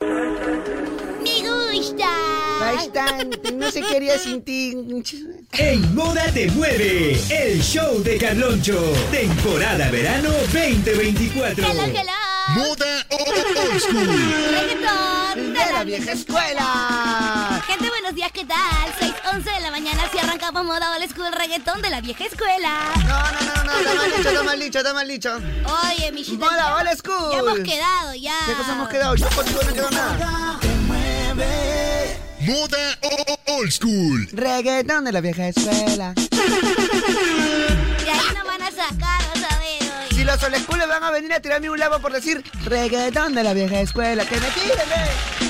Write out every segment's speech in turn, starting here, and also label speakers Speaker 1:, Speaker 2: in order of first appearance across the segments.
Speaker 1: Me gusta.
Speaker 2: Bastante, no se quería sin ti.
Speaker 3: En Moda Te Mueve, el show de Carloncho. Temporada verano 2024.
Speaker 1: Hello, hello.
Speaker 4: Moda o- Old School.
Speaker 1: Reggaetón
Speaker 2: ¡De la vieja escuela!
Speaker 1: Gente, buenos días, ¿qué tal? 6, 11 de la mañana, si arrancamos moda old school reggaetón de la vieja escuela.
Speaker 2: No, no, no, no, está mal dicho, está mal dicho, está mal dicho.
Speaker 1: Oye, mi chita,
Speaker 2: Moda,
Speaker 1: ya-
Speaker 2: hola,
Speaker 1: Ya hemos
Speaker 2: school.
Speaker 1: quedado, ya.
Speaker 2: ¿Qué cosa hemos quedado? Yo contigo no quedó nada.
Speaker 4: Moda o- o- Old School.
Speaker 2: Reggaetón de la vieja escuela.
Speaker 1: De ahí nos van a sacar, vas a ver, oye.
Speaker 2: Si los olescules van a venir a tirarme un lavo por decir reggaetón de la vieja escuela, que me tiren, ve.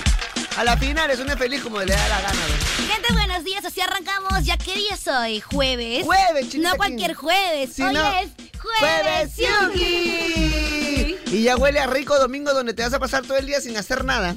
Speaker 2: A la final es un feliz como le da la gana, ve.
Speaker 1: Gente, buenos días, así arrancamos. ¿Ya qué día es hoy? ¿Jueves?
Speaker 2: Jueves, chiquita,
Speaker 1: No cualquier
Speaker 2: aquí.
Speaker 1: jueves,
Speaker 2: Si
Speaker 1: hoy
Speaker 2: no-
Speaker 1: es Jueves Yuki.
Speaker 2: Yuki. Y ya huele a rico domingo donde te vas a pasar todo el día sin hacer nada.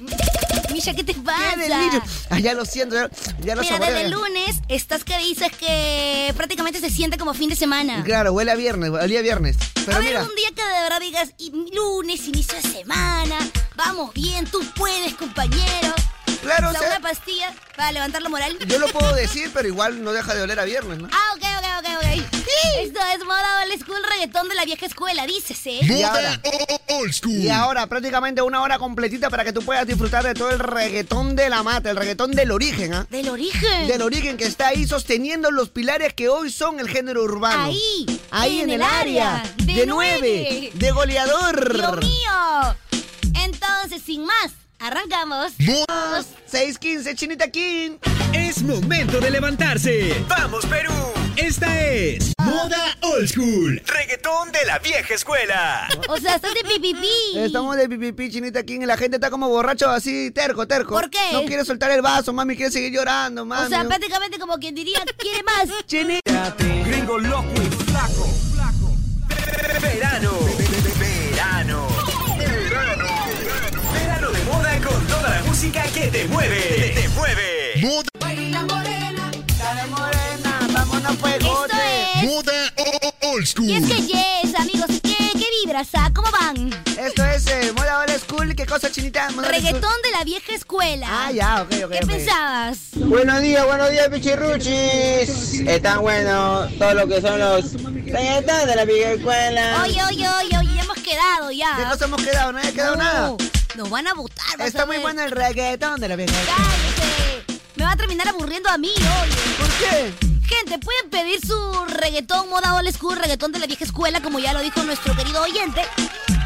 Speaker 1: Misha, ¿qué te
Speaker 2: ¡Qué
Speaker 1: pasa?
Speaker 2: delirio! Ah, ya lo siento, ya, ya lo
Speaker 1: Mira,
Speaker 2: saboreo,
Speaker 1: desde el
Speaker 2: ya.
Speaker 1: lunes estás que dices que prácticamente se siente como fin de semana.
Speaker 2: Claro, huele a viernes, olía a viernes.
Speaker 1: a
Speaker 2: Pero
Speaker 1: ver,
Speaker 2: mira,
Speaker 1: Ah. un día que de verdad digas, "Y lunes, inicio de semana, vamos bien, tú puedes, compañero.
Speaker 2: claro, o
Speaker 1: Usa
Speaker 2: sea,
Speaker 1: una pastilla para levantar la moral.
Speaker 2: yo lo puedo decir, pero igual no deja de oler a viernes, ¿no?
Speaker 1: Ah, ok, ok, ok, ok. Esto es moda old school, reggaetón de la vieja escuela, ¿eh? dícese.
Speaker 2: Y
Speaker 4: Moda
Speaker 2: ahora.
Speaker 4: o- o- Old School.
Speaker 2: Y ahora prácticamente una hora completita para que tú puedas disfrutar de todo el reggaetón de la mata, el reggaetón del origen, ¿ah?
Speaker 1: Del origen.
Speaker 2: Del origen que está ahí sosteniendo los pilares que hoy son el género urbano.
Speaker 1: Ahí,
Speaker 2: Ahí en, el área.
Speaker 1: de,
Speaker 2: nueve,
Speaker 1: nueve.
Speaker 2: de goleador.
Speaker 1: Dios mío. Entonces, sin más, arrancamos.
Speaker 4: Moda
Speaker 2: 6-15, Chinita King.
Speaker 3: Es momento de levantarse. ¡Vamos, Perú! Esta es
Speaker 4: Moda Old School.
Speaker 3: Reggaetón de la Vieja Escuela.
Speaker 1: O sea, estás de pipipi.
Speaker 2: Estamos de pipipi, Chinita King, y la gente está como borracho así, terco, terco.
Speaker 1: ¿Por qué?
Speaker 2: No quiere soltar el vaso, mami, quiere seguir llorando, mami.
Speaker 1: O sea,
Speaker 2: ¿no?
Speaker 1: prácticamente como quien diría, quiere más.
Speaker 2: Chini-
Speaker 3: Gringo loco y flaco. Verano. Verano. Verano. Verano de moda con toda la música que te mueve. Te mueve.
Speaker 4: Moda,
Speaker 2: Dale morena, vámonos pues,
Speaker 1: Esto es.
Speaker 4: moda o- o-
Speaker 1: Y
Speaker 4: Old
Speaker 1: es
Speaker 4: School.
Speaker 1: que yes, amigos, ¿qué, qué vibras? ah? ¿Cómo van?
Speaker 2: Esto es eh, Moda Old School, ¿qué cosa, Chinita? Moda Old School.
Speaker 1: Reggaetón de la vieja escuela.
Speaker 2: Ah, ya, ok, ok.
Speaker 1: ¿Qué
Speaker 2: ok.
Speaker 1: pensabas?
Speaker 5: Buenos días, buenos días, pichirruchis. Están buenos todo lo que son los reggaetón de la vieja escuela.
Speaker 1: Oye, oye, oye, oye, ya hemos quedado
Speaker 2: ¿Qué
Speaker 1: ya.
Speaker 2: nos hemos quedado? Ah. ¿No hemos quedado nada?
Speaker 1: Nos van a votar. vas a
Speaker 2: Está muy
Speaker 1: ver.
Speaker 2: bueno el reggaetón de la vieja.
Speaker 1: Cállate. Me va a terminar aburriendo a mí, oye.
Speaker 2: ¿Por qué?
Speaker 1: Gente, pueden pedir su reggaetón moda old school, reggaetón de la vieja escuela, como ya lo dijo nuestro querido oyente,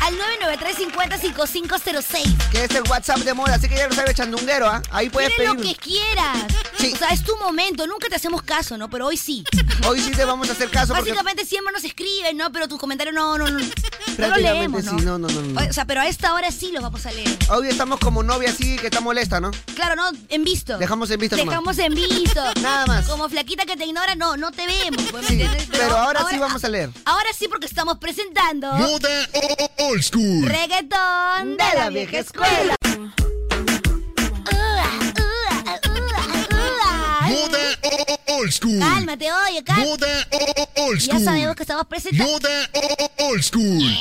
Speaker 1: al 993-50-5506.
Speaker 2: Que es el WhatsApp de moda, así que ya lo sabes, chandunguero, ¿ah? Ahí puedes
Speaker 1: Pide
Speaker 2: pedir.
Speaker 1: lo que quieras.
Speaker 2: Sí.
Speaker 1: O sea, es tu momento. Nunca te hacemos caso, ¿no? Pero hoy sí.
Speaker 2: Hoy sí te vamos a hacer caso porque
Speaker 1: Básicamente siempre nos escriben, ¿no? Pero tus comentarios no, no, no. No lo
Speaker 2: Prácticamente
Speaker 1: leemos, ¿no?
Speaker 2: sí, no, no, no, no.
Speaker 1: O sea, pero a esta hora sí los vamos a leer.
Speaker 2: hoy estamos como novia así que está molesta, ¿no?
Speaker 1: Claro, no, en visto.
Speaker 2: Dejamos en visto nomás.
Speaker 1: Dejamos en visto.
Speaker 2: Nada más.
Speaker 1: Como flaquita que te ignora, no, no te vemos. pues, ¿me
Speaker 2: Sí,
Speaker 1: entiendes?
Speaker 2: pero ahora sí vamos a leer.
Speaker 1: Ahora sí porque estamos presentando
Speaker 4: Moda o- o- Old School.
Speaker 1: reggaetón de la vieja escuela. Ua, ua, ua, ua.
Speaker 4: Moda o- o- Old School.
Speaker 1: Cálmate, oye, cálmate.
Speaker 4: Moda o- o- Old
Speaker 1: Ya sabemos
Speaker 4: School.
Speaker 1: que estamos presentando.
Speaker 4: Moda o- o- Old School.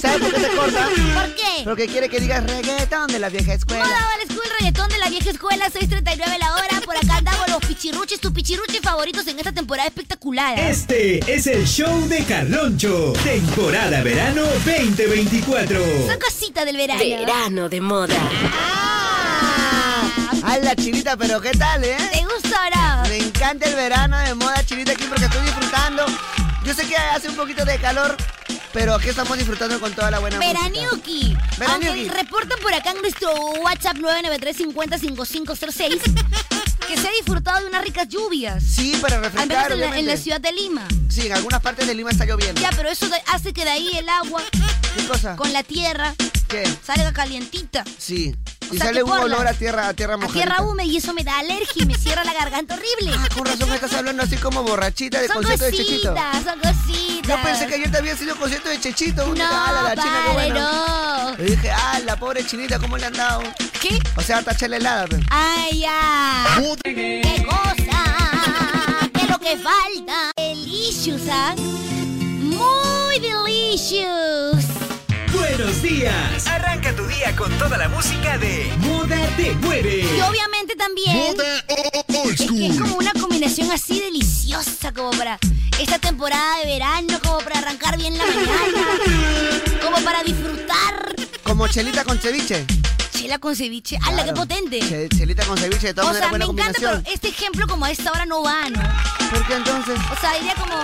Speaker 2: ¿Sabes por qué te corta?
Speaker 1: ¿Por qué?
Speaker 2: Porque quiere que digas reggaetón de la vieja
Speaker 1: Moda
Speaker 2: escuela.
Speaker 1: Old School, reggaetón de la vieja escuela, 6.39 la hora. Por acá andamos los pichirruches, tus pichirruches favoritos en esta temporada espectacular. ¿eh?
Speaker 3: Este es el show de Carloncho. Temporada verano 2024.
Speaker 1: Son cositas del verano.
Speaker 6: Verano de moda.
Speaker 1: Ah,
Speaker 2: ¡Hala, chinita, pero qué tal, eh!
Speaker 1: ¿Te gusta o no?
Speaker 2: Me encanta el verano de moda chinita aquí porque estoy disfrutando. Yo sé que hace un poquito de calor, pero aquí estamos disfrutando con toda la buena música.
Speaker 1: Veraniuki.
Speaker 2: Veraniuki.
Speaker 1: Aunque reportan por acá en nuestro WhatsApp 993 que se ha disfrutado de unas ricas lluvias.
Speaker 2: Sí, para
Speaker 1: Al menos
Speaker 2: refrescar,
Speaker 1: en la, en la
Speaker 2: obviamente.
Speaker 1: ciudad de Lima.
Speaker 2: Sí, en algunas partes de Lima está lloviendo.
Speaker 1: Ya, pero eso de- hace que de ahí el agua
Speaker 2: ¿Qué cosa?
Speaker 1: con la tierra
Speaker 2: ¿Qué?
Speaker 1: salga calientita.
Speaker 2: Sí.
Speaker 1: O
Speaker 2: Y
Speaker 1: sea,
Speaker 2: sale
Speaker 1: que
Speaker 2: un
Speaker 1: por la-
Speaker 2: olor a tierra, a tierra
Speaker 1: A
Speaker 2: mojada.
Speaker 1: tierra húmeda y eso me da alergia y me cierra la garganta horrible.
Speaker 2: Ah, Con razón me estás hablando así como borrachita de
Speaker 1: Son
Speaker 2: concierto de
Speaker 1: cositas,
Speaker 2: Chechito.
Speaker 1: son cositas.
Speaker 2: Yo pensé que ayer te había sido concierto de Chechito.
Speaker 1: No,
Speaker 2: Dije, "Ala, la china, qué
Speaker 1: padre,
Speaker 2: buena".
Speaker 1: no.
Speaker 2: Yo dije, ah, la pobre chinita, ¿cómo le han dado?
Speaker 1: ¿Qué?
Speaker 2: O sea, hasta chela helada, pe.
Speaker 1: ¡Ay, ya! ¡Qué cosa! ¡Qué es lo que falta! Delicious, ¿ah? Muy delicious.
Speaker 3: Buenos días.
Speaker 7: Arranca tu día con toda la música de
Speaker 3: Moda te mueve.
Speaker 1: Y obviamente también
Speaker 4: Moda o- o- old
Speaker 1: es que es como
Speaker 4: school.
Speaker 1: una combinación así deliciosa como para esta temporada de verano, como para arrancar bien la mañana, como para disfrutar
Speaker 2: Como chelita con ceviche.
Speaker 1: chela con ceviche. ¡Hala, qué
Speaker 2: Claro.
Speaker 1: Ah, potente!
Speaker 2: Che- chelita con ceviche, de
Speaker 1: O
Speaker 2: todas maneras,
Speaker 1: sea, me
Speaker 2: buena
Speaker 1: encanta, eh. pero
Speaker 2: combinación.
Speaker 1: este ejemplo como a esta hora no va, ¿no?
Speaker 2: ¿Por qué entonces?
Speaker 1: O sea, diría como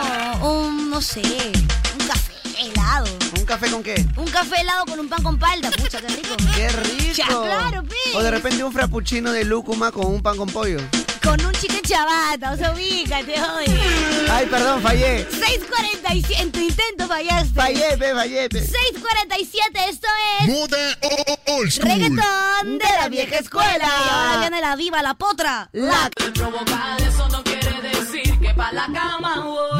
Speaker 1: un, no sé, un café helado.
Speaker 2: ¿Un café con qué?
Speaker 1: Un café helado con un pan con palta, pucha, qué rico.
Speaker 2: ¡Qué rico!
Speaker 1: Ya, claro, pe.
Speaker 2: O de repente un frappuccino de lúcuma con un pan con pollo.
Speaker 1: Con un chique chabata, o sea, ubícate, oye.
Speaker 2: Ay, perdón, fallé.
Speaker 1: 6.47, en tu intento fallaste.
Speaker 2: Fallé, pe, fallé, pe.
Speaker 1: 6.47, esto es...
Speaker 4: Moda o- o- old school.
Speaker 1: Reggaetón de la vieja escuela. Y ahora viene la viva, la potra. La...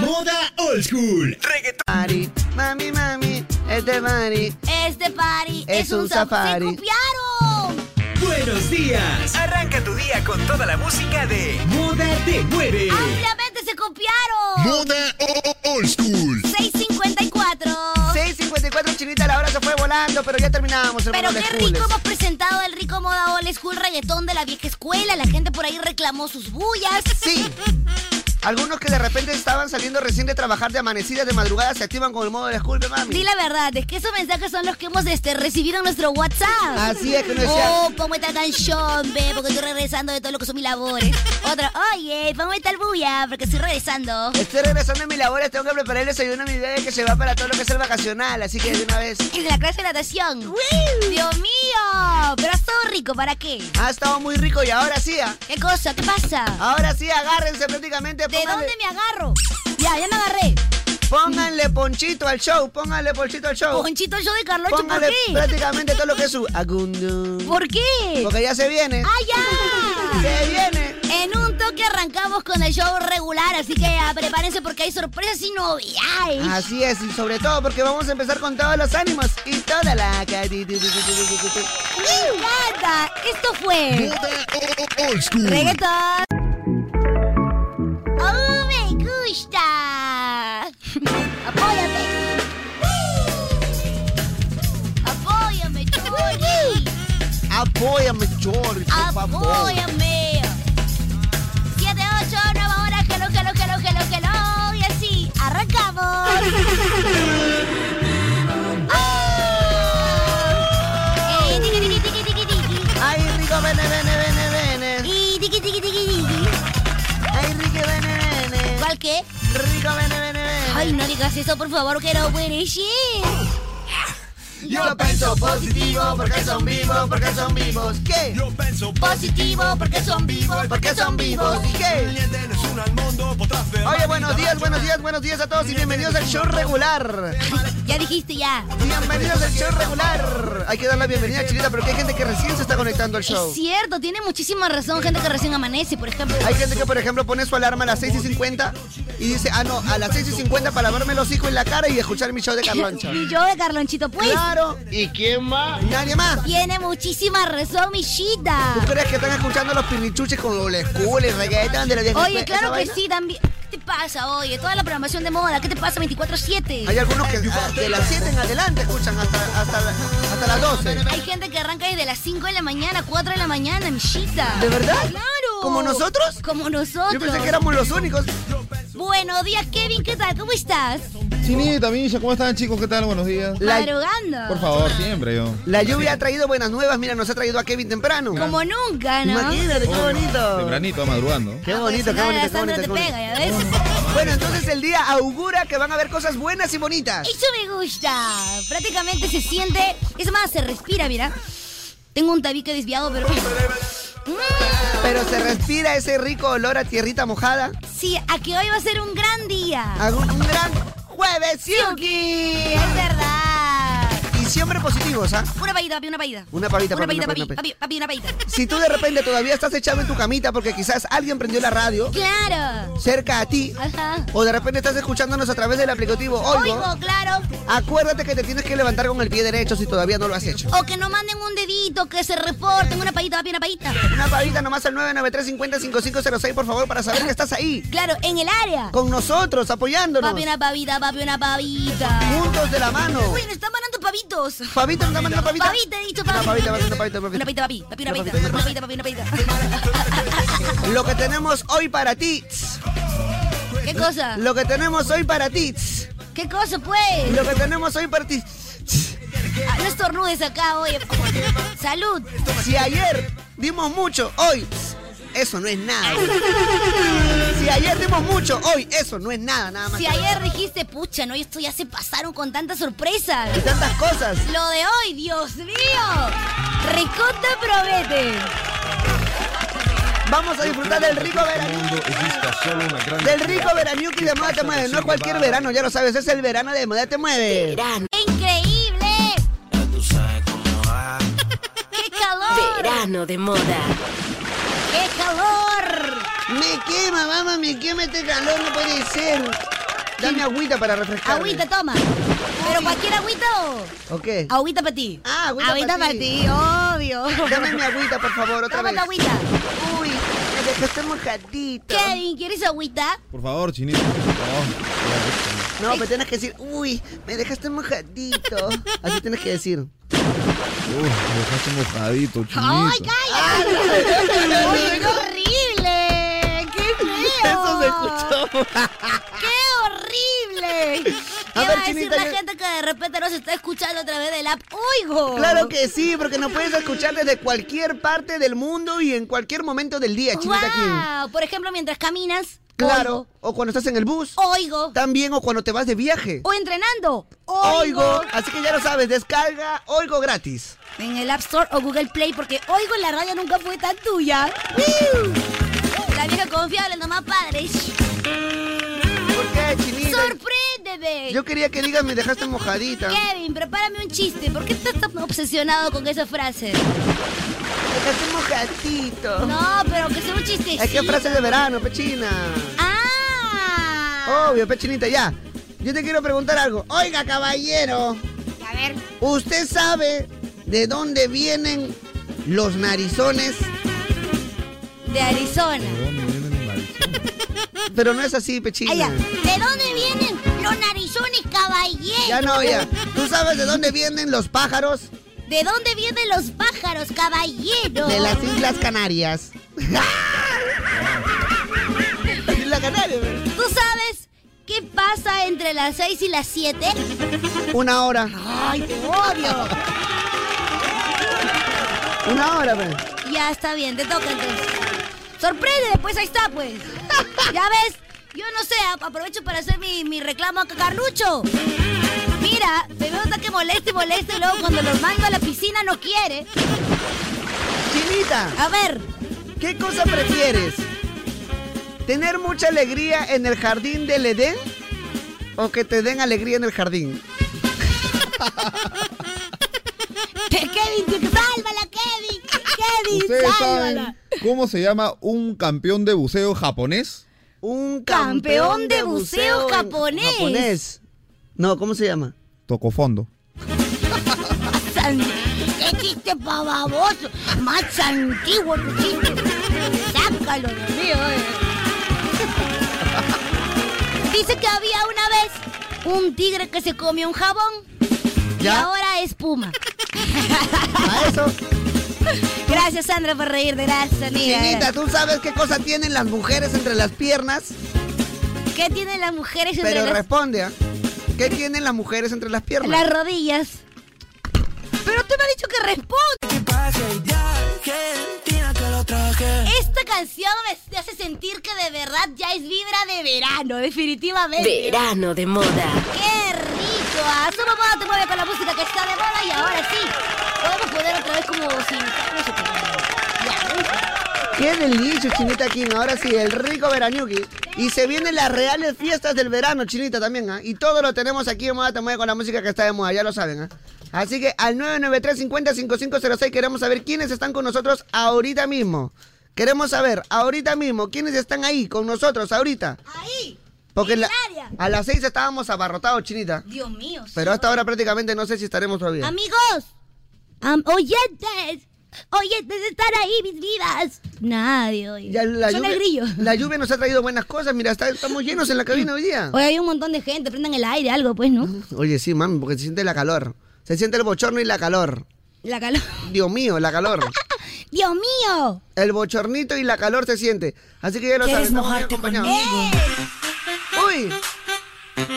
Speaker 4: Moda old school.
Speaker 7: reggaetón.
Speaker 2: Mari, mami, mami, este Mari.
Speaker 1: Este party es,
Speaker 2: Es
Speaker 1: un
Speaker 2: un
Speaker 1: zap-
Speaker 2: safari.
Speaker 1: ¡Se copiaron!
Speaker 3: Buenos días.
Speaker 7: Arranca tu día con toda la música de
Speaker 3: Moda te mueve.
Speaker 1: Ampliamente se copiaron.
Speaker 4: Moda o- o- old school.
Speaker 1: 6.54.
Speaker 2: 6.54, chinita, la hora se fue volando, pero ya terminamos.
Speaker 1: Pero
Speaker 2: hermanos
Speaker 1: qué
Speaker 2: lescules.
Speaker 1: rico hemos presentado el rico moda old school reggaetón de la vieja escuela. La gente por ahí reclamó sus bullas.
Speaker 2: Sí. Algunos que de repente estaban saliendo recién de trabajar de amanecidas de madrugada se activan con el modo de la esculpe, mami.
Speaker 1: Di la verdad, es que esos mensajes son los que hemos este, recibido en nuestro WhatsApp.
Speaker 2: Así es que uno decía-
Speaker 1: Oh, ponme tal canción, ve, porque estoy regresando de todo lo que son mis labores. Otra, oye, ponme tal bulla, porque estoy regresando.
Speaker 2: Estoy regresando de mis labores, tengo que preparar el desayuno a mi bebé que se va para todo lo que es el vacacional, así que de una vez.
Speaker 1: Y de la clase de natación. ¡Dios mío! Pero ha estado rico, ¿para qué?
Speaker 2: Ha estado muy rico y ahora sí, ah,
Speaker 1: ¿Qué cosa? ¿Qué pasa?
Speaker 2: ahora sí, agárrense prácticamente.
Speaker 1: ¿De
Speaker 2: Pónganle,
Speaker 1: dónde me agarro? Ya, ya me agarré.
Speaker 2: pónganle ponchito al show, pónganle ponchito al show.
Speaker 1: Ponchito yo de Carlocho, ¿por
Speaker 2: Pónganle
Speaker 1: qué?
Speaker 2: prácticamente todo lo que es su agundo.
Speaker 1: ¿Por qué?
Speaker 2: Porque ya se viene.
Speaker 1: ¡Ah, ya!
Speaker 2: Se viene.
Speaker 1: En un toque arrancamos con el show regular, así que ah, prepárense porque hay sorpresas y novedades.
Speaker 2: Así es, y sobre todo porque vamos a empezar con todos los ánimos y toda la...
Speaker 1: ¡Me encanta! Esto fue
Speaker 4: Moda o- o- old school.
Speaker 1: Reggaeton. ¡Oh, me gusta! ¡Apóyame! ¡Apóyame, Chori!
Speaker 2: Apóyame, George, por favor.
Speaker 1: ¡Apóyame! 7, 8, nueva hora, hello, hello, hello, hello, hello. Y así, arrancamos. ¡Ah! Eh, tiqui, tiqui, tiqui, tiqui, tiqui.
Speaker 2: Ay, rico, vene, vene, vene, vene.
Speaker 1: Y tiqui, tiqui, tiqui, tiqui.
Speaker 2: Ay, rico, vene, vene.
Speaker 1: ¿Cuál qué?
Speaker 2: Rico, vene, vene, vene.
Speaker 1: Ay, no digas eso, por favor, que no puede ser.
Speaker 2: Yo pienso positivo porque son vivos, porque son vivos. ¿Qué?
Speaker 6: Yo pienso
Speaker 1: Positivo, porque son vivos.
Speaker 2: Porque son vivos. ¿Qué? Oye, buenos días, buenos días, buenos días a todos y bienvenidos al show regular.
Speaker 1: Ya dijiste ya.
Speaker 2: Bienvenidos al show regular. Hay que dar la bienvenida, Chilita, porque hay gente que recién se está conectando al show.
Speaker 1: Es cierto, tiene muchísima razón gente que recién amanece, por ejemplo.
Speaker 2: Hay gente que, por ejemplo, pone su alarma a las 6 y 50 y dice, ah, no, a las 6 y 50 para verme los hijos en la cara y escuchar mi show de Carloncho.
Speaker 1: Y yo de Carlonchito, pues.
Speaker 2: Claro. ¿Y quién más? Nadie más.
Speaker 1: Tiene muchísima razón, Michita.
Speaker 2: ¿Tú crees que están escuchando los pirrichuches con los escules, reggaetón de los días
Speaker 1: Oye, claro que sí, también. ¿Qué te pasa, oye? Toda la programación de moda, ¿qué te pasa 24-7?
Speaker 2: Hay algunos que ah, de las 7 en adelante escuchan hasta, hasta, la- hasta las 12.
Speaker 1: Hay gente que arranca desde las 5 de la mañana, 4 de la mañana, Michita.
Speaker 2: ¿De verdad?
Speaker 1: ¡Claro!
Speaker 2: ¿Como nosotros?
Speaker 1: Como nosotros.
Speaker 2: Yo pensé que éramos los únicos.
Speaker 1: Buenos días, Kevin, ¿qué tal? ¿Cómo estás?
Speaker 8: Chinita, Misha, ¿cómo están chicos? ¿Qué tal? Buenos días.
Speaker 2: La-
Speaker 1: Madrugando.
Speaker 8: Por favor, siempre yo.
Speaker 2: La lluvia ha traído buenas nuevas. Mira, nos ha traído a Kevin temprano.
Speaker 1: Como nunca, ¿no?
Speaker 2: Imagínate, qué bonito.
Speaker 8: Tempranito, madrugando.
Speaker 2: Qué
Speaker 1: Ah, pues,
Speaker 2: bonito, qué
Speaker 1: nada,
Speaker 2: bonito, qué
Speaker 1: Sandra
Speaker 2: bonito. qué
Speaker 1: te
Speaker 2: bonito.
Speaker 1: pega, ¿ya ves?
Speaker 2: Bueno, entonces el día augura que van a haber cosas buenas y bonitas.
Speaker 1: Eso me gusta. Prácticamente se siente. Es más, se respira, mira. Tengo un tabique desviado, pero. Mm,
Speaker 2: Pero se respira ese rico olor a tierrita mojada.
Speaker 1: sí, a que hoy va a ser un
Speaker 2: Ah.
Speaker 1: gran día.
Speaker 2: A un, un gran jueves, Yuki.
Speaker 1: Yuki, es verdad.
Speaker 2: Y siempre positivos, ¿ah?
Speaker 1: Una paída, papi, una paída.
Speaker 2: Una pavita,
Speaker 1: Una
Speaker 2: papi,
Speaker 1: paída,
Speaker 2: una
Speaker 1: papi,
Speaker 2: papi, una
Speaker 1: papi, papi, una paída.
Speaker 2: Si tú de repente todavía estás echado en tu camita porque quizás alguien prendió la radio
Speaker 1: Claro.
Speaker 2: cerca a ti
Speaker 1: Ajá.
Speaker 2: o de repente estás escuchándonos a través del aplicativo Oigo,
Speaker 1: Oigo, claro.
Speaker 2: acuérdate que te tienes que levantar con el pie derecho si todavía no lo has hecho.
Speaker 1: O que no manden un dedito, que se reporten. Una paída, papi, una paída.
Speaker 2: Una pavita nomás al 993-50-5506, por favor, para saber que estás ahí,
Speaker 1: Claro, en el área.
Speaker 2: con nosotros, apoyándonos,
Speaker 1: Papi, una pavita, papi, una pavita.
Speaker 2: juntos de la mano.
Speaker 1: Uy, nos están mandando pavitos.
Speaker 2: Pavita, una mano, pavita.
Speaker 1: Pavita, he dicho
Speaker 2: Una
Speaker 1: papi.
Speaker 2: pavita, pavita, una pavita, una
Speaker 1: Una
Speaker 2: pavita.
Speaker 1: paída, papi, papi, una
Speaker 2: Una
Speaker 1: paída.
Speaker 2: paída.
Speaker 1: Una paída, papi, una paída.
Speaker 2: Lo que tenemos hoy para ti. tss.
Speaker 1: ¿Qué cosa?
Speaker 2: Lo que tenemos hoy para ti. tss.
Speaker 1: ¿Qué cosa, pues?
Speaker 2: Lo que tenemos hoy para ti. tss.
Speaker 1: Ah, No estornudes acá, oye. Salud.
Speaker 2: Si ayer dimos mucho, hoy tss, eso no es nada. Si ayer dimos mucho, hoy eso no es nada, nada más.
Speaker 1: Si ayer dijiste, pucha, no, esto ya se pasaron con tanta sorpresa.
Speaker 2: Y tantas cosas.
Speaker 1: Lo de hoy, Dios mío. Reconta promete.
Speaker 2: Vamos a disfrutar del rico verano. Del rico veraniuki de Moda Te Mueve. No es cualquier verano, ya lo sabes, es el verano de Moda Te Mueve.
Speaker 1: Increíble. ¡Qué calor!
Speaker 6: Verano de moda.
Speaker 1: ¡Qué calor!
Speaker 2: Me quema, mamá, me quema este calor, no puede ser. Dame agüita para refrescar.
Speaker 1: Agüita, toma. Pero cualquier agüita o.
Speaker 2: ¿O qué?
Speaker 1: Agüita para ti.
Speaker 2: Ah, agüita pa'
Speaker 1: para
Speaker 2: ti.
Speaker 1: ti, obvio.
Speaker 2: Dame mi agüita, por favor, otra
Speaker 1: Toma
Speaker 2: vez.
Speaker 1: tu agüita.
Speaker 2: Uy, me dejaste mojadito.
Speaker 1: Kevin, ¿quieres agüita?
Speaker 8: Por favor, chinito. por favor.
Speaker 2: No, me tienes que decir, uy, me dejaste mojadito. Así tienes que decir.
Speaker 8: Uf, me dejaste mojadito,
Speaker 1: ¡Ay,
Speaker 8: chinito.
Speaker 1: cállate! ¡Oye, qué horrible! ¡Qué feo!
Speaker 2: Eso se escuchó.
Speaker 1: ¡Qué horrible! ¿Qué
Speaker 2: A ver,
Speaker 1: va a decir
Speaker 2: Chinita,
Speaker 1: la
Speaker 2: yo-
Speaker 1: gente que de repente nos está escuchando a través del app? ¡Oigo!
Speaker 2: Claro que sí, porque nos puedes escuchar desde cualquier parte del mundo y en cualquier momento del día, Chinita King.
Speaker 1: ¡Wow! Por ejemplo, mientras caminas.
Speaker 2: Claro, o cuando estás en el bus,
Speaker 1: Oigo. oigo.
Speaker 2: también o cuando te vas de viaje.
Speaker 1: O entrenando.
Speaker 2: Oigo,
Speaker 1: Oigo.
Speaker 2: así que ya lo sabes, descarga Oigo gratis.
Speaker 1: En el App Store o Google Play, porque oigo en la radio nunca fue tan tuya. La vieja confiable, nomás padre.
Speaker 2: ¿Por qué, Chinita?
Speaker 1: ¡Sorpréndeme!
Speaker 2: Yo quería que digas me dejaste mojadita. Me
Speaker 1: Kevin, prepárame un chiste. ¿Por qué estás tan obsesionado con esa frase?
Speaker 2: dejaste mojadito.
Speaker 1: No, pero Oh. que sea un chiste.
Speaker 2: Es que es frase de verano, pechina.
Speaker 1: ¡Ah!
Speaker 2: Obvio, pechinita, ya. Yo te quiero preguntar algo. Oiga, caballero,
Speaker 1: A ver.
Speaker 2: ¿usted sabe de dónde vienen los narizones?
Speaker 1: De Arizona.
Speaker 8: ¿De dónde viene mi maldición?
Speaker 2: Pero no es así, pechina.
Speaker 1: Allá. ¿De dónde vienen los narizones, caballero?
Speaker 2: Ya no, ya. ¿Tú sabes de dónde vienen los pájaros?
Speaker 1: ¿De dónde vienen los pájaros, caballero?
Speaker 2: De las Islas Canarias. Las Islas Canarias. güey.
Speaker 1: ¿Tú sabes qué pasa entre las 6 y las 7?
Speaker 2: Una hora.
Speaker 1: ¡Ay, te odio!
Speaker 2: Una hora, güey.
Speaker 1: Ya está bien, te toca entonces. Sorprende, pues ahí está, pues. Ya ves, yo no sé, ap- aprovecho para hacer mi, mi reclamo a Carlucho. Mira, te veo tan que moleste, moleste, y luego cuando los mando a la piscina no quiere.
Speaker 2: Chinita,
Speaker 1: A ver,
Speaker 2: ¿qué cosa prefieres? ¿Tener mucha alegría en el jardín del Edén? ¿O que te den alegría en el jardín?
Speaker 1: que Kevin, que- sálvala, Kevin. Kevin,
Speaker 8: ¿Ustedes saben
Speaker 1: sálvala.
Speaker 8: cómo se llama un campeón de buceo japonés?
Speaker 2: Un
Speaker 1: Campeón
Speaker 2: campeón,
Speaker 1: de
Speaker 2: de
Speaker 1: buceo
Speaker 2: buceo en-
Speaker 1: japonés.
Speaker 2: japonés. No, ¿cómo se llama?
Speaker 8: Tocofondo.
Speaker 1: San- ¡Qué chiste pavaboso! Más antiguo tu chiste. Sácalo, Dios mío. eh. Dice que había una vez un tigre que se comió un jabón y
Speaker 2: ¿Ya?
Speaker 1: ahora es puma.
Speaker 2: A eso.
Speaker 1: Gracias, Sandra, por reír. Gracias, amiga.
Speaker 2: Chinita, ¿tú sabes qué cosa tienen las mujeres entre las piernas?
Speaker 1: ¿Qué tienen las mujeres entre
Speaker 2: Pero
Speaker 1: las,
Speaker 2: responde, ¿ah? ¿Qué tienen las mujeres entre las piernas?
Speaker 1: las rodillas? Pero tú me has dicho que responde. Esta canción me hace sentir que de verdad ya es vibra de verano, definitivamente.
Speaker 6: Verano de moda.
Speaker 1: ¡Qué rico! ¡Ah! Somos Moda Te Mueve con la música que está de moda y ahora sí, podemos poder otra vez como sin... no sé qué. Ya,
Speaker 2: Qué delicio, Chinita King. Ahora sí, el rico veraniuki.
Speaker 1: ¡Qué
Speaker 2: Y se vienen las reales fiestas del verano, chinita, también, ¿ah? Y todo lo tenemos aquí en Moda Te Mueve con la música que está de moda, ya lo saben, ¿ah? Así que al 993-50-5506 queremos saber quiénes están con nosotros ahorita mismo. Queremos saber ahorita mismo quiénes están ahí con nosotros ahorita.
Speaker 1: Ahí.
Speaker 2: Porque
Speaker 1: en
Speaker 2: la-
Speaker 1: el área.
Speaker 2: a las 6 estábamos abarrotados, chinita.
Speaker 1: Dios mío.
Speaker 2: Pero hasta ahora prácticamente no sé si estaremos todavía.
Speaker 1: Amigos, am- oyentes, oyentes, están ahí mis vivas. Nadie oye.
Speaker 2: Ya la,
Speaker 1: Son el
Speaker 2: lluvia,
Speaker 1: grillo.
Speaker 2: la lluvia nos ha traído buenas cosas. Mira, está- estamos llenos en la cabina hoy día.
Speaker 1: Hoy hay un montón de gente, prendan el aire, algo, pues, ¿no?
Speaker 2: Oye, sí, mami, porque se siente la calor. Se siente el bochorno y la calor.
Speaker 1: La calor.
Speaker 2: Dios mío, la calor.
Speaker 1: ¡Dios mío!
Speaker 2: El bochornito y la calor se siente. Así que ya lo sabes. estamos bien acompañados. ¡Uy!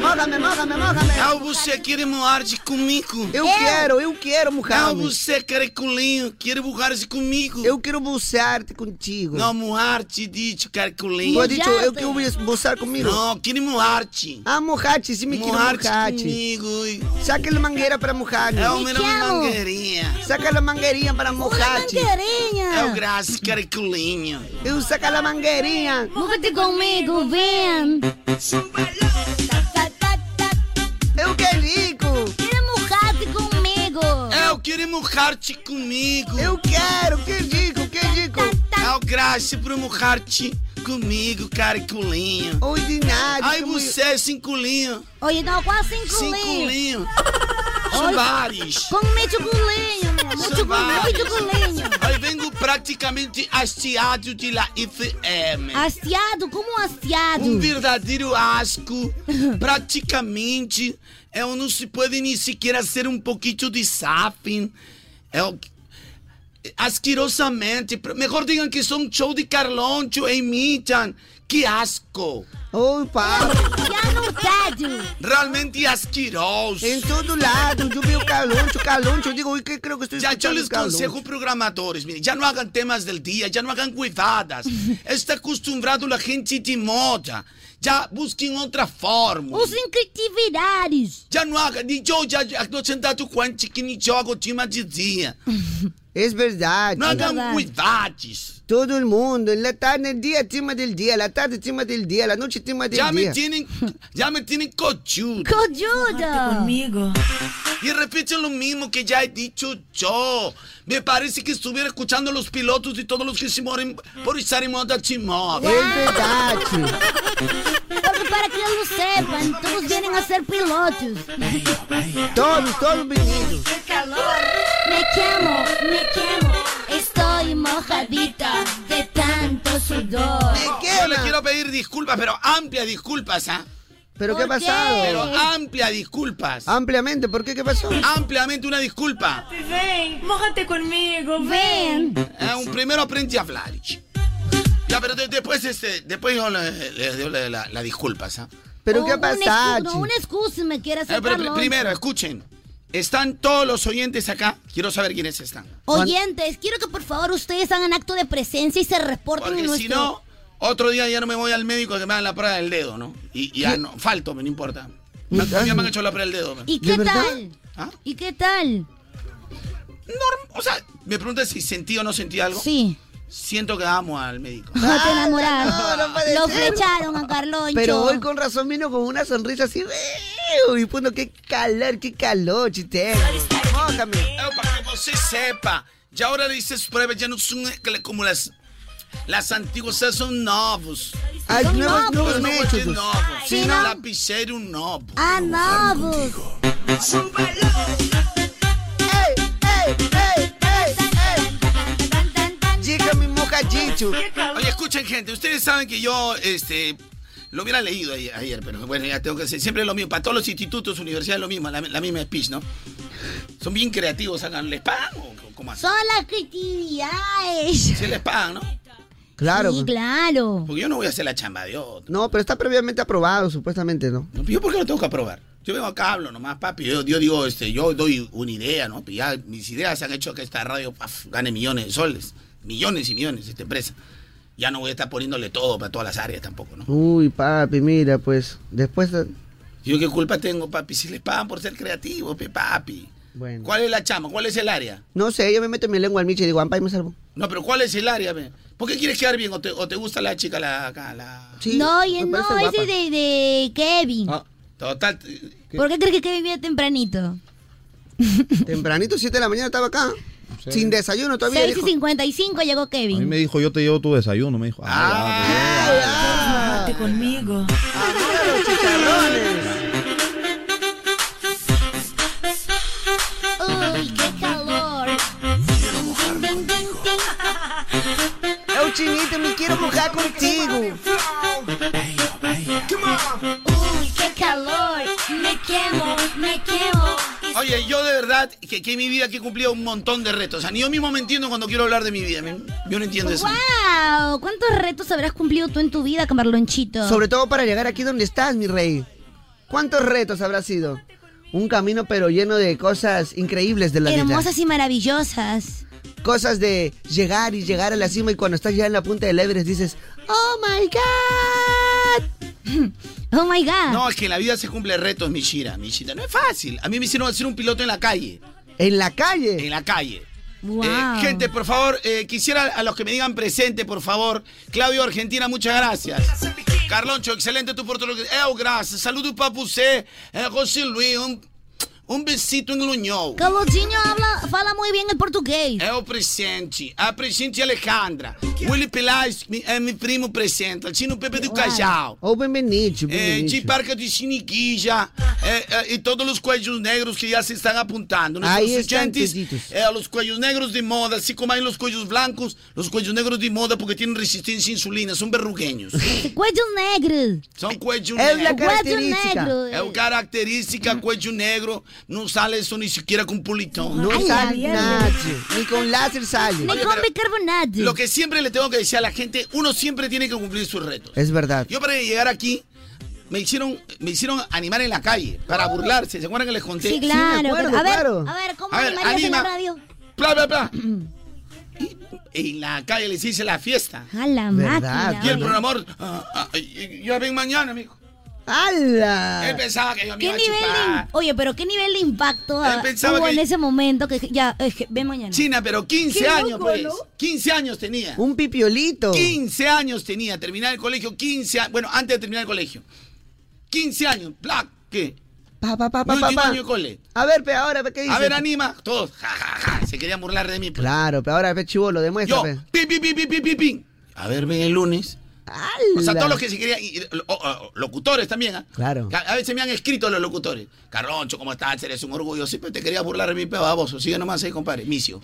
Speaker 2: Mójame, mójame, mójame.
Speaker 9: Ah, você quer moar-se comigo?
Speaker 2: Eu quero, eu quero,
Speaker 9: Ah,
Speaker 2: Muhammad.
Speaker 9: você caracolinho, quer moar-se comigo?
Speaker 2: Eu quero bucearte contigo.
Speaker 9: Não, moar-te, dito
Speaker 2: Tú
Speaker 9: caracolinho.
Speaker 2: has dicho, eu quero bus- bucear conmigo.
Speaker 9: Não, quer moar-te.
Speaker 2: Ah, Mujachi, sí me quiero
Speaker 9: Moar-te
Speaker 2: Mujachi.
Speaker 9: comigo.
Speaker 2: Saca la mangueira para Mujachi.
Speaker 9: É o melhor
Speaker 1: amo.
Speaker 9: mangueirinha.
Speaker 2: Saca la manguería para
Speaker 1: ¡Una
Speaker 2: Mujachi.
Speaker 9: É o
Speaker 2: Ah.
Speaker 1: manguereña!
Speaker 9: graça, caracolinho.
Speaker 2: Eu saca la manguería.
Speaker 1: Mújate conmigo, ven. Ta, ta, ta,
Speaker 2: Eu que rico.
Speaker 1: Quiero mojarte conmigo.
Speaker 9: Eu quero moar-te comigo.
Speaker 2: Eu quero, que rico, que rico.
Speaker 9: É o graça para moar-te comigo, caracolinho.
Speaker 2: Ordinário.
Speaker 9: Ai,
Speaker 2: como-
Speaker 9: você, cincolinho.
Speaker 1: Oye, no, ¿cuál cinco leños?
Speaker 9: Cincolinho. Subares.
Speaker 1: Con mi chocoleño, mi amor. Mucho, muy chocoleño.
Speaker 9: Hoy vengo prácticamente hastiado de la FM.
Speaker 1: Hastiado, como hastiado?
Speaker 9: Un verdadero asco. Prácticamente, eu não se pode nem sequer hacer um pouquinho de É sapping. Eu, asquerosamente. Mejor digan que son show de Carloncho e imitan. Que asco.
Speaker 2: Oi, Paulo.
Speaker 1: Ya no tallo.
Speaker 9: Realmente asqueroso.
Speaker 2: Em todo lado, eu vi o caloncho, caloncho. Eu digo, ui, que creo que estou
Speaker 9: Ya yo
Speaker 2: escuchando
Speaker 9: les
Speaker 2: caloncho.
Speaker 9: consejo programadores, miren, ya no hagan temas del día, ya no hagan huevadas. Está acostumbrado la gente de moda. Ya busquen otra forma.
Speaker 1: Usen creatividades.
Speaker 9: Ya no hagan, ni yo ya, ya no se han dado cuenta que ni yo hago temas de día.
Speaker 2: É verdade.
Speaker 9: No hagan
Speaker 1: verdad.
Speaker 9: huevadas.
Speaker 2: Todo el mundo, tá en la tarde, el día, tema del día, la tarde, tema del día, la noche, tema del
Speaker 9: Ya me
Speaker 2: día.
Speaker 9: tienen, ya me tienen cochudo.
Speaker 1: Coyuda.
Speaker 9: Y repite lo mismo que ya he dicho yo. Me parece que estuviera escuchando a los pilotos y todos los que se mueren por estar en moda chimoda.
Speaker 2: Es verdad.
Speaker 1: Porque para que eles não sepan, todos vienen a ser pilotos.
Speaker 2: Todos, todos meninos.
Speaker 1: Me quemo, me quemo. Estoy mojadita de tanto sudor.
Speaker 2: Me
Speaker 9: Yo le
Speaker 2: quema.
Speaker 9: quiero pedir disculpas, pero amplias disculpas, ¿ah?
Speaker 2: Pero ¿qué ha
Speaker 1: ¿Por qué?
Speaker 9: Pero
Speaker 2: pasado?
Speaker 9: amplia disculpas.
Speaker 1: Ah.
Speaker 2: Ampliamente, ¿por qué? ¿Qué pasó?
Speaker 9: Ampliamente una disculpa.
Speaker 10: Ven, mójate conmigo,
Speaker 1: Ven.
Speaker 9: Eh, un primero aprendí a hablar. Ya, pero de- después, este, después yo le, le doy la, la- la disculpas. ¿ah?
Speaker 2: ¿Pero qué ha
Speaker 1: Un- un excu- no,
Speaker 2: pasado?
Speaker 1: Una excusa me quiere
Speaker 9: Eh,
Speaker 1: hacer
Speaker 9: pero pr-
Speaker 1: Carloncho.
Speaker 9: primero, escuchen. Están todos los oyentes acá. Quiero saber quiénes están.
Speaker 1: Oyentes, quiero que por favor ustedes hagan acto de presencia y se reporten en
Speaker 9: Porque si
Speaker 1: nuestro...
Speaker 9: no, otro día ya no me voy al médico que me hagan la prueba del dedo, ¿no? Y, y ya no, falto, me no importa. Me- ya me han hecho la prueba del dedo. me-
Speaker 1: ¿Y
Speaker 2: ¿De
Speaker 1: qué
Speaker 2: verdad?
Speaker 1: tal?
Speaker 9: ¿Ah?
Speaker 1: ¿Y qué tal?
Speaker 9: Norm- o sea, me preguntas si sentí o no sentí algo.
Speaker 1: Sí.
Speaker 9: Siento que amo al médico.
Speaker 1: No te enamoraron.
Speaker 2: Ah, no, no puede
Speaker 1: Lo
Speaker 2: ser.
Speaker 1: flecharon a Carloncho.
Speaker 2: Pero hoy con razón vino con una sonrisa así. "Ey", Y punto, qué calor, qué calor, chiste. Mójame.
Speaker 9: É, para que você sepa. Já hora dessas pruebas já não são aquela- como las, las antiguas, elas são novos.
Speaker 2: Hay
Speaker 1: Son
Speaker 2: nuevos,
Speaker 1: nuevos.
Speaker 2: nuevos
Speaker 9: Os novos de
Speaker 2: métodos.
Speaker 9: novo.
Speaker 1: pues. Sí, ¿no?
Speaker 9: Lapiceiro novo.
Speaker 1: ¡Ah, novos!
Speaker 2: ¡Ey, ey, pues. ey, ey, ey! Chica, mi mojachichu.
Speaker 9: Oye, escuchen, gente. Ustedes saben que yo, este... Lo hubiera leído ayer, ayer, pero bueno, ya tengo que decir. Siempre es lo mismo. Para todos los institutos, universidades, lo mismo. La, la misma speech, ¿no? Son bien creativos. hagan- ¿Les pagan o cómo hacen?
Speaker 1: Son las creatividades.
Speaker 9: Sí les pagan, ¿no?
Speaker 2: Claro.
Speaker 1: Sí, claro.
Speaker 9: Porque yo no voy a hacer la chamba de otro.
Speaker 2: No, pero está previamente aprobado, supuestamente, ¿no?
Speaker 9: No, ¿Yo por qué lo tengo que aprobar? Yo vengo acá, hablo nomás, papi. Yo, yo digo, este, yo doy una idea, ¿no? Y ya mis ideas han hecho que esta radio paf, gane millones de soles. Millones y millones esta empresa. Ya no voy a estar poniéndole todo para todas las áreas tampoco, ¿no?
Speaker 2: Uy, papi, mira, pues. Después.
Speaker 9: Yo qué culpa tengo, papi, si les pagan por ser creativos, pe, papi.
Speaker 2: Bueno.
Speaker 9: ¿Cuál es la chama? ¿Cuál es el área?
Speaker 2: No sé, yo me meto mi lengua al miche y digo, ampa, y me salvo.
Speaker 9: No, pero ¿cuál es el área? ve? ¿Por qué quieres quedar bien? ¿O te, o te gusta la chica la, acá, la...
Speaker 1: no, y- no,
Speaker 9: parece
Speaker 1: ese
Speaker 9: guapa.
Speaker 1: es de, de Kevin.
Speaker 8: Ah,
Speaker 4: Ah,
Speaker 9: Total,
Speaker 1: ¿Por qué crees que Kevin viene tempranito?
Speaker 2: Tempranito, 7 de la mañana estaba acá.
Speaker 8: Sí.
Speaker 2: Sin desayuno todavía.
Speaker 1: 6 y
Speaker 2: dijo.
Speaker 1: 55 llegó
Speaker 8: A mí
Speaker 1: Kevin.
Speaker 8: me dijo, yo te llevo tu desayuno. Me dijo, ah,
Speaker 10: Mate conmigo.
Speaker 1: Uy, qué calor.
Speaker 2: Oh, chinito, me quiero mojar contigo.
Speaker 1: Uy, qué calor. Me quemo, me quemo.
Speaker 9: Oye, yo de verdad que, que en mi vida que he cumplido un montón de retos. O sea, ni yo mismo me entiendo cuando quiero hablar de mi vida. men. Yo no entiendo eso.
Speaker 1: ¡Wow! ¿Cuántos retos habrás cumplido tú en tu vida, Camarlonchito?
Speaker 2: Sobre todo para llegar aquí donde estás, mi rey. ¿Cuántos retos habrá sido? Un camino pero lleno de cosas increíbles de la vida.
Speaker 1: Hermosas y maravillosas.
Speaker 2: Cosas de llegar y llegar a la cima y cuando estás ya en la punta del Everest dices, ¡Oh, my God!
Speaker 1: ¡Oh, my God!
Speaker 9: No, es que en la vida se cumple retos, Michira. Michita, no es fácil. A mí me hicieron hacer un piloto en la calle.
Speaker 2: ¿En la calle?
Speaker 9: En la calle.
Speaker 1: Wow.
Speaker 9: Eh, gente, por favor, eh, quisiera a los que me digan presente, por favor. Claudio Argentina, muchas gracias. Carloncho, excelente tu portero. Eu, gracias. Saludos, papu C. Eh, José Luis, un, un besito en Luñón.
Speaker 1: Calochinho habla, fala muy bien el portugués.
Speaker 9: Eu presente. A presente Alejandra. Willy Pilares mi- é meu primo presente. Tino Pepe do Cajal.
Speaker 2: Oh,
Speaker 9: Eh,
Speaker 2: bienvenido,
Speaker 9: de
Speaker 2: bienvenido.
Speaker 9: Parca de Chiniquija eh, eh, e todos os cuellos negros que já se estão apontando.
Speaker 2: Aí
Speaker 9: Nossos
Speaker 2: estão
Speaker 9: estudantes,
Speaker 2: pedidos.
Speaker 9: eh, os cuellos negros de moda, assim como aí os cuellos blancos, os cuellos negros de moda porque têm resistência à insulina, são verruguenhos.
Speaker 1: Cuellos negros.
Speaker 9: São cuellos
Speaker 2: É a
Speaker 9: negros.
Speaker 2: característica.
Speaker 1: negro.
Speaker 9: É o característica cuello negro, não sale isso nem sequer com pulitão.
Speaker 2: No
Speaker 1: Ay, la
Speaker 2: sale
Speaker 1: mierda.
Speaker 2: nadie, ni con láser sale.
Speaker 1: Ni con bicarbonato.
Speaker 9: Lo que siempre le tengo que decir a la gente, uno siempre tiene que cumplir sus retos.
Speaker 2: Es verdad.
Speaker 9: Yo para llegar aquí me hicieron me hicieron animar en la calle para burlarse, ¿se acuerdan que les conté?
Speaker 1: Sí, claro.
Speaker 2: Sí, me acuerdo,
Speaker 1: a ver,
Speaker 2: claro.
Speaker 1: a ver, ¿cómo
Speaker 9: A ver,
Speaker 1: animarías en
Speaker 9: anima.
Speaker 1: la radio?
Speaker 9: Bla bla bla. Y, en la calle les hice la fiesta.
Speaker 1: A la
Speaker 2: ¿Verdad?
Speaker 9: Y
Speaker 1: máquina.
Speaker 9: el programador, ah, ah, y- yo ven mañana, mijo. Él
Speaker 2: ¡Hala!
Speaker 9: pensaba que yo me
Speaker 1: Ah. ¿Qué
Speaker 9: iba a
Speaker 1: nivel de,
Speaker 9: chupar.
Speaker 1: im- oye, pero qué nivel de impacto
Speaker 9: Él
Speaker 1: ah,
Speaker 9: pensaba
Speaker 1: hubo
Speaker 9: que-
Speaker 1: en ese momento que ya, es que ve mañana.
Speaker 9: China, pero 15
Speaker 1: Qué
Speaker 9: años,
Speaker 1: loco,
Speaker 9: pues.
Speaker 1: ¿no? Uh.
Speaker 9: 15 años tenía.
Speaker 2: Un pipiolito.
Speaker 9: 15 años tenía, terminar el colegio, 15 años, bueno, antes de terminar el colegio. 15 años, black, ¿qué?
Speaker 2: Pa, pa, pa, pa,
Speaker 9: Mi
Speaker 2: pa,
Speaker 9: último
Speaker 2: pa.
Speaker 9: año de cole.
Speaker 2: A ver, pe, ahora, pe, ¿qué dices?
Speaker 9: A ver, anima, todos, ja, ja, ja, se querían burlar de mí. pues.
Speaker 2: Claro, pe, ahora, pe, chivolo, demuestra,
Speaker 9: Yo,
Speaker 1: pues.
Speaker 2: pe.
Speaker 9: pi, pi, pi, pi, pi, pi, pi. A ver, ven el lunes.
Speaker 2: ¡Hala!
Speaker 9: O sea, Pues todos los que se querían, y, y, lo- o- o- locutores también, ¿ah?
Speaker 2: Claro.
Speaker 9: A, a veces me han escrito los locutores. Carroncho, ¿cómo estás? Eres un orgullo. Siempre te quería burlar de mi pedo, baboso. Sigue nomás ahí, compadre. Micio.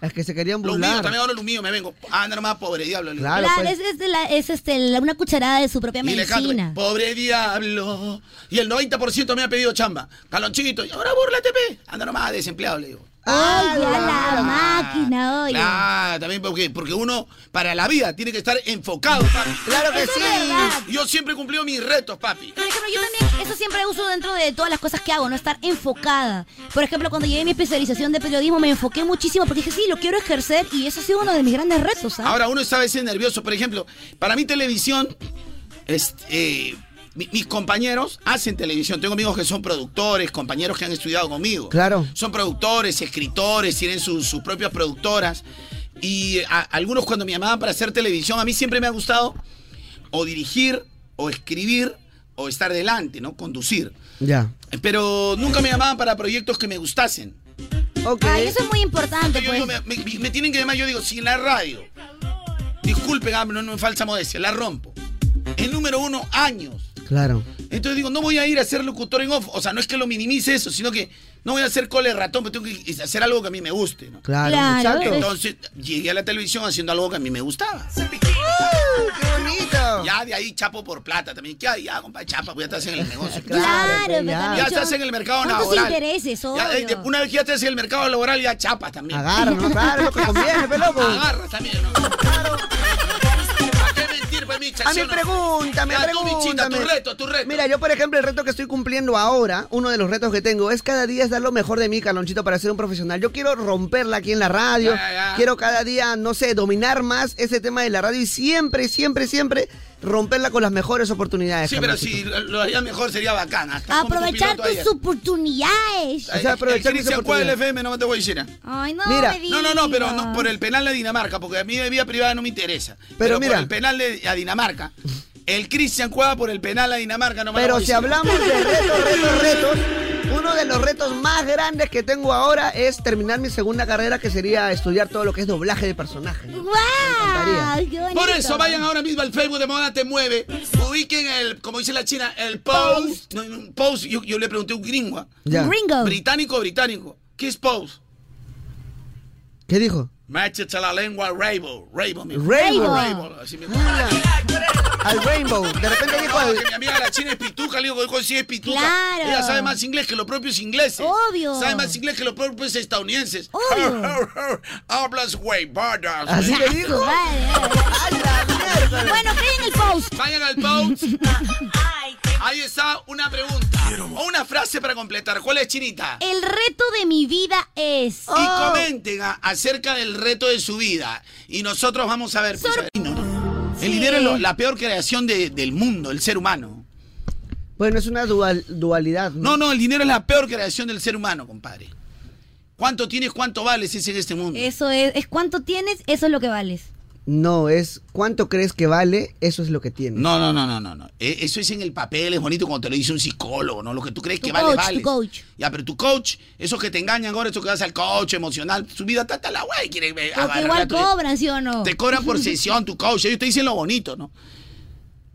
Speaker 2: Es que se querían
Speaker 9: Lo mío,
Speaker 2: burlar.
Speaker 9: también ahora lo mío, me vengo. Anda nomás, pobre diablo. le digo.
Speaker 2: Claro,
Speaker 1: Claro,
Speaker 2: pues.
Speaker 1: es, es de la- es, este, la- una cucharada de su propia
Speaker 9: Y le canto, pues,
Speaker 1: medicina.
Speaker 9: pobre diablo. Y el 90% me ha pedido chamba. Calonchito, y ahora búrlate, pe. Anda nomás, desempleado, le digo.
Speaker 1: Ay, a la
Speaker 9: Ah,
Speaker 1: máquina, oye.
Speaker 9: Claro, también porque, porque uno para la vida tiene que estar enfocado, papi.
Speaker 2: Claro que
Speaker 1: Eso
Speaker 2: sí.
Speaker 1: es verdad.
Speaker 9: Yo siempre he cumplido mis retos, papi.
Speaker 1: Por ejemplo, yo también, eso siempre uso dentro de todas las cosas que hago, no estar enfocada. Por ejemplo, cuando llegué a mi especialización de periodismo me enfoqué muchísimo porque dije, sí, lo quiero ejercer y eso ha sido uno de mis grandes retos, ¿sabes?
Speaker 9: Ahora, uno está a veces nervioso. Por ejemplo, para mí televisión, este, eh, mi- mis compañeros hacen televisión. Tengo amigos que son productores, compañeros que han estudiado conmigo.
Speaker 2: Claro.
Speaker 9: Son productores, escritores, tienen sus- sus propias productoras. Y a- algunos cuando me llamaban para hacer televisión, a mí siempre me ha gustado o dirigir, o escribir, o estar delante, ¿no? Conducir.
Speaker 2: Ya.
Speaker 9: Pero nunca me llamaban para proyectos que me gustasen.
Speaker 2: Ok.
Speaker 1: Ay, eso es muy importante,
Speaker 9: Yo digo,
Speaker 1: pues.
Speaker 9: me, me- me tienen que llamar, yo digo, si en la radio. Disculpen, ah, no, no es falsa modestia, la rompo. Es número uno, años.
Speaker 2: Claro.
Speaker 9: Entonces digo, no voy a ir a ser locutor en off. O sea, no es que lo minimice eso, sino que no voy a hacer cole de ratón, pero tengo que hacer algo que a mí me guste. ¿no?
Speaker 2: Claro,
Speaker 1: Claro,
Speaker 2: exacto.
Speaker 1: es-
Speaker 9: Entonces llegué a la televisión haciendo algo que a mí me gustaba.
Speaker 2: ¡Qué bonito!
Speaker 9: Ya de ahí chapo por plata también. ¿Qué hay? Ya, compa, chapa, pues ya estás en el negocio.
Speaker 1: Claro,
Speaker 2: Claro,
Speaker 1: me
Speaker 2: ya.
Speaker 9: Ya
Speaker 1: también yo-
Speaker 9: estás en el mercado
Speaker 1: ¿Cuántos
Speaker 9: laboral.
Speaker 1: intereses,
Speaker 9: Ya, eh,
Speaker 1: obvio?
Speaker 9: una vez que ya estás en el mercado laboral, ya chapas también.
Speaker 2: Agarra, no, claro, lo que conviene, pe, loco.
Speaker 9: Agarra también, ¿no? Claro. ¿Para qué mentir, pues, Micha?
Speaker 2: A
Speaker 9: ¿Sí
Speaker 2: mí
Speaker 9: o no?
Speaker 2: pregúntame,
Speaker 9: Ya, tú, Michita,
Speaker 2: pregúntame.
Speaker 9: tu reto, tu reto.
Speaker 2: Mira, yo por ejemplo, el reto que estoy cumpliendo ahora, uno de los retos que tengo, es cada día es dar lo mejor de mí, Calonchito, para ser un profesional. Yo quiero romperla aquí en la radio,
Speaker 9: Ya, ya.
Speaker 2: quiero cada día, no sé, dominar más ese tema de la radio y siempre, siempre, siempre romperla con las mejores oportunidades.
Speaker 9: Sí, pero
Speaker 2: Carlosito.
Speaker 9: si lo- lo haría mejor sería bacana. Hasta como tu
Speaker 1: Aprovechar
Speaker 9: piloto ayer.
Speaker 1: tus oportunidades.
Speaker 9: Ay, el Cristian Cueva del FM, no me te voy a decir.
Speaker 1: Ay, no me
Speaker 9: no, no, no, pero no, por el penal de Dinamarca, porque a mí de vida privada no me interesa. Pero,
Speaker 2: mira.
Speaker 9: por el penal de, a Dinamarca, el Cristian Cueva por el penal a Dinamarca no me lo
Speaker 2: Pero
Speaker 9: voy a
Speaker 2: si
Speaker 9: decir.
Speaker 2: hablamos de retos, retos, retos, uno de los retos más grandes que tengo ahora es terminar mi segunda carrera, que sería estudiar todo lo que es doblaje de personajes.
Speaker 1: ¡Guau! ¡Qué bonito!
Speaker 9: Por eso vayan ahora mismo al Facebook de Moda Te Mueve, ubiquen el, como dice la china, el post. No, no, post, yo, yo le pregunté a un gringo. ¿ah?
Speaker 2: Ya. Gringo.
Speaker 9: Británico, británico. ¿Qué es post?
Speaker 2: ¿Qué dijo?
Speaker 9: Me ha hecho la lengua Rainbow. Rainbow, mi
Speaker 2: Rainbow.
Speaker 9: Rainbow. Así me
Speaker 2: Al Rainbow. De repente dijo
Speaker 9: No,
Speaker 2: al-
Speaker 9: que mi amiga la china es pituca, le digo, "Ojo, sí es pituca.
Speaker 1: Claro.
Speaker 9: Ella sabe más inglés que los propios ingleses.
Speaker 1: Obvio.
Speaker 9: Sabe más inglés que los propios estadounidenses.
Speaker 1: Obvio.
Speaker 9: Hablas güey, bardas.
Speaker 2: Así que
Speaker 1: Vale,
Speaker 2: dijo.
Speaker 1: vale. Bueno, ¿qué hay en el post?
Speaker 9: Vayan al post. Ahí está una pregunta. O una frase para completar. ¿Cuál es, chinita?
Speaker 1: El reto de mi vida es.
Speaker 9: Y comenten a- acerca del reto de su vida. Y nosotros vamos a ver. pues, a ver. No, no. El dinero es lo- la peor creación de- del mundo, el ser humano.
Speaker 2: Bueno, es una dual- dualidad.
Speaker 9: No, no, el dinero es la peor creación del ser humano, compadre. ¿Cuánto tienes, cuánto vales es en este mundo?
Speaker 1: Eso es, es cuánto tienes, eso es lo que vales.
Speaker 9: Ah,
Speaker 2: No, es cuánto crees que vale, eso es lo que tienes.
Speaker 9: No, no, no, no, no, no. E- Eso es en el papel, es bonito cuando te lo dice un psicólogo, ¿no? Lo que tú crees
Speaker 1: Tu
Speaker 9: que vale,
Speaker 1: coach,
Speaker 9: vale.
Speaker 1: tu coach.
Speaker 9: Ya, pero tu coach, esos que te engañan ahora, esos que vas al coach emocional, su vida tata la wey, quieren eh,
Speaker 1: Porque
Speaker 9: agarrar
Speaker 1: igual
Speaker 9: tu-
Speaker 1: cobran, ¿sí o no?
Speaker 9: Te cobran por sesión tu coach, ellos te dicen lo bonito, ¿no?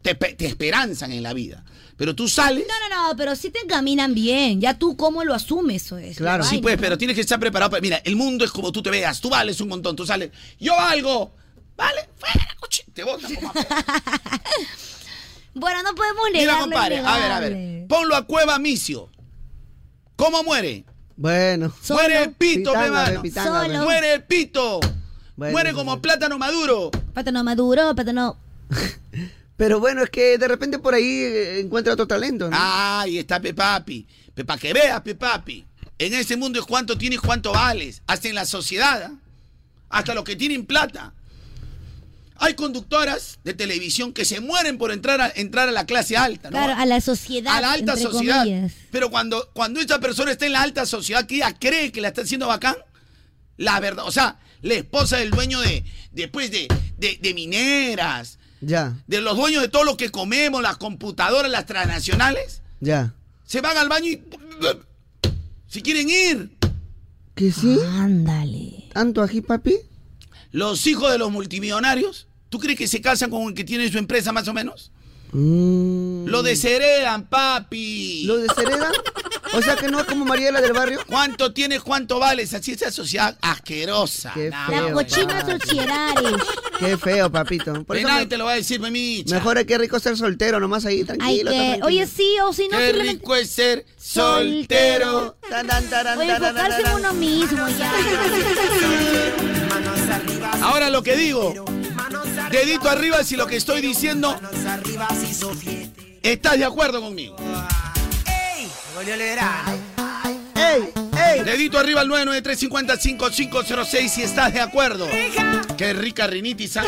Speaker 9: Te, pe- te esperanzan en la vida. Pero tú sales.
Speaker 1: No, no, no, pero sí te encaminan bien. Ya tú cómo lo asumes, eso es.
Speaker 2: Claro.
Speaker 1: Ay,
Speaker 9: Sí,
Speaker 1: no.
Speaker 9: pues, pero tienes que estar preparado. para- Mira, el mundo es como tú te veas. Tú vales un montón. Tú sales. Yo valgo. Vale, fuera, coche. Te botan. comadre.
Speaker 1: Bueno, no podemos negar.
Speaker 9: Mira, compadre. A ver, a ver. Ponlo a Cueva Micio. ¿Cómo muere?
Speaker 2: Bueno.
Speaker 1: Solo.
Speaker 9: Muere el pito,
Speaker 2: Pitanga,
Speaker 9: mi
Speaker 2: ve,
Speaker 9: hermano.
Speaker 2: pitanga,
Speaker 1: Solo.
Speaker 2: ve.
Speaker 9: Muere el pito.
Speaker 2: Bueno,
Speaker 9: muere
Speaker 2: bueno,
Speaker 9: como
Speaker 2: bueno.
Speaker 9: plátano maduro.
Speaker 1: Plátano maduro, plátano.
Speaker 2: Pero bueno, es que de repente por ahí eh, encuentra otro talento,
Speaker 9: Ah.
Speaker 2: ¿no?
Speaker 9: Ahí está Pepapi. Para que veas, Pepapi. En este mundo es cuánto tienes, cuánto vales. Hasta en la sociedad. ¿ah? Hasta los que tienen plata. Hay conductoras de televisión que se mueren por entrar a, entrar a la clase alta. ¿no?
Speaker 1: Claro, a la sociedad.
Speaker 9: a la alta
Speaker 1: entre
Speaker 9: sociedad.
Speaker 1: comillas.
Speaker 9: Pero cuando, cuando esta persona está en la alta sociedad, que ella cree que la está haciendo bacán, la verdad, o sea, la esposa del dueño de, después de, de, de mineras,
Speaker 2: Ya,
Speaker 9: de los dueños de todo lo que comemos, las computadoras, las transnacionales,
Speaker 2: ya.
Speaker 9: se van al baño y si quieren ir.
Speaker 2: ¿Que sí?
Speaker 9: Ah.
Speaker 1: Ándale.
Speaker 2: ¿Tanto ají, papi?
Speaker 9: Los hijos de los multimillonarios, ¿tú crees que se casan con el que tiene su empresa más o menos?
Speaker 2: Mm.
Speaker 9: Lo desheredan, papi.
Speaker 2: ¿Lo desheredan? O sea que no es como Mariela del Barrio.
Speaker 9: ¿Cuánto tienes, cuánto vales? Así esa sociedad asquerosa.
Speaker 2: Qué
Speaker 9: Nah,
Speaker 2: feo.
Speaker 1: Las
Speaker 9: bueno.
Speaker 1: cochinas
Speaker 2: claro.
Speaker 1: sociedades.
Speaker 2: Qué feo, papito. Por
Speaker 9: Pues
Speaker 2: eso
Speaker 9: nadie
Speaker 2: me-
Speaker 9: te lo va a decir, mamicha.
Speaker 2: mejor es que rico ser soltero, nomás ahí,
Speaker 1: Hay
Speaker 2: tranquilo.
Speaker 1: que.
Speaker 2: tranquilo.
Speaker 1: Oye, sí, o si no,
Speaker 9: Qué
Speaker 1: simplemente.
Speaker 9: rico es ser soltero.
Speaker 2: Tan, tan, taran,
Speaker 1: Oye,
Speaker 2: taran,
Speaker 1: enfocarse en
Speaker 2: taran.
Speaker 1: uno mismo ya.
Speaker 9: Ahora lo que digo, dedito arriba si lo que estoy diciendo estás de acuerdo conmigo.
Speaker 2: ¡Ey! ¡Ey!
Speaker 9: Dedito arriba al 993-50-5506 si estás de acuerdo. Qué rica rinitis. ¿ah?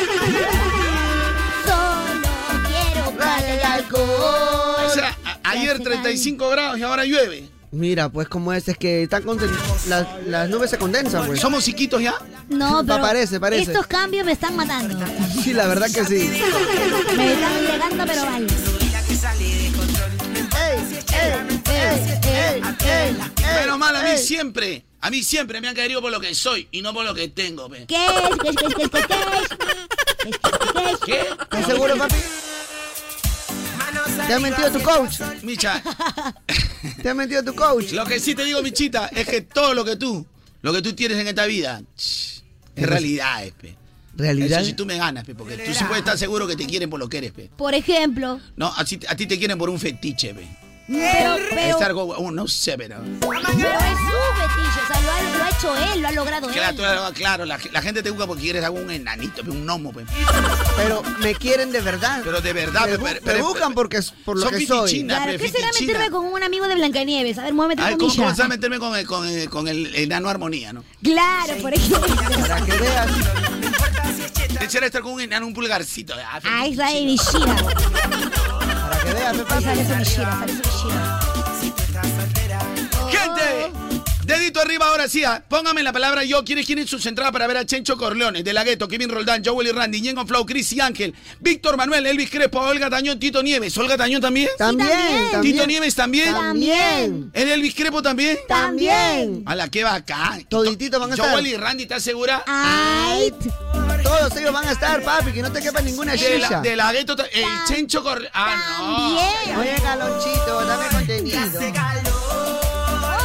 Speaker 1: Solo quiero para el alcohol.
Speaker 9: O sea, a- ayer 35 grados y ahora llueve.
Speaker 2: Mira, pues como es, es que están conden- las, las nubes se condensan, pues.
Speaker 9: ¿Somos chiquitos ya?
Speaker 1: No, pero
Speaker 2: Parece, parece.
Speaker 1: estos cambios me están matando.
Speaker 2: Sí, la verdad que sí.
Speaker 1: Me están llegando, pero vale.
Speaker 9: Menos mal, a mí siempre, a mí siempre me han querido por lo que soy y no por lo que tengo. pe.
Speaker 1: ¿Qué es? ¿Qué es? ¿Qué es? ¿Qué es? ¿Qué es? ¿Qué es? ¿Qué es?
Speaker 9: ¿Qué?
Speaker 2: ¿Estás seguro, papi? ¿Te ha mentido tu coach?
Speaker 9: Micha,
Speaker 2: ¿Te ha mentido tu coach?
Speaker 9: Lo que sí te digo, Michita, es que todo lo que tú, lo que tú tienes en esta vida, ch, es realidad, es, pe.
Speaker 2: ¿Realidad?
Speaker 9: Eso sí tú me ganas, pe, porque tú sí puedes estar seguro que te quieren por lo que eres, pe.
Speaker 1: Por ejemplo,
Speaker 9: No, así- a ti te quieren por un fetiche, pe.
Speaker 1: pero, pero,
Speaker 9: Es algo, oh, no sé, pero...
Speaker 1: pero es su fetiche, Pues o sea, lo ha, lo ha hecho él, lo ha logrado
Speaker 9: Claro,
Speaker 1: él.
Speaker 9: claro, claro, la, la gente te busca porque quieres algún enanito, pe, un gnomo, pe.
Speaker 2: Pero me quieren de verdad.
Speaker 9: Pero de verdad, pe,
Speaker 2: me, bu-
Speaker 9: pero-
Speaker 2: me
Speaker 9: pero-
Speaker 2: buscan porque es por lo
Speaker 9: Son
Speaker 2: que soy.
Speaker 9: pitichinas.
Speaker 1: Claro,
Speaker 9: pe,
Speaker 1: ¿qué será
Speaker 9: fetichina.
Speaker 1: meterme con un amigo de Blancanieves? A ver, muévete
Speaker 9: A ver,
Speaker 1: con
Speaker 9: ¿cómo,
Speaker 1: Misha.
Speaker 9: cómo vas a meterme con el, con el- con el enano armonía, no?
Speaker 1: Claro, por ejemplo.
Speaker 2: Para que veas.
Speaker 9: Quisiera estar con un enano, un pulgarcito. Ah,
Speaker 1: Ah, es la de Mishira.
Speaker 2: Para que veas,
Speaker 1: Ahí parece Mishira, parece Mishira.
Speaker 9: ¡Gente! Dedito arriba ahora sí, ah. póngame la palabra yo. ¿Quiénes quieren sus entradas para ver a Chencho Corleones, De La Gueto, Kevin Roldán, Joel y Randy, Ñengo Flow, Chris y Ángel, Víctor Manuel, Elvis Crespo, Olga Tañón, Tito Nieves. ¿Olga Tañón también?
Speaker 2: También, también.
Speaker 9: ¿Tito Nieves también?
Speaker 2: También.
Speaker 9: ¿El Elvis Crespo también?
Speaker 2: También.
Speaker 9: A la que va acá.
Speaker 2: Todititos van a estar.
Speaker 9: Joel y Randy, ¿estás segura?
Speaker 1: Ay,
Speaker 2: Todos ellos van a estar, papi, que no te quepa ninguna
Speaker 9: De
Speaker 2: chicha.
Speaker 9: la, de la Gueto, ta- el Chencho Corleones. Ah,
Speaker 1: también.
Speaker 2: Oye, galonchito, dame contenido.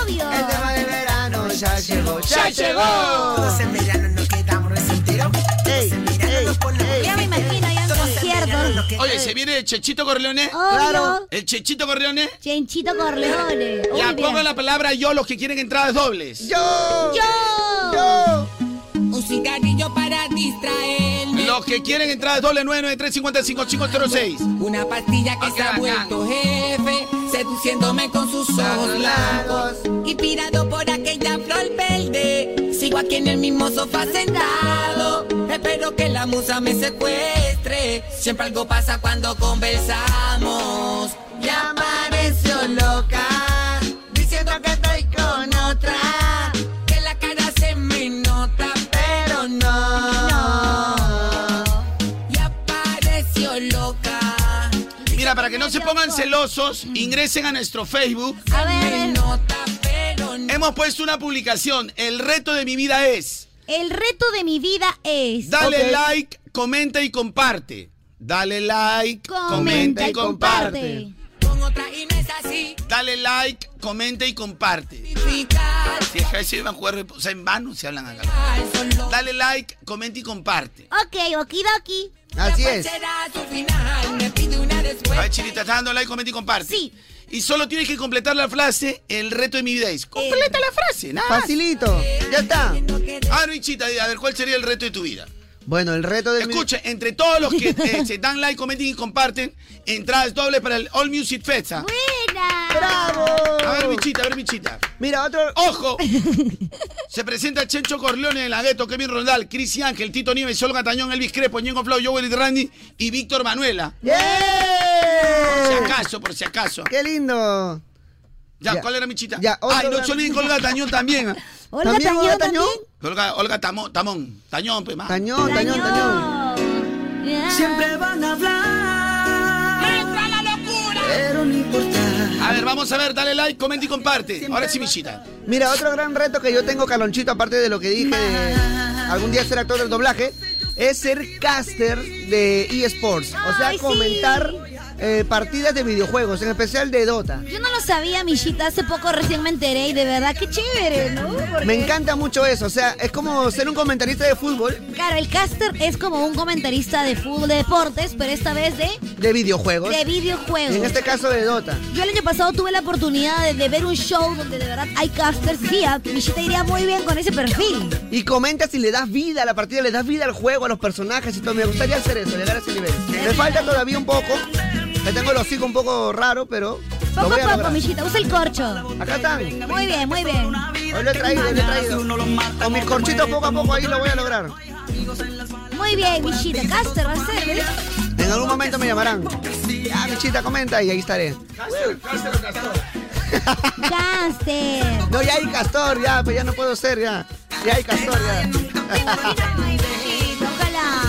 Speaker 1: Obvio.
Speaker 2: El tema de verano ya llegó,
Speaker 9: no.
Speaker 2: ya llegó.
Speaker 7: En verano nos quedamos resentidos.
Speaker 2: Ey, ey, ey.
Speaker 1: Ya me imagino ya un concierto.
Speaker 9: Oye, ¿se viene el Chechito Corleones?
Speaker 1: Obvio.
Speaker 9: ¿El Chechito Corleones?
Speaker 1: Chenchito Corleone. Uy,
Speaker 9: Ya,
Speaker 1: mira.
Speaker 9: pongan la palabra yo los que quieren entradas dobles.
Speaker 2: Yo,
Speaker 1: Yo.
Speaker 2: yo.
Speaker 10: Un cigarrillo para distraerme.
Speaker 9: Los que quieren entrar doble 993
Speaker 10: Una pastilla que
Speaker 9: Ok,
Speaker 10: se ha
Speaker 9: bacán.
Speaker 10: vuelto jefe, seduciéndome con sus ojos blancos. Inspirado por aquella flor verde, sigo aquí en el mismo sofá sentado. Espero que la musa me secuestre. Siempre algo pasa cuando conversamos. Ya apareció loca, diciendo que estoy con otra. Que la cara se me nota, pero no. Y apareció loca.
Speaker 9: Mira, para que no se pongan celosos, ingresen a nuestro Facebook.
Speaker 1: A ver, a ver.
Speaker 10: nota, pero no.
Speaker 9: Hemos puesto una publicación. El reto de mi vida es,
Speaker 1: El reto de mi vida es.
Speaker 9: dale like, comenta y comparte. Dale like, comenta, y comparte.
Speaker 10: Con otra y no es así.
Speaker 9: Dale like, comenta y comparte.
Speaker 10: Ficar,
Speaker 9: Si es que a veces van a jugar, o sea, en vano se hablan acá.
Speaker 10: al solo.
Speaker 9: Dale like, comenta y comparte.
Speaker 1: Ok, okidoki.
Speaker 2: Así
Speaker 11: Pues
Speaker 2: es.
Speaker 10: Será su final. Me pide una
Speaker 9: A
Speaker 10: respuesta.
Speaker 9: ver, Chinita, ¿estás dando like, comenta y comparte?
Speaker 1: Sí.
Speaker 9: Y solo tienes que completar la frase, el reto de mi vida es. Completa la frase, nada más.
Speaker 2: Facilito. Ya está.
Speaker 9: Ah, no, hinchita, a ver, ¿cuál sería el reto de tu vida?
Speaker 2: Bueno, el reto de mi...
Speaker 9: Escucha, entre todos los que eh, se dan like, comentan y comparten, entradas dobles para el All Music Fest. ¿ah?
Speaker 1: Buena.
Speaker 2: ¡Bravo!
Speaker 9: A ver, bichita, a ver, bichita.
Speaker 2: Mira, otro...
Speaker 9: ¡Ojo! Se presenta Chencho Corleone en la gueto, Kevin Rondal, Cris y Ángel, Tito Nieves, Olga Tañón, Elvis Crespo, Ñengo Flow, Joel y Randy y Víctor Manuela. Por si
Speaker 2: ¡Yeah!
Speaker 9: acaso, por si acaso.
Speaker 2: ¡Qué lindo!
Speaker 9: Ya,
Speaker 2: Ya.
Speaker 9: ¿cuál era mi chita?
Speaker 2: Ya, otro
Speaker 9: Ay, no
Speaker 2: gran-
Speaker 9: se olviden con Olga Tañón también. ¿ah?
Speaker 1: Olga
Speaker 2: ¿También,
Speaker 1: Tañón,
Speaker 2: Olga
Speaker 1: también.
Speaker 2: Tañón?
Speaker 9: Olga, Olga Tamón, Tamón, Tañón, pues más.
Speaker 2: Tañón, tañón, tañón.
Speaker 1: Siempre
Speaker 9: A ver, vamos a ver, dale like, comenta y comparte. Ahora sí, mi chita.
Speaker 2: Mira, otro gran reto que yo tengo, Calonchito, aparte de lo que dije de algún día ser actor del doblaje, es ser caster de eSports. O sea,
Speaker 1: Ay, sí.
Speaker 2: comentar eh, partidas de videojuegos, en especial de Dota.
Speaker 1: Yo no lo sabía, Millita. Hace poco recién me enteré y de verdad qué chévere, ¿no? Porque-
Speaker 2: Me encanta mucho eso. O sea, es como ser un comentarista de fútbol
Speaker 1: Claro, el caster es como un comentarista de fútbol, de deportes, pero esta vez de,
Speaker 2: de videojuegos.
Speaker 1: de
Speaker 2: Pues, En
Speaker 1: videojuegos.
Speaker 2: este caso de Dota.
Speaker 1: Yo el año pasado tuve la oportunidad de, de ver un show donde de verdad hay casters. Sí, a Millita iría muy bien con ese perfil.
Speaker 2: Y comentas y le das vida a la partida, le das vida al juego, a los personajes y todo. Me gustaría hacer eso, llegar a ese nivel. Me falta todavía un poco. Me tengo el hocico un poco raro, pero lo
Speaker 1: Poco
Speaker 2: voy a
Speaker 1: a poco,
Speaker 2: lograr.
Speaker 1: Millita. Usa el corcho.
Speaker 2: Acá están.
Speaker 1: Muy bien, muy bien.
Speaker 2: Hoy lo he traído, hoy lo he traído. Con mis corchitos poco a poco ahí lo voy a lograr.
Speaker 1: Muy bien, Millita. Caster va a ser, ¿ves?
Speaker 2: En algún momento me llamarán. Ya, bichita, comenta y ahí estaré.
Speaker 1: Caster.
Speaker 2: No, ya hay castor, ya, pues ya no puedo ser, ya. Ya hay castor, ya.
Speaker 1: Ojalá.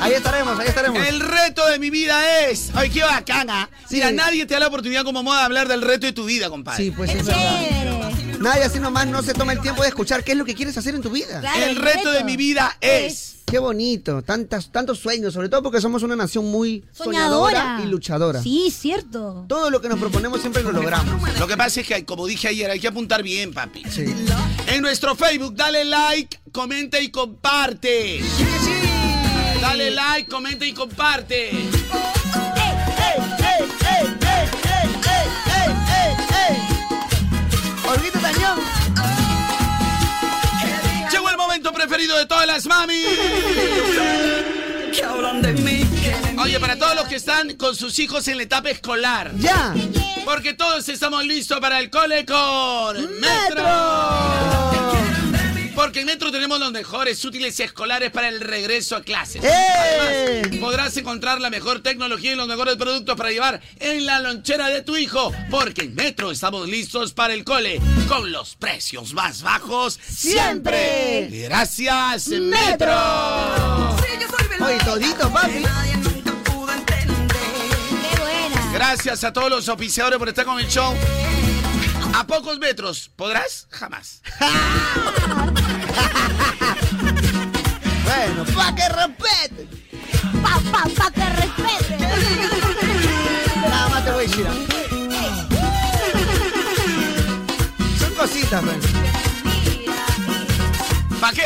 Speaker 2: Ahí estaremos, ahí estaremos.
Speaker 9: El reto de mi vida es. Ay, qué bacana.
Speaker 2: Sí.
Speaker 9: Mira, nadie te da la oportunidad como moda de hablar del reto de tu vida, compadre.
Speaker 2: Sí, pues
Speaker 1: Qué
Speaker 2: es verdad.
Speaker 1: chévere.
Speaker 2: Nadie así nomás no se toma el tiempo de escuchar qué es lo que quieres hacer en tu vida.
Speaker 1: Claro,
Speaker 9: el reto de mi vida es.
Speaker 2: Qué bonito, tantas, tantos sueños, sobre todo porque somos una nación muy soñadora,
Speaker 1: Soñadora.
Speaker 2: y luchadora.
Speaker 1: Sí, cierto.
Speaker 2: Todo lo que nos proponemos siempre lo logramos.
Speaker 9: Lo que pasa es que, como dije ayer, hay que apuntar bien, papi.
Speaker 2: Sí.
Speaker 9: En nuestro Facebook, dale like, comenta y comparte. Dale like, comenta y comparte.
Speaker 2: Olguita Tañón.
Speaker 9: Llegó el momento preferido de todas las mami. Oye, para todos los que están con sus hijos en la etapa escolar.
Speaker 2: Ya.
Speaker 9: Porque todos estamos listos para el cole con Metro. Porque en Metro tenemos los mejores útiles escolares para el regreso a clases.
Speaker 2: ¡Eh!
Speaker 9: Además, podrás encontrar la mejor tecnología y los mejores productos para llevar en la lonchera de tu hijo. Porque en Metro estamos listos para el cole con los precios más bajos
Speaker 2: ¡Siempre!
Speaker 9: Gracias, Metro.
Speaker 2: Oye, todito, papi.
Speaker 1: ¡Qué buena!
Speaker 9: Gracias a todos los oficiadores por estar con el show. A pocos metros, ¿podrás? Jamás.
Speaker 2: Bueno, pa' que respete.
Speaker 1: ¡Pa, pa, pa, que respete!
Speaker 2: Nada más te voy a decir. Son cositas, pues. man.
Speaker 9: ¿Para qué?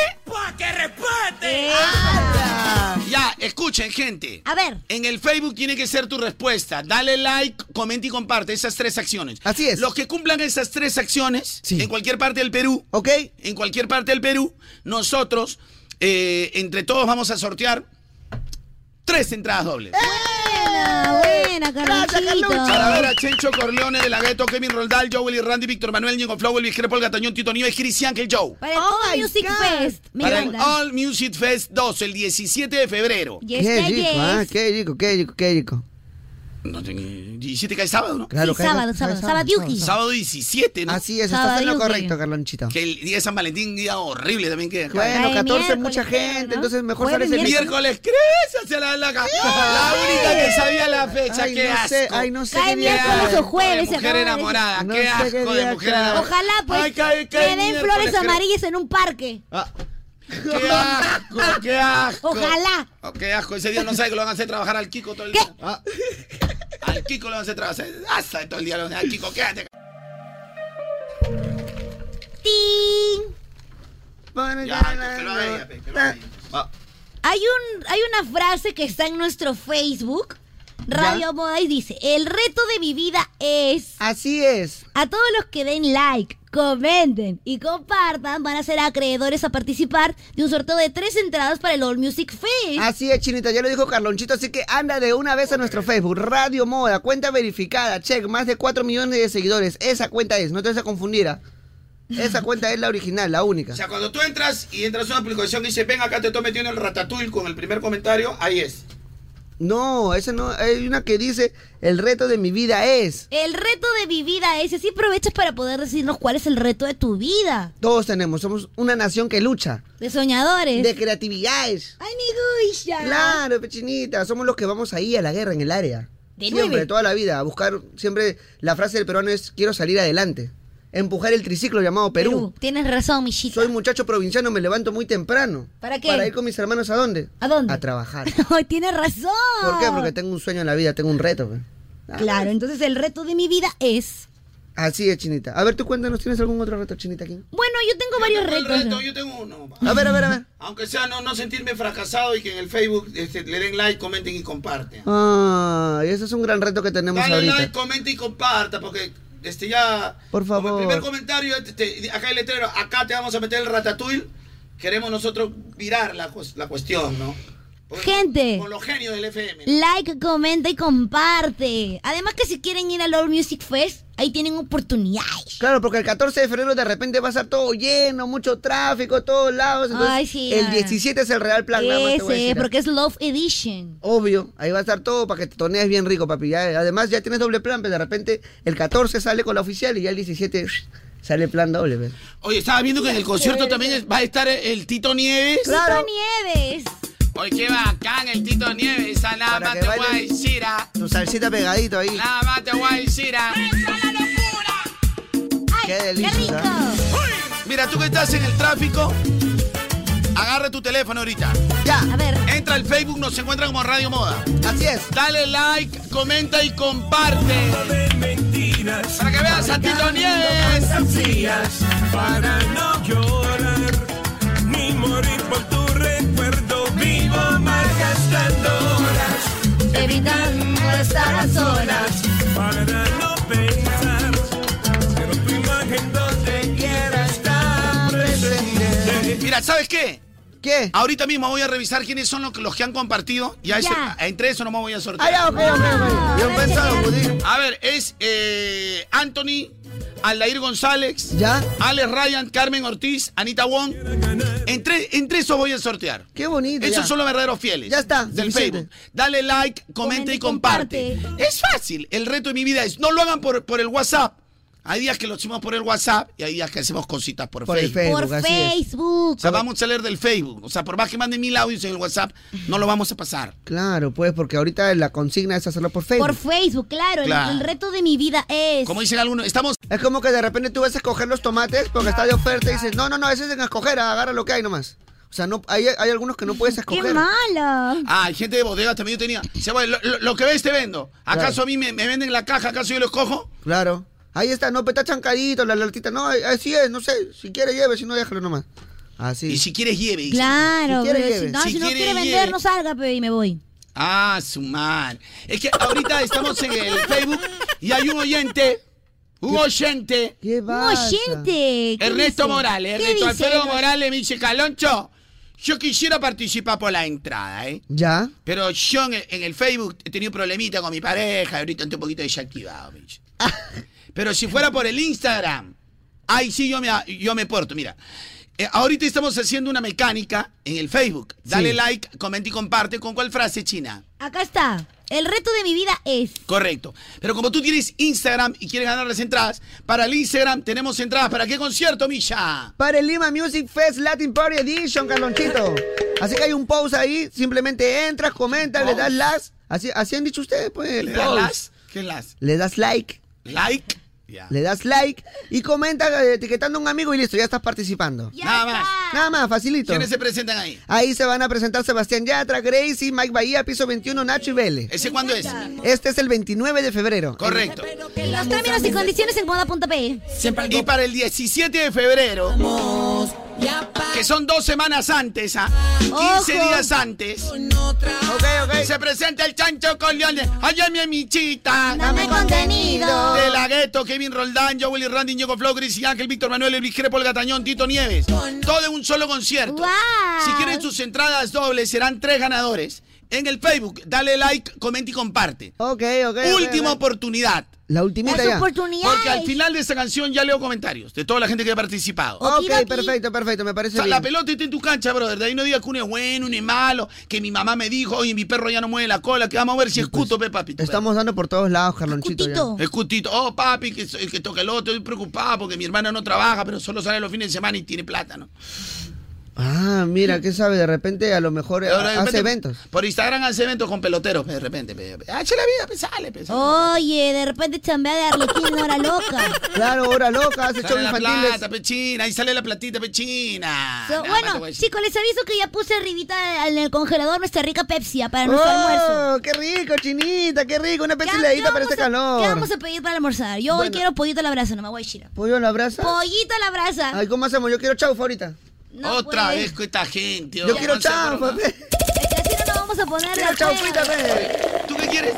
Speaker 2: ¡Hala!
Speaker 9: Ya, escuchen, gente.
Speaker 1: Eh, A ver.
Speaker 9: En el Facebook tiene que ser tu respuesta. Dale like, comenta y comparte esas tres acciones.
Speaker 2: Así es.
Speaker 9: Los que cumplan esas tres acciones,
Speaker 2: Sí.
Speaker 9: en cualquier parte del Perú,
Speaker 2: ¿Ok?
Speaker 9: en cualquier parte del Perú, nosotros, eh, entre todos, vamos a sortear tres entradas dobles.
Speaker 1: Buena, buena,
Speaker 2: Gracias,
Speaker 1: Carlonchito.
Speaker 9: Para ver a Chencho Corleone de la Gueto, Kevin Roldal, Joel y Randy, Víctor Manuel, Ñengo Flow, Elvis Crepo, el Gatañón, Tito Nieves, Cristian, que el Joe.
Speaker 1: Para el
Speaker 2: Oh
Speaker 1: All
Speaker 2: my
Speaker 1: Music
Speaker 2: God.
Speaker 1: Fest. Me
Speaker 9: Para el
Speaker 1: encanta.
Speaker 9: All Music Fest 2, el 17 de febrero.
Speaker 1: Yes,
Speaker 2: Qué
Speaker 1: yes,
Speaker 2: rico, ah,
Speaker 1: yes.
Speaker 2: qué rico, qué rico, qué rico.
Speaker 9: No, ten- 17 cae sábado, ¿no?
Speaker 2: Claro,
Speaker 1: Sí,
Speaker 2: claro,
Speaker 1: sábado, sábado, sábado, yuki.
Speaker 9: Sábado 17, ¿no?
Speaker 2: Así es,
Speaker 1: Sábado,
Speaker 2: estás en lo
Speaker 1: yuki.
Speaker 2: correcto, Carlonchito.
Speaker 9: Que el día de San Valentín, día horrible también que
Speaker 2: Bueno,
Speaker 1: Cae
Speaker 2: 14,
Speaker 1: miércoles,
Speaker 2: mucha gente,
Speaker 1: ¿no?
Speaker 2: entonces mejor
Speaker 1: Jueves,
Speaker 2: sales el
Speaker 9: Miércoles
Speaker 1: miércoles.
Speaker 9: crece hacia la laca. La única que sabía la fecha,
Speaker 2: Ay,
Speaker 9: qué
Speaker 2: no
Speaker 9: asco.
Speaker 2: sé, ay, no sé.
Speaker 1: Cae
Speaker 2: qué día
Speaker 1: miércoles
Speaker 2: cae.
Speaker 1: o jueves,
Speaker 9: De
Speaker 1: acabo
Speaker 9: mujer
Speaker 1: de
Speaker 9: enamorada,
Speaker 2: decir.
Speaker 9: qué
Speaker 2: No sé
Speaker 9: asco
Speaker 2: qué
Speaker 9: de
Speaker 2: día
Speaker 9: mujer
Speaker 2: cae.
Speaker 9: enamorada.
Speaker 1: Ojalá pues
Speaker 9: Ay, cae, cae
Speaker 1: me den
Speaker 9: miércoles,
Speaker 1: flores
Speaker 9: crece.
Speaker 1: amarillas en un parque.
Speaker 2: Ah,
Speaker 9: Qué asco, qué asco.
Speaker 1: Ojalá.
Speaker 9: Oh, qué asco, ese día no sabe que lo van a hacer trabajar al Kiko todo el
Speaker 1: ¿Qué?
Speaker 9: día.
Speaker 2: ah,
Speaker 9: Al Kiko lo van a hacer trabajar. Hasta todo el día lo van a hacer. Al Kiko, quédate.
Speaker 1: ¡Ting!
Speaker 9: Ya, que lo haga ella, pe, que lo haga ella.
Speaker 1: Hay, un, hay una frase que está en nuestro Facebook, Radio Moda, y dice, el reto de mi vida es...
Speaker 2: Así es.
Speaker 1: A todos los que den like, comenten y compartan van a ser acreedores a participar de un sorteo de tres entradas para el All Music Fest.
Speaker 2: Así es, Chinita, ya lo dijo Carlonchito, así que anda de una vez a nuestro Facebook, Radio Moda, cuenta verificada, check, más de 4 millones de seguidores. Esa cuenta es, no te vas a confundir. ¿ah? Esa cuenta es la original, la única.
Speaker 9: O sea, cuando tú entras y entras a una aplicación y dice, ven acá te estoy metiendo el ratatouille con el primer comentario, ahí es.
Speaker 2: No, esa no, hay una que dice, el reto de mi vida es.
Speaker 1: El reto de mi vida es, y así aprovechas para poder decirnos cuál es el reto de tu vida.
Speaker 2: Todos tenemos, somos una nación que lucha,
Speaker 1: De soñadores.
Speaker 2: de creatividades.
Speaker 1: ¡Ay, mi guisha!
Speaker 2: Claro, pechinita, somos los que vamos ahí a la guerra en el área.
Speaker 1: De
Speaker 2: siempre,
Speaker 1: nueve.
Speaker 2: toda la vida, a buscar, siempre, la frase del peruano es, quiero salir adelante. Empujar el triciclo llamado Perú.
Speaker 1: Tienes razón, mi chica.
Speaker 2: Soy muchacho provinciano, me levanto muy temprano.
Speaker 1: ¿Para qué?
Speaker 2: Para ir con mis hermanos a dónde?
Speaker 1: ¿A dónde?
Speaker 2: A trabajar.
Speaker 1: Ay, tienes razón.
Speaker 2: ¿Por qué? Porque tengo un sueño en la vida, tengo un reto. pe. Ah,
Speaker 1: Claro, entonces el reto de mi vida es...
Speaker 2: Así es, Chinita. A ver, tú cuéntanos, ¿tienes algún otro reto, Chinita, aquí?
Speaker 1: Bueno, yo tengo
Speaker 9: Yo
Speaker 1: varios
Speaker 9: tengo el
Speaker 1: retos.
Speaker 9: reto,
Speaker 1: ¿no?
Speaker 9: yo tengo uno.
Speaker 2: A ver, a ver, a ver.
Speaker 9: Aunque sea no, no sentirme fracasado y que en el Facebook este, le den like, comenten y comparten.
Speaker 2: Ah, ese es un gran reto que tenemos
Speaker 9: Dale
Speaker 2: ahorita.
Speaker 9: like, comenta y comparta, porque este ya.
Speaker 2: Por
Speaker 9: como
Speaker 2: favor.
Speaker 9: el primer comentario, te- te- acá el letrero, acá te vamos a meter el ratatouille. Queremos nosotros virar la, cues- la cuestión, ¿no? Porque-
Speaker 1: Gente.
Speaker 9: Con los genios del FM. ¿no?
Speaker 1: Like, comenta y comparte. Además que si quieren ir al All Music Fest, ahí tienen oportunidades.
Speaker 2: Claro, porque el 14 de febrero de repente va a estar todo lleno, mucho tráfico, todos lados. entonces,
Speaker 1: Ay, sí,
Speaker 2: El
Speaker 1: ah.
Speaker 2: 17 es el real plan. nada más te voy a
Speaker 1: Ese,
Speaker 2: decir, ah.
Speaker 1: porque es Love Edition.
Speaker 2: Obvio, ahí va a estar todo para que te tonees bien rico, papi. Ya, además, ya tienes doble plan, pero de repente el 14 sale con la oficial y ya el 17 sale plan doble. pe.
Speaker 9: Oye, estaba viendo que en el concierto también es- va a estar el Tito Nieves.
Speaker 2: Claro.
Speaker 1: Tito Nieves.
Speaker 9: Oye, qué bacán el Tito Nieves. A nada
Speaker 2: Para
Speaker 9: más
Speaker 2: que
Speaker 9: te voy a
Speaker 2: baile.
Speaker 9: decir, ah.
Speaker 2: Tu salsita pegadito ahí.
Speaker 9: Nada más te voy a decir, ah.
Speaker 1: Ay,
Speaker 2: Qué
Speaker 1: qué,
Speaker 2: delicia.
Speaker 1: rico.
Speaker 9: Mira, tú que estás en el tráfico, agarra tu teléfono ahorita.
Speaker 1: A
Speaker 2: Ya,
Speaker 1: ver,
Speaker 9: Entra al Facebook, nos encuentra como Radio Moda.
Speaker 2: así es.
Speaker 9: Dale like, comenta y comparte. Para que veas a Tito Nieves.
Speaker 11: para no llorar ni morir por tu recuerdo vivo malgastando horas
Speaker 1: evitando estar a solas.
Speaker 11: para no pensar pero tu imagen donde quiera estar presente
Speaker 9: Mira, ¿sabes qué?
Speaker 2: ¿Qué?
Speaker 9: Ahorita mismo voy a revisar quiénes son los que, los que han compartido. Y a ese-
Speaker 1: Ya.
Speaker 9: entre eso nomás voy a sortear.
Speaker 2: Ah, ya, ok, ok, ok. Yo
Speaker 1: Ah,
Speaker 2: pensaba,
Speaker 1: gracias.
Speaker 2: Budín.
Speaker 9: A ver, es eh, Anthony Aldair González, Alex Ryan, Carmen Ortiz, Anita Wong. Entre, entre esos voy a sortear.
Speaker 2: Qué bonito.
Speaker 9: Esos
Speaker 2: ya.
Speaker 9: son los verdaderos fieles.
Speaker 2: Ya está,
Speaker 9: Del
Speaker 2: suficiente.
Speaker 9: Facebook. Dale like, comenta y comparte. Es fácil. El reto de mi vida es no lo hagan por, por el WhatsApp. Hay días que lo hacemos por el WhatsApp y hay días que hacemos cositas por,
Speaker 2: Por el
Speaker 9: Facebook.
Speaker 2: Facebook, Por así es.
Speaker 9: O sea, vamos a salir del Facebook. O sea, por más que manden mil audios en el WhatsApp, no lo vamos a pasar.
Speaker 2: Claro, pues, porque ahorita la consigna es hacerlo por Facebook.
Speaker 1: Por Facebook, claro, el-
Speaker 2: Claro.
Speaker 1: El, reto de mi vida es.
Speaker 9: Como dicen algunos, estamos.
Speaker 2: Es como que de repente tú vas a escoger los tomates porque está de oferta y dices, no, no, no, ese es en escoger, agarra lo que hay nomás. O sea, no, hay, hay algunos que no puedes escoger.
Speaker 1: mala!
Speaker 9: Ah, hay gente de bodega también yo tenía. Dice, bueno, lo, lo- lo que ves te vendo. ¿Acaso
Speaker 2: Claro.
Speaker 9: a mí me, me venden la caja? ¿Acaso yo lo escojo?
Speaker 2: Claro. Ahí está, no, pero está chancadito, la latita. No, eh, así es, no sé. Si quiere, lleve, si no, déjalo nomás. Así. Y
Speaker 9: si quieres, lleve. dice.
Speaker 1: Claro,
Speaker 9: Si quiere,
Speaker 1: pero si
Speaker 9: lleve.
Speaker 1: no,
Speaker 9: Si
Speaker 1: si no
Speaker 9: quiere,
Speaker 1: quiere
Speaker 9: lleve.
Speaker 1: vender, no salga, pe, y me voy.
Speaker 9: Ah, su man. Es que ahorita estamos en el Facebook y hay un oyente. Un oyente.
Speaker 2: ¿Qué
Speaker 1: va? Un oyente. ¿Qué
Speaker 9: Ernesto
Speaker 1: dice?
Speaker 9: Morales.
Speaker 1: ¿Qué
Speaker 9: Ernesto
Speaker 1: dice?
Speaker 9: Alfredo Morales me dice, Caloncho, yo quisiera participar por la entrada, ¿eh?
Speaker 2: ¿Ya?
Speaker 9: Pero yo en el, en el Facebook he tenido problemita con mi pareja, ahorita estoy un poquito desactivado, me dice. Pero si fuera por el Instagram, ahí sí yo me, yo me porto, mira. eh, ahorita estamos haciendo una mecánica en el Facebook. Dale like, comenta y comparte. ¿Con cuál frase, China?
Speaker 1: Acá está. El reto de mi vida es.
Speaker 9: Correcto. Pero como tú tienes Instagram y quieres ganar las entradas, para el Instagram tenemos entradas. ¿Para qué concierto, Misha?
Speaker 2: Para el Lima Music Fest Latin Party Edition, Carlonchito. Así que hay un post ahí, simplemente entras, comentas, le das las. Así, así han dicho ustedes, pues.
Speaker 9: ¿Le
Speaker 2: post.
Speaker 9: das las? ¿Qué las?
Speaker 2: Le das like.
Speaker 9: ¿Like?
Speaker 2: Le das like y comenta eh, etiquetando a un amigo y listo, ya estás participando.
Speaker 9: Nada más.
Speaker 2: Nada más, facilito.
Speaker 9: ¿Quiénes se presentan ahí?
Speaker 2: Ahí se van a presentar Sebastián Yatra, Gracie, Mike Bahía, Piso 21, Nacho y Vélez.
Speaker 9: ¿Ese cuándo es?
Speaker 2: Este es el 29 de febrero.
Speaker 9: Correcto.
Speaker 1: Y los términos y condiciones en moda.pe.
Speaker 9: Y para el 17 de febrero, que son dos semanas antes, ¿ah? 15
Speaker 11: Ojo.
Speaker 9: días antes, se presenta el chancho con leones. ¡Ay, mi amichita!
Speaker 11: Dame contenido.
Speaker 9: De la Gueto, Kevin Roldán, Joel Randy, Diego Flow, Gris y Ángel, Víctor Manuel, Elvis Crepo, El Gatañón, Tito Nieves. Todo en un solo concierto. Si quieren sus entradas dobles, serán tres ganadores. En el Facebook, dale like, comenta y comparte.
Speaker 2: Ok, ok.
Speaker 9: Última
Speaker 2: ok.
Speaker 9: oportunidad.
Speaker 2: La ultimita ya.
Speaker 9: Porque al final de esta canción ya leo comentarios de toda la gente que ha participado.
Speaker 2: Ok, perfecto, perfecto, me
Speaker 9: O
Speaker 2: parece
Speaker 9: sea,
Speaker 2: bien.
Speaker 9: la pelota está en tu cancha, brother. De ahí no digas que uno es bueno, uno es malo, que mi mamá me dijo, oye, mi perro ya no mueve la cola, que vamos a ver si es cuto, pe, papi. tu
Speaker 2: pues. Estamos dando por todos lados, Carlonchito. ya.
Speaker 9: perro. Es cutito. Oh, papi, que, soy- que toca el otro, estoy preocupado porque mi hermana no trabaja, pero solo sale los fines de semana y tiene plata, ¿no?
Speaker 2: Ah, mira, ¿qué sabe? De repente a lo mejor eh,
Speaker 9: Pero de repente,
Speaker 2: hace eventos.
Speaker 9: Por Instagram hace eventos con peloteros, pe, de repente. pe, pe. Ah, che, la vida, pe, sale, pe,
Speaker 2: Oh,
Speaker 9: sale.
Speaker 1: Oye, de repente chambea de Arlequín, hora loca.
Speaker 2: Claro, hora loca, hace
Speaker 9: Sale
Speaker 2: shows
Speaker 9: la
Speaker 2: infantiles.
Speaker 9: plata, pechina, ahí sale la platita, pechina.
Speaker 1: So, bueno, chicos, les aviso que ya puse arribita en el congelador nuestra rica Pepsi ah, para nuestro
Speaker 2: Oh,
Speaker 1: almuerzo.
Speaker 2: ¡Qué rico, chinita! ¡Qué rico! Una
Speaker 1: ¿Qué-
Speaker 2: pechiladita
Speaker 1: qué
Speaker 2: para este
Speaker 1: vamos a- ¿Qué
Speaker 2: calor.
Speaker 1: vamos a pedir para almorzar? Yo hoy
Speaker 2: Bueno.
Speaker 1: quiero pollito a la brasa, no me voy a chira.
Speaker 2: ¿Pollo a la brasa?
Speaker 1: Pollito a la brasa.
Speaker 2: Ay, ¿cómo hacemos? Yo quiero chaufa ahorita.
Speaker 9: Otra vez con esta gente.
Speaker 2: Yo quiero chaufa, pe.
Speaker 1: No vamos a poner
Speaker 2: Quiero
Speaker 1: la
Speaker 2: chaufita, pe.
Speaker 9: ¿Tú qué quieres?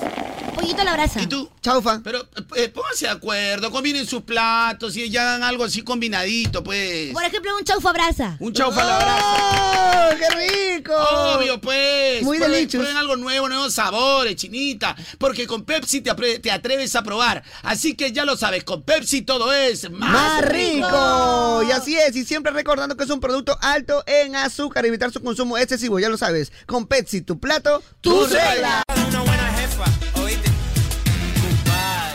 Speaker 1: Pollito a la brasa. ¿Y
Speaker 9: tú?
Speaker 2: Chaufa.
Speaker 9: Pero eh, pónganse de acuerdo, combinen sus platos y ya hagan algo así combinadito, pues.
Speaker 1: Por ejemplo, un chaufa brasa.
Speaker 9: Un chaufa a la brasa.
Speaker 2: ¡Oh, qué rico!
Speaker 9: Obvio, pues.
Speaker 2: ¡Oh! Muy
Speaker 9: Prueben-
Speaker 2: delicious.
Speaker 9: Prueben algo nuevo, nuevos sabores, chinita. Porque con Pepsi te, apre- te atreves a probar. Así que ya lo sabes, con Pepsi todo es más,
Speaker 2: ¡Más rico! Y así es, y siempre recordando que es un producto alto en azúcar, evitar su consumo excesivo, ya lo sabes. Con Pepsi, tu plato, tu regla.
Speaker 11: Una buena jefa, oíste.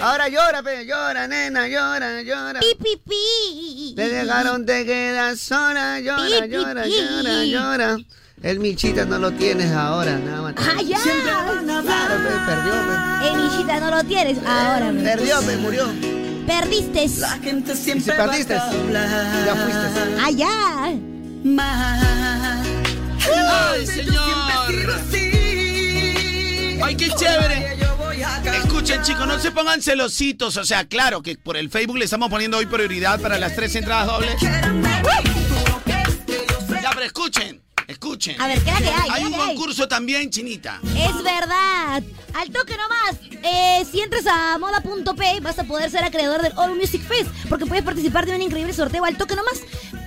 Speaker 2: Ahora llora, pe, llora, nena, llora, llora.
Speaker 1: Pi, pi, pi.
Speaker 2: Te dejaron, te quedas sola, llora,
Speaker 11: Pi, pi,
Speaker 2: llora,
Speaker 11: pi.
Speaker 2: llora, llora. El michita no lo tienes ahora, nada más.
Speaker 1: ¡Ah, ya!
Speaker 2: Claro, pe, perdió,
Speaker 1: Eh, mijita, no lo tienes ahora.
Speaker 2: pe.
Speaker 1: me-
Speaker 2: Perdió, pe, murió.
Speaker 1: Perdiste.
Speaker 7: La gente
Speaker 2: Y si
Speaker 7: siempre
Speaker 2: perdiste,
Speaker 7: va a hablar
Speaker 2: ya fuiste.
Speaker 1: Ah, ya.
Speaker 7: más.
Speaker 9: ¡Ay, señor! ¡Ay, qué chévere! Escuchen, chicos, no se pongan celositos. O sea, claro que por el Facebook le estamos poniendo hoy prioridad para las tres entradas dobles. Ya, pero escuchen, escuchen.
Speaker 1: A ver, ¿qué es la que hay? ¿Qué es
Speaker 9: Hay
Speaker 1: la
Speaker 9: un
Speaker 1: que hay?
Speaker 9: concurso también, Chinita.
Speaker 1: Es verdad. Al toque nomás. Eh, si entras a moda.p vas a poder ser acreedor del All Music Fest porque puedes participar de un increíble sorteo al toque nomás.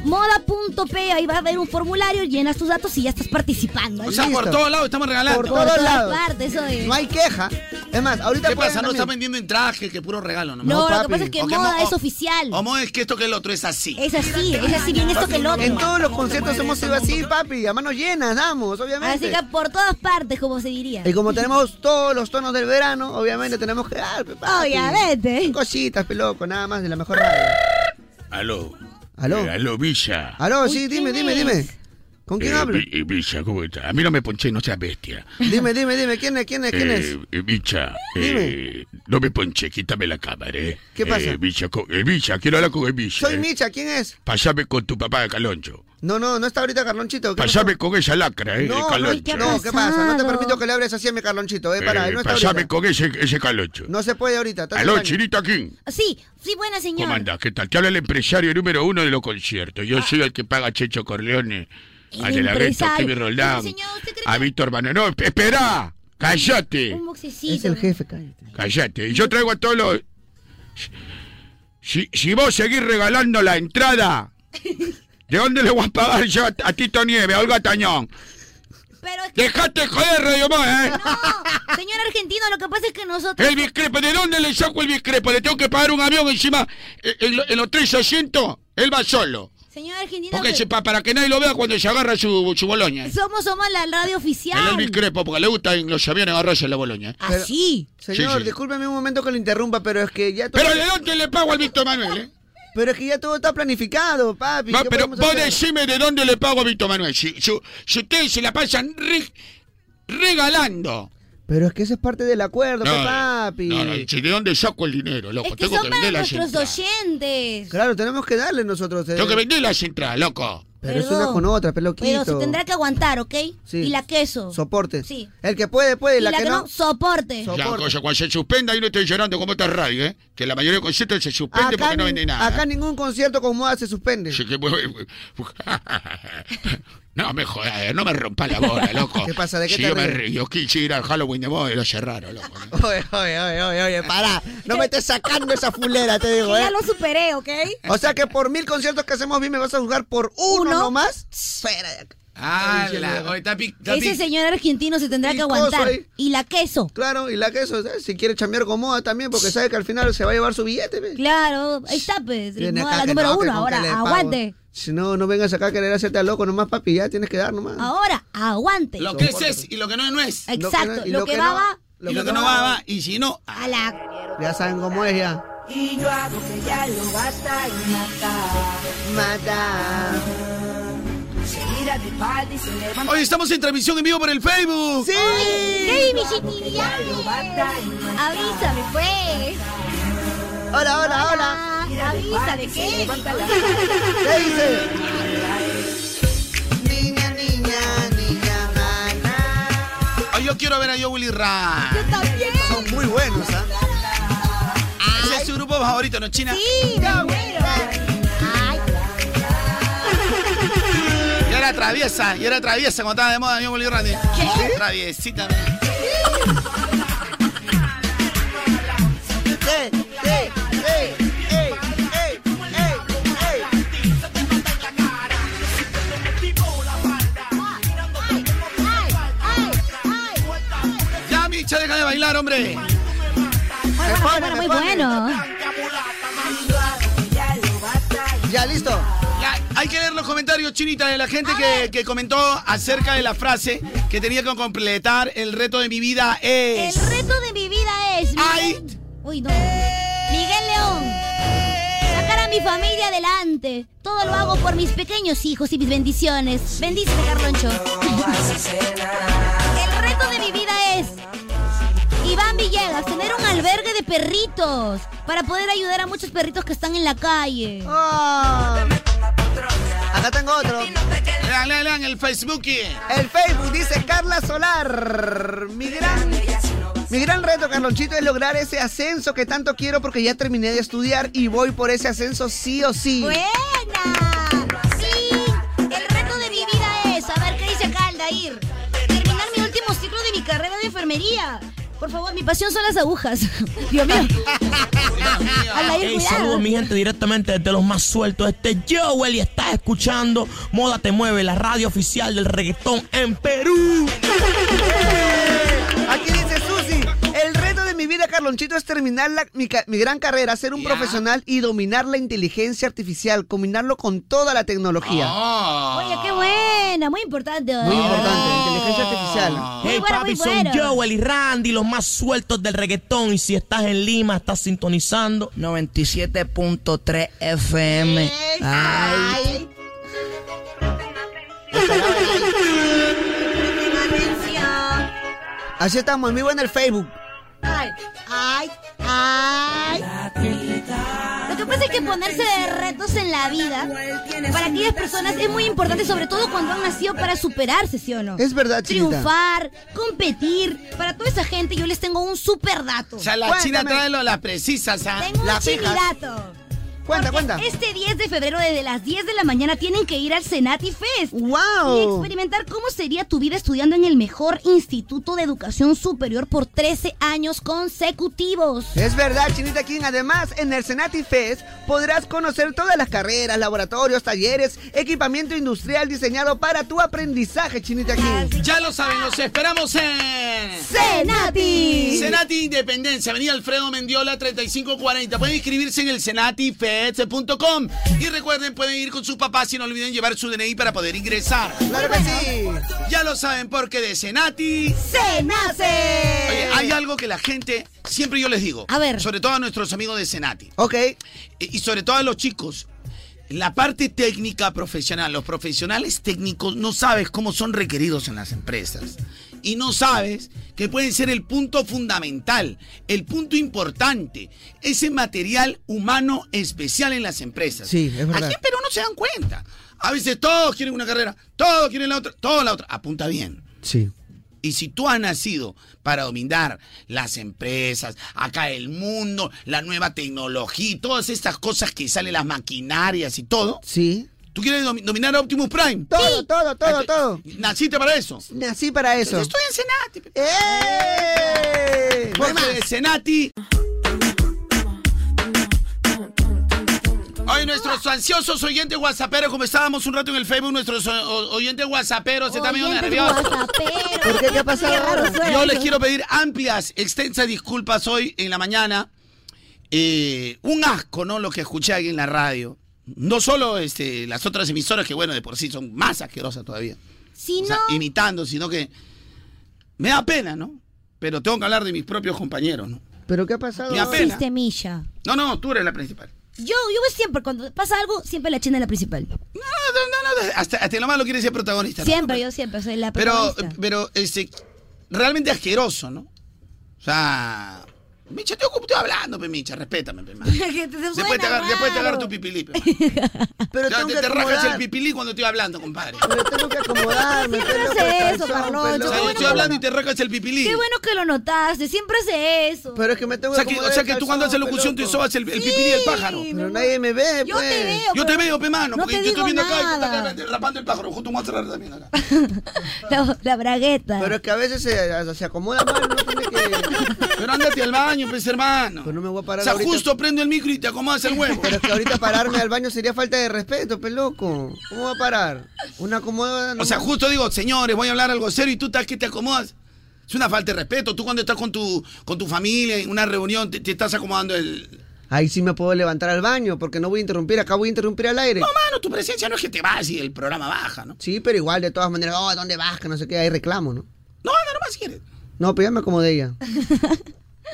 Speaker 1: moda.p, ahí va a haber un formulario, llenas tus datos y ya estás participando.
Speaker 9: O sea, por todos lados estamos regalando.
Speaker 1: Por todas partes, eso es.
Speaker 2: No hay queja. Es más, ahorita
Speaker 9: ¿Qué
Speaker 2: pueden
Speaker 9: pasa? No
Speaker 2: también-
Speaker 9: está vendiendo en traje, que puro regalo nomás.
Speaker 1: No, lo que pasa es que
Speaker 9: Ok,
Speaker 1: moda
Speaker 9: mo-
Speaker 1: es oficial.
Speaker 9: o moda es que esto que el otro es así.
Speaker 1: Es así, es así bien esto que el otro.
Speaker 2: En todos los conciertos hemos sido así, papi. A manos llenas, damos, obviamente.
Speaker 1: Así que por todas partes, como se diría.
Speaker 2: Y como tenemos todos los tonos del verano, obviamente tenemos que dar, pe, papi.
Speaker 1: Obviamente.
Speaker 2: Cositas, peloco, nada más de la mejor radio.
Speaker 12: Aló.
Speaker 2: Aló.
Speaker 12: aló, Villa.
Speaker 2: Aló, sí, dime, dime, dime. ¿Con quién
Speaker 12: Eh,
Speaker 2: hablo?
Speaker 12: Vi- eh, Villa, ¿cómo está? A mí no me ponché, no seas bestia.
Speaker 2: Dime, dime, dime, ¿quién es, quién es, quién es?
Speaker 12: Eh, eh, Villa, eh, no me ponché, quítame la cámara, ¿eh?
Speaker 2: ¿Qué pasa?
Speaker 12: Eh, Villa, co- eh, Villa, quiero hablar con el Villa.
Speaker 2: Soy
Speaker 12: eh.
Speaker 2: Micha, ¿quién es?
Speaker 12: Pásame con tu papá, Caloncho.
Speaker 2: No, no, no está ahorita Carlonchito. ¿qué pasó?
Speaker 12: Pásame con esa lacra, ¿eh?
Speaker 2: No, no,
Speaker 12: Caloncho.
Speaker 2: no, ¿qué pasa? No te permito que le hables así a mi Carlonchito, eh, para,
Speaker 12: Eh,
Speaker 2: no está
Speaker 12: pásame
Speaker 2: ahorita.
Speaker 12: con ese, ese Caloncho.
Speaker 2: No se puede ahorita. está en el
Speaker 12: Aló,
Speaker 2: baño.
Speaker 12: Chinita King.
Speaker 1: Sí, sí, buena señora.
Speaker 12: ¿Cómo andás? ¿Qué tal? Te habla el empresario número uno de los conciertos.
Speaker 2: Ah.
Speaker 12: Yo soy el que paga a Checho Corleone, a De La Gueto, a
Speaker 1: empresario.
Speaker 12: Kevin Roldán, a Víctor Bananó. ¡Espera! ¡Cállate!
Speaker 1: Un boxecito.
Speaker 2: jefe, cállate.
Speaker 12: ¡Cállate! Y yo traigo a todos los... Si, si vos seguís regalando la entrada, ¿de dónde le voy a pagar yo a, a Tito Nieve, a Olga Tañón? ¡Dejate joder, Radio Más, eh!
Speaker 1: No, señor argentino, lo que pasa es que nosotros.
Speaker 12: El biscrepo, ¿de dónde le saco el biscrepo? ¿Le tengo que pagar un avión encima eh, en, lo- en los tres asientos? Él va solo.
Speaker 1: Señor argentino.
Speaker 12: Porque
Speaker 1: que-
Speaker 12: sepa, para que nadie lo vea cuando se agarra su, su boloña.
Speaker 1: Somos, somos la radio
Speaker 12: Ah, El
Speaker 1: oficial.
Speaker 12: Elvis Crespo, porque le gusta en los aviones agarrarse la boloña.
Speaker 2: Pero- Señor,
Speaker 12: Sí, sí.
Speaker 2: discúlpeme un momento que lo interrumpa, pero es que ya todo.
Speaker 12: Pero ¿de dónde le pago al Víctor Manuel, eh?
Speaker 2: Pero es que ya todo está planificado, papi.
Speaker 12: Va,
Speaker 2: ¿qué
Speaker 12: pero
Speaker 2: podemos
Speaker 12: vos
Speaker 2: hacer?
Speaker 12: decime de dónde le pago a Víctor Manuel. Si, si- si ustedes se la pasan re- regalando.
Speaker 2: Pero es que eso es parte del acuerdo, pe, papi.
Speaker 12: no, no, si ¿de dónde saco el dinero, loco?
Speaker 1: es que
Speaker 12: tengo
Speaker 1: son
Speaker 12: que
Speaker 1: para
Speaker 12: vender las
Speaker 1: nuestros
Speaker 12: entradas.
Speaker 1: oyentes.
Speaker 2: Claro, tenemos que darle nosotros. eh.
Speaker 12: Tengo que vender las entradas, loco.
Speaker 2: Pero es una
Speaker 1: Perdón.
Speaker 2: con otra, peloquito.
Speaker 1: Pero se tendrá que aguantar, ¿ok?
Speaker 2: Sí.
Speaker 1: Y la queso.
Speaker 2: Soporte.
Speaker 1: Sí.
Speaker 2: El que puede, puede.
Speaker 1: y la, que, no, soporte.
Speaker 12: Ya, cosa, cuando se suspenda, ahí no estoy llorando como esta radio, ¿eh? Que la mayoría de conciertos se suspende
Speaker 2: Acá,
Speaker 12: porque no vende nada.
Speaker 2: acá ningún concierto con moda se suspende.
Speaker 12: Así que, bueno, no me jodas, eh, no me rompa la bola, loco.
Speaker 2: ¿Qué pasa? ¿De qué
Speaker 12: si
Speaker 2: te
Speaker 12: yo me
Speaker 2: ríes?
Speaker 12: río, yo quise ir al Halloween de moda y lo cerraron, loco.
Speaker 2: Oye, oye, oye, oye, oye, pará. No me estés sacando esa fulera, te digo, ¿eh?
Speaker 1: Ya lo superé, ¿ok?
Speaker 2: O sea que por mil conciertos que hacemos bien me vas a juzgar por uno, nomás. Fuera de acá.
Speaker 9: Ah,
Speaker 2: Ay,
Speaker 9: la,
Speaker 2: señora.
Speaker 9: hoy está pic- está
Speaker 1: Ese
Speaker 9: pic-
Speaker 1: señor argentino se tendrá que
Speaker 2: Picoso
Speaker 1: aguantar.
Speaker 2: ahí.
Speaker 1: Y la queso.
Speaker 2: Claro, y la queso, ¿sabes? si quiere chambear con moda también, porque sabe que al final se va a llevar su billete, ¿ves?
Speaker 1: Claro, ahí está, pues.
Speaker 2: Viene
Speaker 1: Moda
Speaker 2: acá
Speaker 1: la
Speaker 2: que
Speaker 1: número
Speaker 2: no, que
Speaker 1: uno.
Speaker 2: con
Speaker 1: Ahora,
Speaker 2: que le pago.
Speaker 1: aguante.
Speaker 2: Si no, no vengas acá a querer hacerte al loco nomás, papi, ya tienes que dar nomás.
Speaker 1: Ahora, aguante.
Speaker 9: Lo que es es y lo que no es no es.
Speaker 1: Exacto. Lo
Speaker 2: Lo que no- y
Speaker 1: que,
Speaker 2: lo que
Speaker 1: va,
Speaker 2: no-
Speaker 1: va.
Speaker 9: y lo que no va, va. Y si no,
Speaker 1: A la.
Speaker 2: Ya saben cómo es ya.
Speaker 7: Y yo hago que ya lo basta y mata.
Speaker 2: Mata.
Speaker 7: Se gira de espalda y se levanta.
Speaker 9: hoy estamos en transmisión en vivo por el Facebook.
Speaker 1: ¡Ey, mis chiquillas! Avísame, pues.
Speaker 2: Hola, hola, hola.
Speaker 1: Ah, Avísame, ¿qué?
Speaker 2: ¿Qué dice?
Speaker 9: Hoy yo quiero ver a Yo Willy Ra.
Speaker 1: También.
Speaker 2: Son muy buenos, ¿ah?
Speaker 9: Ese es su grupo favorito, ¿no, China?
Speaker 1: Sí, me muero. Ay,
Speaker 9: Y era traviesa, y era traviesa cuando estaba de moda Yo Willy Ra. ¿Qué? Traviesita. mira.
Speaker 2: ¡Ey, ey, ey, ey, ey, ey, ey!
Speaker 1: ay, ay, ay.
Speaker 9: Ya, Micha, deja de bailar, hombre.
Speaker 1: Muy
Speaker 2: Me pone,
Speaker 1: bueno,
Speaker 2: me
Speaker 1: muy
Speaker 2: pone.
Speaker 1: bueno.
Speaker 2: Ya, listo.
Speaker 9: Ya, hay que leer los comentarios, Chinita, de la gente que, que comentó acerca de la frase que tenía que completar el reto de mi vida
Speaker 1: El
Speaker 9: es...
Speaker 1: reto de mi vida es.
Speaker 9: Ay.
Speaker 1: Miguel... Uy, no. Miguel León. Sacar a mi familia adelante. Todo lo hago por mis pequeños hijos y mis bendiciones. Bendíceme, Carloncho. El reto de mi vida es. Iván Villegas, tener un albergue de perritos para poder ayudar a muchos perritos que están en la calle.
Speaker 2: Ah. Acá tengo otro.
Speaker 9: Lean, lean, lean el Facebook. eh.
Speaker 2: El Facebook dice Carla Solar. Mi gran, mi gran reto, Carlonchito, es lograr ese ascenso que tanto quiero porque ya terminé de estudiar y voy por ese ascenso sí o sí.
Speaker 1: ¡Buena! Sí, el reto de mi vida es, a ver qué dice acá Aldair, terminar mi último ciclo de mi carrera de enfermería. Por favor, mi pasión son las agujas. Dios mío. Alain,
Speaker 13: Hey,
Speaker 1: cuidado.
Speaker 13: saludos mi gente directamente desde los más sueltos. Este es Joel y estás escuchando Moda Te Mueve, la radio oficial del reggaetón en Perú.
Speaker 2: Aquí dice Susi, el reto de mi vida, Carlonchito, es terminar la- mi, ca- mi gran carrera, ser un profesional y dominar la inteligencia artificial, combinarlo con toda la tecnología.
Speaker 1: Oye, qué buena, muy importante. ¿eh?
Speaker 2: Muy importante, inteligencia artificial.
Speaker 13: Hey
Speaker 1: bueno,
Speaker 13: papi,
Speaker 1: muy
Speaker 13: son
Speaker 1: bueno.
Speaker 13: Joel y Randy, los más sueltos del reggaetón. Y si estás en Lima, estás sintonizando 97.3 FM.
Speaker 7: Ay.
Speaker 2: Así estamos, en vivo en el Facebook.
Speaker 1: Ay, ay, ay. Lo que pasa es que ponerse de retos en la vida para aquellas personas es muy importante, sobre todo cuando han nacido para superarse, ¿sí o no?
Speaker 2: Es verdad, chinita.
Speaker 1: Triunfar, competir. Para toda esa gente yo les tengo un super dato.
Speaker 9: O sea, la china trae lo- las precisas, ¿ah?
Speaker 1: Tengo un chinidato. Cuenta, cuenta. Este 10 de febrero, desde las 10 de la mañana, tienen que ir al Senati Fest. ¡Wow! Y experimentar cómo sería tu vida estudiando en el mejor instituto de educación superior por 13 años consecutivos.
Speaker 2: Es verdad, Chinita King. Además, en el Senati Fest podrás conocer todas las carreras, laboratorios, talleres, equipamiento industrial diseñado para tu aprendizaje, Chinita King.
Speaker 9: Ya lo saben, los
Speaker 1: Ah.
Speaker 9: esperamos en...
Speaker 2: Senati.
Speaker 9: Senati Independencia, Avenida Alfredo Mendiola 3540. Pueden inscribirse en el senatifest.com. Y recuerden, pueden ir con sus papás y no olviden llevar su DNI para poder ingresar.
Speaker 2: ¡Claro que sí!
Speaker 9: Ya lo saben, porque de Senati...
Speaker 1: ¡Se nace!
Speaker 9: Oye, hay algo que la gente, siempre yo les digo. A ver. Sobre todo a nuestros amigos de Senati.
Speaker 2: Ok.
Speaker 9: Y, y sobre todo a los chicos. La parte técnica profesional, los profesionales técnicos no sabes cómo son requeridos en las empresas. Y no sabes que pueden ser el punto fundamental, el punto importante, ese material humano especial en las empresas.
Speaker 2: Sí, es verdad.
Speaker 9: Aquí en Perú no se dan cuenta. A veces todos quieren una carrera, todos quieren la otra, todos la otra. Apunta bien.
Speaker 2: Sí.
Speaker 9: Y si tú has nacido para dominar las empresas, acá el mundo, la nueva tecnología, y todas estas cosas que salen, las maquinarias y todo.
Speaker 2: Sí.
Speaker 9: ¿Tú quieres domi- dominar Optimus Prime?
Speaker 2: Todo, todo, todo, todo.
Speaker 9: ¿Naciste para eso?
Speaker 2: Nací para eso.
Speaker 9: Estoy en Senati.
Speaker 2: ¡Eh!
Speaker 9: Porque de Senati. Hoy nuestros ansiosos oyentes whatsapperos, como estábamos un rato en el Facebook, nuestros o- o- oyentes whatsapperos se están medio nerviosos.
Speaker 2: ¿Por qué? ¿Qué ha pasado ahora?
Speaker 9: Yo les quiero pedir amplias, extensas disculpas hoy en la mañana. Eh, un asco, ¿no? Lo que escuché aquí en la radio. No solo este, las otras emisoras, que bueno, de por sí son más asquerosas todavía.
Speaker 1: Si
Speaker 9: O
Speaker 1: no,
Speaker 9: sea, imitando, sino que me da pena, ¿no? Pero tengo que hablar de mis propios compañeros, ¿no?
Speaker 2: ¿Pero qué ha pasado?
Speaker 1: Oh.
Speaker 9: Me da pena.
Speaker 1: hiciste milla.
Speaker 9: No, no, tú eres la principal.
Speaker 1: Yo, yo siempre, cuando pasa algo, siempre la china es la principal.
Speaker 9: No, no, no, hasta, hasta lo malo quiere ser protagonista. ¿no?
Speaker 1: Siempre, yo siempre soy la
Speaker 9: Pero,
Speaker 1: protagonista.
Speaker 9: pero, este, realmente asqueroso, ¿no? O sea, Micha, te ocupo, estoy hablando, pe, Micha, respétame, pe, man.
Speaker 1: Que te
Speaker 9: Después te,
Speaker 1: suena
Speaker 9: agar- después te agarro
Speaker 1: raro.
Speaker 9: tu pipilí. pe, man.
Speaker 2: Pero
Speaker 9: O sea,
Speaker 2: tengo
Speaker 9: te,
Speaker 2: que
Speaker 9: te rajas el
Speaker 2: acomodar.
Speaker 9: pipilí cuando estoy hablando, compadre.
Speaker 2: tengo que acomodarme.
Speaker 1: Siempre
Speaker 2: pelo,
Speaker 1: hace
Speaker 2: pero
Speaker 1: eso,
Speaker 2: calzón,
Speaker 1: Carloncho,
Speaker 2: pelo.
Speaker 9: O sea, yo estoy hablando y te rajas el pipilí.
Speaker 1: Qué bueno que lo notaste, siempre hace eso.
Speaker 2: Pero es que me tengo
Speaker 9: O sea, que, o sea que tú cuando haces locución tú sobas el, el pipilí del pájaro.
Speaker 2: Pero nadie me ve, pues.
Speaker 1: Yo te veo,
Speaker 9: Yo te
Speaker 1: pero
Speaker 9: veo, pe, mano,
Speaker 1: no
Speaker 9: porque
Speaker 1: te
Speaker 9: yo estoy
Speaker 1: digo
Speaker 9: viendo acá
Speaker 1: nada.
Speaker 9: y tú estás rapando el pájaro. Justo me voy a cerrar también acá.
Speaker 1: La, la bragueta.
Speaker 2: Pero es que a veces se, se acomoda mal, no tiene que...
Speaker 9: Pero ándate al baño, pues, hermano.
Speaker 2: Pues no me voy a
Speaker 9: O
Speaker 2: parar
Speaker 9: sea,
Speaker 2: ahorita.
Speaker 9: justo prendo el micro y te acomodas el huevo.
Speaker 2: Pero es que ahorita pararme al baño sería falta de respeto, peloco. ¿Cómo va a parar? Una acomoda...
Speaker 9: O sea, justo digo, señores, voy a hablar algo serio y tú estás que te acomodas. Es una falta de respeto. Tú cuando estás con tu, con tu familia en una reunión te, te estás acomodando el...
Speaker 2: Ahí sí me puedo levantar al baño porque no voy a interrumpir, acá voy a interrumpir al aire.
Speaker 9: No, mano, tu presencia no es que te vas y el programa baja, ¿no?
Speaker 2: Sí, pero igual, de todas maneras, oh, ¿dónde vas? Que no sé qué, hay reclamo, ¿no?
Speaker 9: No, anda nomás si quieres.
Speaker 2: No, pero ya me acomodé ya.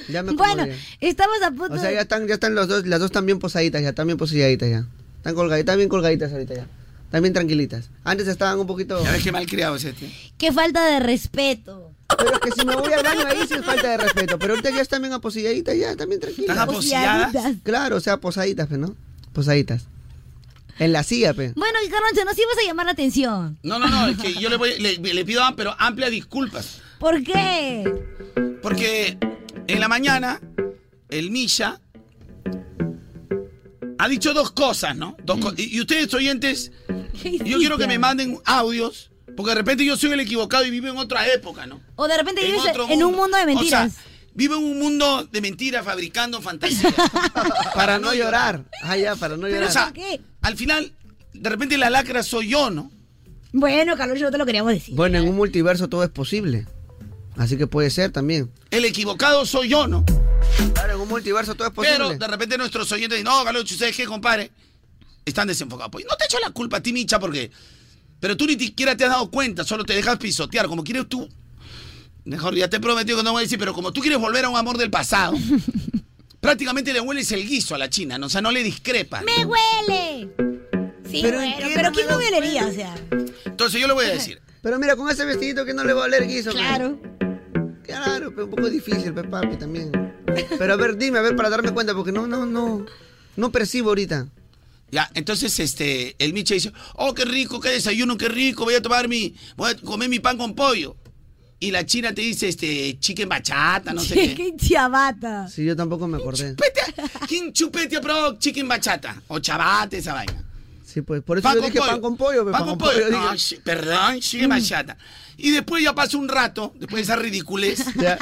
Speaker 2: Ya me acomodé.
Speaker 1: Bueno, estamos a punto
Speaker 2: o sea,
Speaker 1: de-
Speaker 2: ya están, ya están los dos, las dos están bien posaditas ya, están bien posilladitas ya. Están colgaditas, bien colgaditas ahorita ya. Están bien tranquilitas. Antes estaban un poquito...
Speaker 9: Ya ves qué mal criado es este.
Speaker 1: Qué falta de respeto.
Speaker 2: Pero es que si me voy al baño ahí sí es falta de respeto. Pero ahorita ya están bien aposilladitas, ya, están bien tranquilas.
Speaker 9: ¿Están aposilladas?
Speaker 2: Claro, o sea, posaditas, pues, ¿no? Posaditas. En la silla, pues. pe.
Speaker 1: Bueno, y Carloncho, nos ibas a llamar la atención.
Speaker 9: No, no, no, es que yo le, voy, le, le pido am- pero amplias disculpas.
Speaker 1: ¿Por qué?
Speaker 9: Porque en la mañana el Misha ha dicho dos cosas, ¿no? Dos co- y, y ustedes oyentes, yo quiero que me manden audios, porque de repente yo soy el equivocado y vivo en otra época, ¿no?
Speaker 1: O de repente
Speaker 9: En
Speaker 1: vives
Speaker 9: otro
Speaker 1: en un
Speaker 9: mundo.
Speaker 1: mundo de
Speaker 9: O sea,
Speaker 1: mentiras.
Speaker 9: Vive en un mundo de mentiras fabricando fantasías.
Speaker 2: Para no llorar. Ah, ya, para no
Speaker 9: Pero,
Speaker 2: llorar.
Speaker 9: o sea, al final, de repente la lacra soy yo, ¿no?
Speaker 1: Bueno, Carlos, yo no te lo queríamos decir.
Speaker 2: Bueno, en un multiverso todo es posible. Así que puede ser también.
Speaker 9: El equivocado soy yo, ¿no?
Speaker 2: Claro, en un multiverso todo es posible.
Speaker 9: Pero de repente nuestros oyentes dicen, no, Galucho, ¿sabes qué, compadre? Están desenfocados. Pues no te echo la culpa a ti, Micha, porque... Pero tú ni siquiera te has dado cuenta, solo te dejas pisotear, como quieres tú. Mejor, ya te he prometido que no voy a decir, pero como tú quieres volver a un amor del pasado, prácticamente le hueles el guiso a la china, ¿no? o sea, no le discrepas.
Speaker 1: ¡Me huele! Sí,
Speaker 9: Pero
Speaker 1: pero,
Speaker 9: ¿en
Speaker 1: bueno,
Speaker 9: qué
Speaker 1: pero
Speaker 9: no
Speaker 1: ¿quién no huelería? O sea,
Speaker 9: Entonces yo le voy a decir,
Speaker 2: Pero mira, con ese vestidito que no le va a oler guiso. Claro. Claro, pero un poco difícil, pe, papi, también. Pero a ver, dime, a ver, para darme cuenta, porque no, no, no. No percibo ahorita.
Speaker 9: Ya, entonces este, el Micha dice, oh, qué rico, qué desayuno, qué rico, voy a tomar mi, voy a comer mi pan con pollo. Y la china te dice, este, chicken bachata, no sé qué.
Speaker 1: qué chiabata.
Speaker 2: Sí, yo tampoco me acordé.
Speaker 9: ¿Quién chupete ha probado chicken bachata? O chabate, esa vaina.
Speaker 2: Sí, pues, por eso yo dije pan con pollo, pe,
Speaker 9: Pan con pollo. Ah,
Speaker 2: dije. Mm.
Speaker 9: No, sí, perdón, chicken bachata. Y después ya pasa un rato, después de esa ridiculez.
Speaker 2: Ya.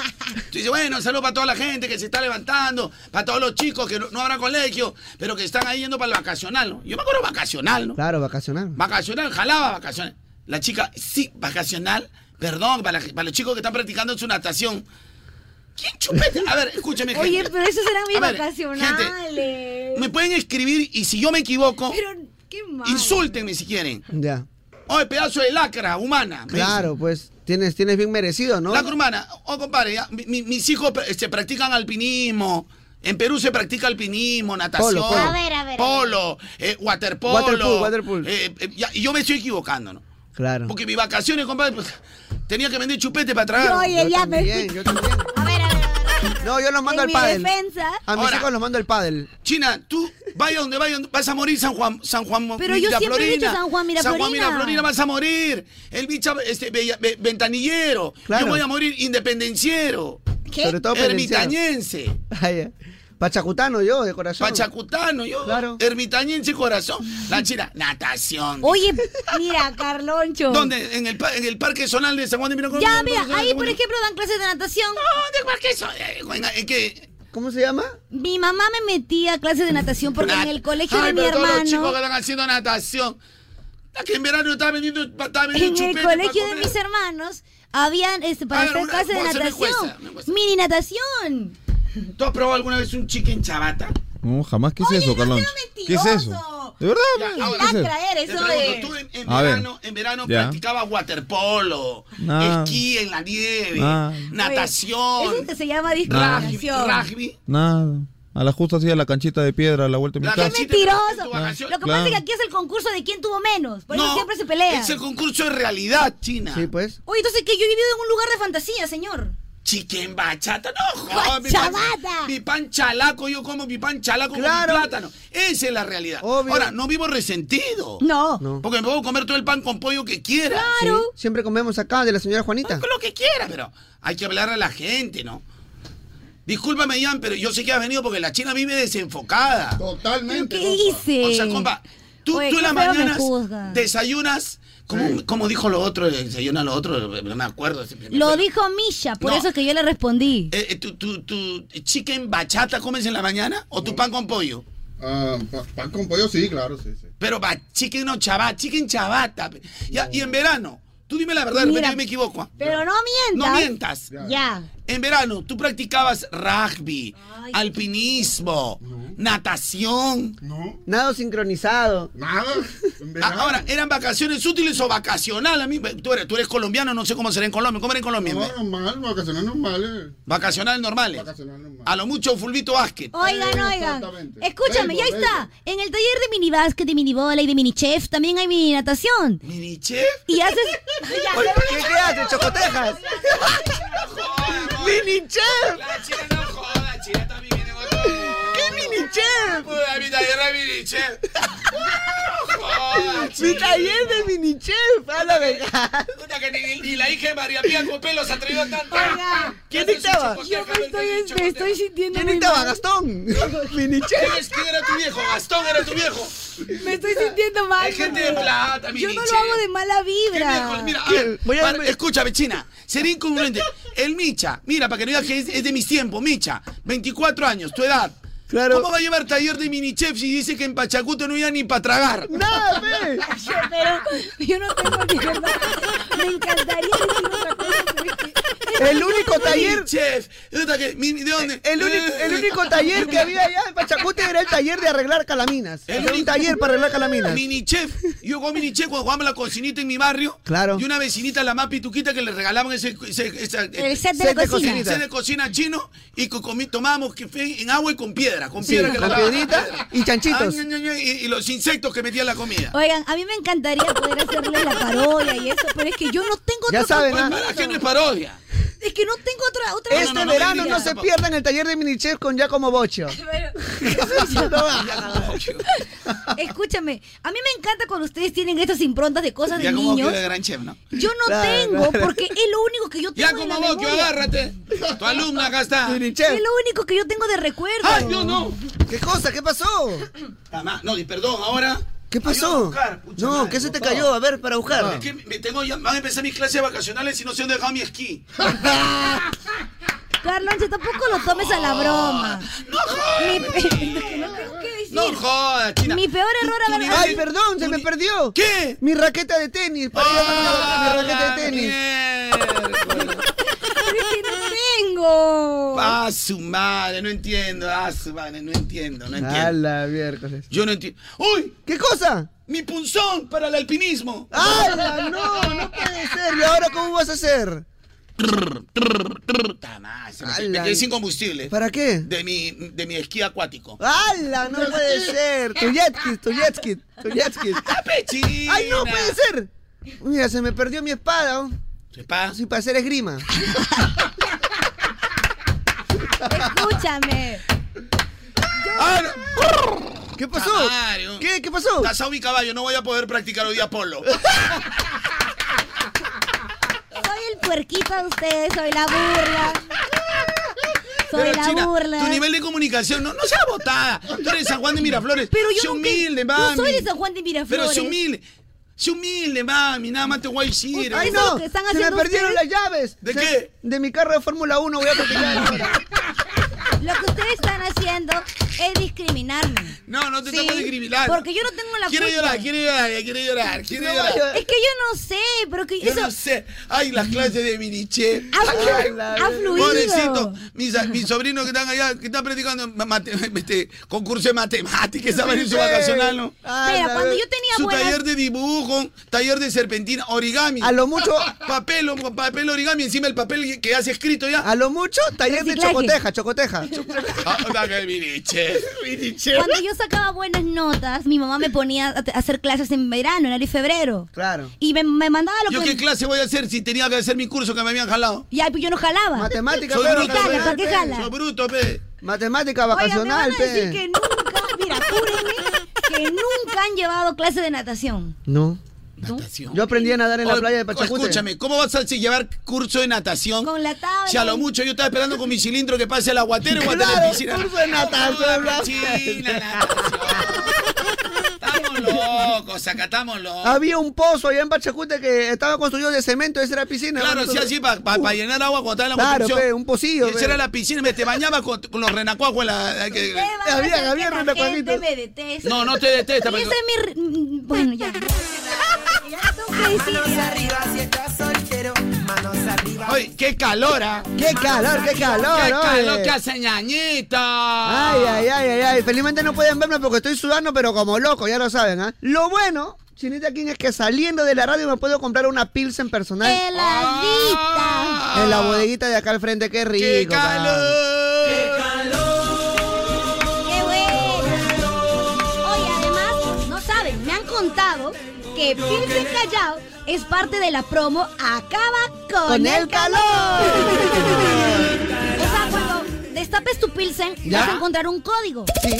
Speaker 9: Tú dices, bueno, saludo para toda la gente que se está levantando, para todos los chicos que no, no habrá colegio, pero que están ahí yendo para el vacacional. ¿no? Yo me acuerdo vacacional, ¿no?
Speaker 2: Claro, vacacional.
Speaker 9: Vacacional, jalaba vacacional. La chica, sí, vacacional. Perdón, para, la- para los chicos que están practicando su natación. ¿Quién chupete? A ver, escúchame.
Speaker 1: Oye,
Speaker 9: gente.
Speaker 1: pero esos eran mis
Speaker 9: A ver,
Speaker 1: vacacionales.
Speaker 9: Me pueden escribir y si yo me equivoco,
Speaker 1: Qué mal.
Speaker 9: insúltenme si quieren.
Speaker 2: Ya.
Speaker 9: Oye, pedazo de lacra humana. me
Speaker 2: Claro, pues, tienes, tienes bien merecido, ¿no?
Speaker 9: La Crumana, oh compadre, ya, mi- mi- mis hijos pra- este, practican alpinismo. En Perú se practica alpinismo, natación,
Speaker 2: Polo, polo. A ver, a ver, a ver.
Speaker 9: polo, eh, waterpolo.
Speaker 2: Waterpool, waterpool.
Speaker 9: eh, eh, ya, y yo me estoy equivocando, ¿no?
Speaker 2: Claro.
Speaker 9: Porque mis vacaciones, compadre, pues, tenía que vender chupete para tragar.
Speaker 1: Oye, ya me.
Speaker 2: No, yo los
Speaker 1: en
Speaker 2: mando al
Speaker 1: mi
Speaker 2: pádel.
Speaker 1: defensa.
Speaker 9: Ah,
Speaker 2: A mis hijos los mando al pádel.
Speaker 9: China, tú vaya donde vaya, vas a morir San Juan, San Juan
Speaker 1: Pero yo siempre he
Speaker 9: Miraflorina.
Speaker 1: dicho San Juan
Speaker 9: San Juan
Speaker 1: Miraflorina.
Speaker 9: Miraflorina vas a morir. El bicha este, bella- be- ventanillero.
Speaker 2: Claro.
Speaker 9: Yo voy a morir independenciero.
Speaker 2: ¿Qué? Sobre todo pendenciero.
Speaker 9: Ermitañense.
Speaker 2: Ah, ya. Pachacutano yo, de corazón.
Speaker 9: Pachacutano, yo. Ermitañense corazón. La china, natación.
Speaker 1: Oye, mira, Carloncho.
Speaker 9: ¿Dónde? En el, pa- en el Parque Zonal de San Juan de Miraflorina.
Speaker 1: Ya, mira, ahí por ejemplo dan clases de natación. No,
Speaker 9: de cualquier eso. ¿En qué?
Speaker 2: ¿Cómo se llama?
Speaker 1: Mi mamá me metía a clases de natación porque en el colegio
Speaker 9: Ay,
Speaker 1: de mi
Speaker 9: pero todos los chicos
Speaker 1: hermano.
Speaker 9: que están haciendo natación. La que en verano estaba vendiendo, estaba
Speaker 1: En
Speaker 9: vendiendo
Speaker 1: el
Speaker 9: chupete para
Speaker 1: colegio de
Speaker 9: comer.
Speaker 1: mis hermanos habían este, para
Speaker 9: A ver,
Speaker 1: hacer
Speaker 9: una-
Speaker 1: clases de
Speaker 9: voy a hacer mi
Speaker 1: natación.
Speaker 9: encuesta, mi
Speaker 1: Mini natación.
Speaker 9: ¿Tú has probado alguna vez un chicken chabata?
Speaker 8: No, jamás. ¿Qué es eso, Carlón? ¿Qué es eso? ¿De verdad?
Speaker 9: Ya,
Speaker 8: ¿Qué
Speaker 9: ahora,
Speaker 8: es eso?
Speaker 9: te pregunto,
Speaker 1: eso de-
Speaker 9: Tú en, en
Speaker 8: A ver.
Speaker 9: verano, en verano
Speaker 8: Ya.
Speaker 9: practicabas waterpolo,
Speaker 8: Nah.
Speaker 9: esquí en la nieve,
Speaker 8: Nah.
Speaker 9: natación.
Speaker 1: Eso se llama
Speaker 9: discriminación. Rugby.
Speaker 8: Nada. A la justa hacía la canchita de piedra a la vuelta de mi
Speaker 9: La
Speaker 8: casa.
Speaker 9: canchita-
Speaker 1: Mentiroso.
Speaker 9: Tu vacación.
Speaker 1: Lo que
Speaker 8: Ah, Claro.
Speaker 1: pasa es que aquí es el concurso de quién tuvo menos. Por
Speaker 9: No,
Speaker 1: eso siempre se pelea.
Speaker 9: Es el concurso de realidad, China.
Speaker 2: Sí, pues.
Speaker 1: Oye, entonces que yo he vivido en un lugar de fantasía, señor.
Speaker 9: Chicken bachata, no, joder, mi pan- Mi pan chalaco, yo como mi pan chalaco
Speaker 1: Claro.
Speaker 9: con mi plátano. Esa es la realidad. Ahora, no vivo resentido.
Speaker 1: No.
Speaker 9: Porque me puedo comer todo el pan con pollo que quiera.
Speaker 2: Sí, siempre comemos acá de la señora Juanita.
Speaker 9: lo que quiera, pero hay que hablar a la gente, ¿no? Discúlpame, Ian, pero yo sé que has venido porque la China vive desenfocada. Totalmente.
Speaker 1: ¿Qué hice?
Speaker 9: O sea, compa, tú,
Speaker 1: Oye,
Speaker 9: tú en
Speaker 1: qué
Speaker 9: las
Speaker 1: feo me
Speaker 9: mañanas
Speaker 1: juzga.
Speaker 9: desayunas, como, como dijo lo otro, desayuna lo otro, no me acuerdo. siempre me
Speaker 1: Lo
Speaker 9: acuerdo.
Speaker 1: dijo Misha, por
Speaker 9: No.
Speaker 1: eso es que yo le respondí.
Speaker 9: Eh, eh, tu, tu, tu chicken bachata comes en la mañana o tu pan con pollo? Ah, pan con pollo sí, claro, sí, sí. Pero ba- chicken no chabata, chicken chabata. pe. Ya, Y en verano, tú dime la verdad, de repente
Speaker 1: Mira,
Speaker 9: yo me equivoco. ¿ah?
Speaker 1: Pero no mientas.
Speaker 9: No mientas.
Speaker 1: Ya.
Speaker 9: En verano, tú practicabas rugby, alpinismo, natación.
Speaker 2: Nado sincronizado.
Speaker 9: Nada. Ah, Ahora, ¿eran vacaciones útiles o vacacional? A mí, tú eres, tú eres colombiano, no sé cómo será en Colombia. ¿Cómo era en Colombia?
Speaker 4: No, normal, vacaciones normales.
Speaker 9: Vacacional normales. A lo mucho fulbito básquet.
Speaker 1: Oigan, oigan. Escúchame, ya está. En el taller de mini básquet, de mini bola y de mini chef también hay mini natación.
Speaker 9: ¿Mini chef?
Speaker 1: Y haces.
Speaker 2: ¿Qué, qué haces, chocotejas? ¡Mini chef!
Speaker 9: La china no joda, china también viene con todo.
Speaker 2: ¡Qué mini chef!
Speaker 9: Pues, a mí también de Minichef.
Speaker 2: Mi taller de minichef, háblame.
Speaker 9: Puta que ni, ni la hija de María Pía Copelo se atrevió tanto.
Speaker 2: ¿Quién dictaba?
Speaker 9: Yo me estoy,
Speaker 2: me estoy sintiendo ¿Quién dictaba? Gastón.
Speaker 9: ¿Quién,
Speaker 2: minichef.
Speaker 9: es- quién era tu viejo? Gastón era tu viejo.
Speaker 14: Me estoy sintiendo mal.
Speaker 9: Hay gente de
Speaker 14: porque
Speaker 9: plata, mi
Speaker 14: Yo no lo
Speaker 9: Nietzsche.
Speaker 14: hago de mala
Speaker 9: ¿Qué viejo?
Speaker 14: vibra.
Speaker 9: Mira, a ver, para- escúchame, China. Sería incongruente. El Micha, mira, para que no digas que es, es de mis tiempos, Micha, 24 años, tu edad. Claro. ¿Cómo va a llevar taller de minichef si dice que en Pachacuto no iba ni para tragar?
Speaker 2: Nada, ve.
Speaker 14: Pero yo no tengo ni verdad. Me encantaría decir otra cosa.
Speaker 2: El único taller. Eh,
Speaker 9: Chef, ¿de dónde? Eh,
Speaker 2: El único, el único taller que había allá en Pachacute era el taller de arreglar calaminas. Era un taller para arreglar calaminas.
Speaker 9: Mini chef. eh, Yo con mini chef cuando jugábamos la cocinita en mi barrio.
Speaker 2: Claro.
Speaker 9: Y una vecinita, la más pituquita, que le regalaban ese, ese- esa-
Speaker 2: El set de la cocina.
Speaker 9: El set de cocina chino y co- comi- tomábamos que en agua y con piedra. Con
Speaker 2: Sí,
Speaker 9: piedra que
Speaker 2: con
Speaker 9: la-
Speaker 2: piedrita y chanchitos.
Speaker 9: Ay, ay, ay, y- y los insectos que metía la comida.
Speaker 1: Oigan, a mí me encantaría poder hacerle la parodia y eso, pero es que yo no tengo
Speaker 2: Ya
Speaker 1: otro
Speaker 2: saben,
Speaker 1: compromiso.
Speaker 2: ¿ah?
Speaker 9: ¿Qué no es parodia?
Speaker 1: Es que no tengo otra otra
Speaker 2: Este verano no, se pierdan el taller de minichef con Giacomo Bocho.
Speaker 1: Escúchame, a mí me encanta cuando ustedes tienen estas improntas de cosas
Speaker 9: ya
Speaker 1: de
Speaker 9: como
Speaker 1: niños.
Speaker 9: que de gran chef, ¿no?
Speaker 1: Yo no
Speaker 9: Claro,
Speaker 1: tengo,
Speaker 9: claro.
Speaker 1: porque es lo único que yo tengo
Speaker 9: Ya
Speaker 1: de
Speaker 9: como
Speaker 1: la
Speaker 9: vos, que
Speaker 1: memoria.
Speaker 9: agárrate. Tu alumna acá está.
Speaker 1: Es lo único que yo tengo de recuerdo.
Speaker 9: ¡Ay, yo no!
Speaker 2: ¿Qué cosa? ¿Qué pasó?
Speaker 9: Mamá, no, di perdón, ahora.
Speaker 2: ¿Qué pasó? No, ¿qué se te cayó? A ver, para buscar.
Speaker 9: Es que me tengo ya, van a empezar mis clases vacacionales y no sé dónde dejar mi esquí.
Speaker 1: Carlos, tampoco lo tomes a la broma.
Speaker 9: No jodas. No jodas, China.
Speaker 1: Mi peor error
Speaker 9: Tu- tu
Speaker 1: haber-
Speaker 9: nivel
Speaker 2: Ay,
Speaker 9: de-
Speaker 2: perdón, se me perdió.
Speaker 9: ¿Qué?
Speaker 2: Mi raqueta de tenis. para ir a
Speaker 9: Ah,
Speaker 2: marcar mi raqueta de tenis.
Speaker 1: tengo.
Speaker 9: Ah, su madre, no entiendo. Ah, su madre, no entiendo, no entiendo.
Speaker 2: A la miércoles.
Speaker 9: Yo no entiendo. ¡Uy!
Speaker 2: ¿Qué cosa?
Speaker 9: Mi punzón para el alpinismo.
Speaker 2: ¡Hala! No, no puede ser. ¿Y ahora cómo vas a hacer?
Speaker 9: Ah, se me- me quedé sin combustible.
Speaker 2: ¿Para qué?
Speaker 9: De mi, de mi esquí acuático.
Speaker 2: ¡Hala! No puede ser. Tu jet ski, tu jet ski, tu jet ski. ¡Ay, no puede ser! Mira, se me perdió mi espada. ¿oh?
Speaker 9: ¿Se pasa?
Speaker 2: Sí, para hacer esgrima.
Speaker 1: Escúchame.
Speaker 9: ¡Ah, no!
Speaker 2: ¿Qué pasó? ¿Qué? ¿Qué pasó?
Speaker 9: Casado mi caballo, no voy a poder practicar hoy día polo.
Speaker 1: Soy el puerquito de ustedes, soy la burla. Soy la
Speaker 9: China,
Speaker 1: burla.
Speaker 9: tu nivel de comunicación, no, no seas botada. Tú eres San Juan de Miraflores. Pero yo sé humilde,
Speaker 1: Yo
Speaker 9: mami.
Speaker 1: soy de San Juan de Miraflores.
Speaker 9: Pero sé humilde. Sé humilde, mami. Nada más te voy a decir.
Speaker 2: ¡Ay, no! Se me perdieron las llaves.
Speaker 9: ¿De
Speaker 2: Se-
Speaker 9: qué?
Speaker 2: De mi carro de Fórmula 1 voy a atropellar ahora.
Speaker 1: Lo que ustedes están haciendo es discriminarme.
Speaker 9: No, no te estamos discriminando.
Speaker 1: Porque yo no tengo la
Speaker 9: Quiere
Speaker 1: culpa.
Speaker 9: llorar, quiere llorar, ya quiere llorar, quiere llorar.
Speaker 1: Es que yo no sé, pero que
Speaker 9: Yo
Speaker 1: eso...
Speaker 9: no sé. Ay, las clases de miniche.
Speaker 1: Ha flu- ha fluido.
Speaker 9: Pobrecito, mis, mis sobrinos que están allá, que están practicando ma- mate- este, concurso de matemáticas, estaban en su
Speaker 2: Minichef.
Speaker 9: vacacional, ¿no?
Speaker 2: Ay, Mira, Ah, la cuando ver- yo tenía
Speaker 9: Su
Speaker 2: abuelas-
Speaker 9: taller de dibujo, taller de serpentina, origami.
Speaker 2: A lo mucho-
Speaker 9: Papel, o- papel origami, encima el papel que has escrito ya.
Speaker 2: A lo mucho, taller de
Speaker 9: Reciclaje.
Speaker 2: chocoteja, chocoteja.
Speaker 9: Ah, anda que minichef, minichef.
Speaker 1: Cuando yo sacaba buenas notas, mi mamá me ponía a t- a hacer clases en verano, en enero y febrero.
Speaker 2: Claro.
Speaker 1: Y me, me mandaba lo
Speaker 9: ¿Yo
Speaker 1: que...
Speaker 9: qué clase voy a hacer si tenía que hacer mi curso que me habían jalado?
Speaker 1: Ya, pues yo no jalaba.
Speaker 2: Matemática,
Speaker 9: Soy
Speaker 2: pero
Speaker 9: bruto,
Speaker 2: vacacional,
Speaker 9: pe.
Speaker 1: ¿para qué
Speaker 2: pe.
Speaker 1: jala?
Speaker 9: Soy bruto, pe.
Speaker 2: Matemática
Speaker 1: Oiga, me van
Speaker 2: vacacional,
Speaker 1: a decir
Speaker 2: pe.
Speaker 1: que nunca, mira, júrenme que nunca han llevado clase de natación.
Speaker 2: No.
Speaker 9: Natación.
Speaker 2: Yo aprendí a nadar en la
Speaker 9: Oye,
Speaker 2: playa de Pachacute.
Speaker 9: Escúchame, ¿cómo vas a llevar curso de natación? Con
Speaker 1: la tabla.
Speaker 9: Si a lo mucho yo estaba esperando con mi cilindro que pase el aguatero y
Speaker 2: Claro,
Speaker 9: guardar la piscina.
Speaker 2: curso de natación,
Speaker 9: Ah,
Speaker 2: bla.
Speaker 9: China, natación. Estamos locos, acá estamos locos.
Speaker 2: Había un pozo allá en Pachacute que estaba construido de cemento, esa era piscina.
Speaker 9: Claro,
Speaker 2: hermano.
Speaker 9: sí, así, para llenar agua cuando estaba en la
Speaker 2: Claro,
Speaker 9: construcción.
Speaker 2: pe, un pocillo,
Speaker 9: Y esa
Speaker 2: pe.
Speaker 9: era la piscina, me te bañaba con, con los renacuajos. en la- la que-
Speaker 1: Ustedes van a
Speaker 2: Habían,
Speaker 1: hacer
Speaker 2: habían
Speaker 1: que la
Speaker 2: renacuajitos.
Speaker 1: gente me deteste.
Speaker 9: No, no te detesta,
Speaker 1: Y
Speaker 9: pero-
Speaker 1: ese es mi... re- mm, Bueno, ya. Ya tengo que decir,
Speaker 10: Manos
Speaker 1: ya.
Speaker 10: arriba si estás soltero, manos arriba.
Speaker 9: Ay, qué calor, ah.
Speaker 2: ¡Qué calor, qué calor! eh.
Speaker 9: Qué calor
Speaker 2: oye!
Speaker 9: que hace ñañita.
Speaker 1: Ah,
Speaker 2: Ay, ay, ay, ay, ay. Felizmente no pueden verme porque estoy sudando, pero como loco, ya lo saben, ¿ah? Lo bueno, Chinita King, es que saliendo de la radio me puedo comprar una Pilsen personal
Speaker 1: Heladita.
Speaker 2: en la bodeguita de acá al frente. ¡Qué rico!
Speaker 9: ¡Qué
Speaker 2: pa.
Speaker 9: calor!
Speaker 1: ¡Qué buena! Oye, además, no saben, me han contado que Pilsen Callao es parte de la promo Acaba con,
Speaker 2: ¡Con el calor!
Speaker 1: O sea, cuando destapes tu Pilsen,
Speaker 2: ¿Ya?
Speaker 1: vas a encontrar un código.
Speaker 2: Sí.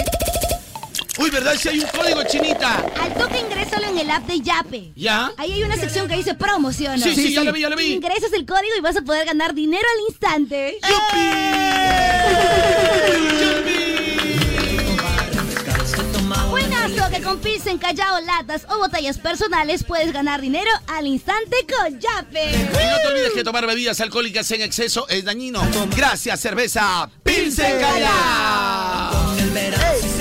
Speaker 12: Uy, ¿verdad? Si hay un código chinita.
Speaker 1: Al toque ingrésalo en el app de Yape.
Speaker 12: ¿Ya?
Speaker 1: Ahí hay una sección que dice promoción.
Speaker 12: Sí, sí, Sí, ya sí. la vi, ya la vi.
Speaker 1: Ingresas el código y vas a poder ganar dinero al instante. Buenazo que con Pilsen, Callao, latas o botellas personales puedes ganar dinero al instante con Yape.
Speaker 12: Y no te olvides que tomar bebidas alcohólicas en exceso es dañino. Gracias, cerveza Pilsen Callao.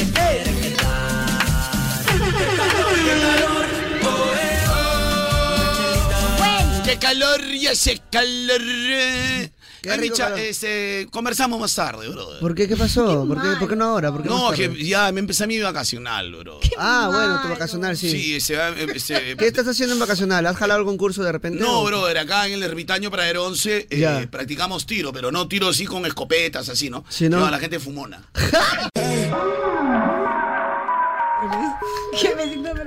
Speaker 12: ¡Qué calor! ¡Ya ese calor! Ay,
Speaker 2: rico
Speaker 12: Micha,
Speaker 2: calor.
Speaker 12: este, conversamos más tarde, brother.
Speaker 2: ¿Por qué? ¿Qué pasó? ¿Por qué, ¿por qué no ahora? ¿Por qué
Speaker 12: No,
Speaker 2: más tarde?
Speaker 12: que ya me empecé a mi vacacional, bro.
Speaker 2: Ah, bueno, tu vacacional, sí.
Speaker 12: Sí, se va. eh, se-
Speaker 2: ¿Qué estás haciendo en vacacional? ¿Has jalado algún curso de repente?
Speaker 12: No,
Speaker 2: o-
Speaker 12: brother, acá en el ermitaño para 11 eh,
Speaker 2: Ya.
Speaker 12: practicamos tiro, pero no tiro así con escopetas, así, ¿no?
Speaker 2: Sí, ¿no?
Speaker 12: a la gente fumona.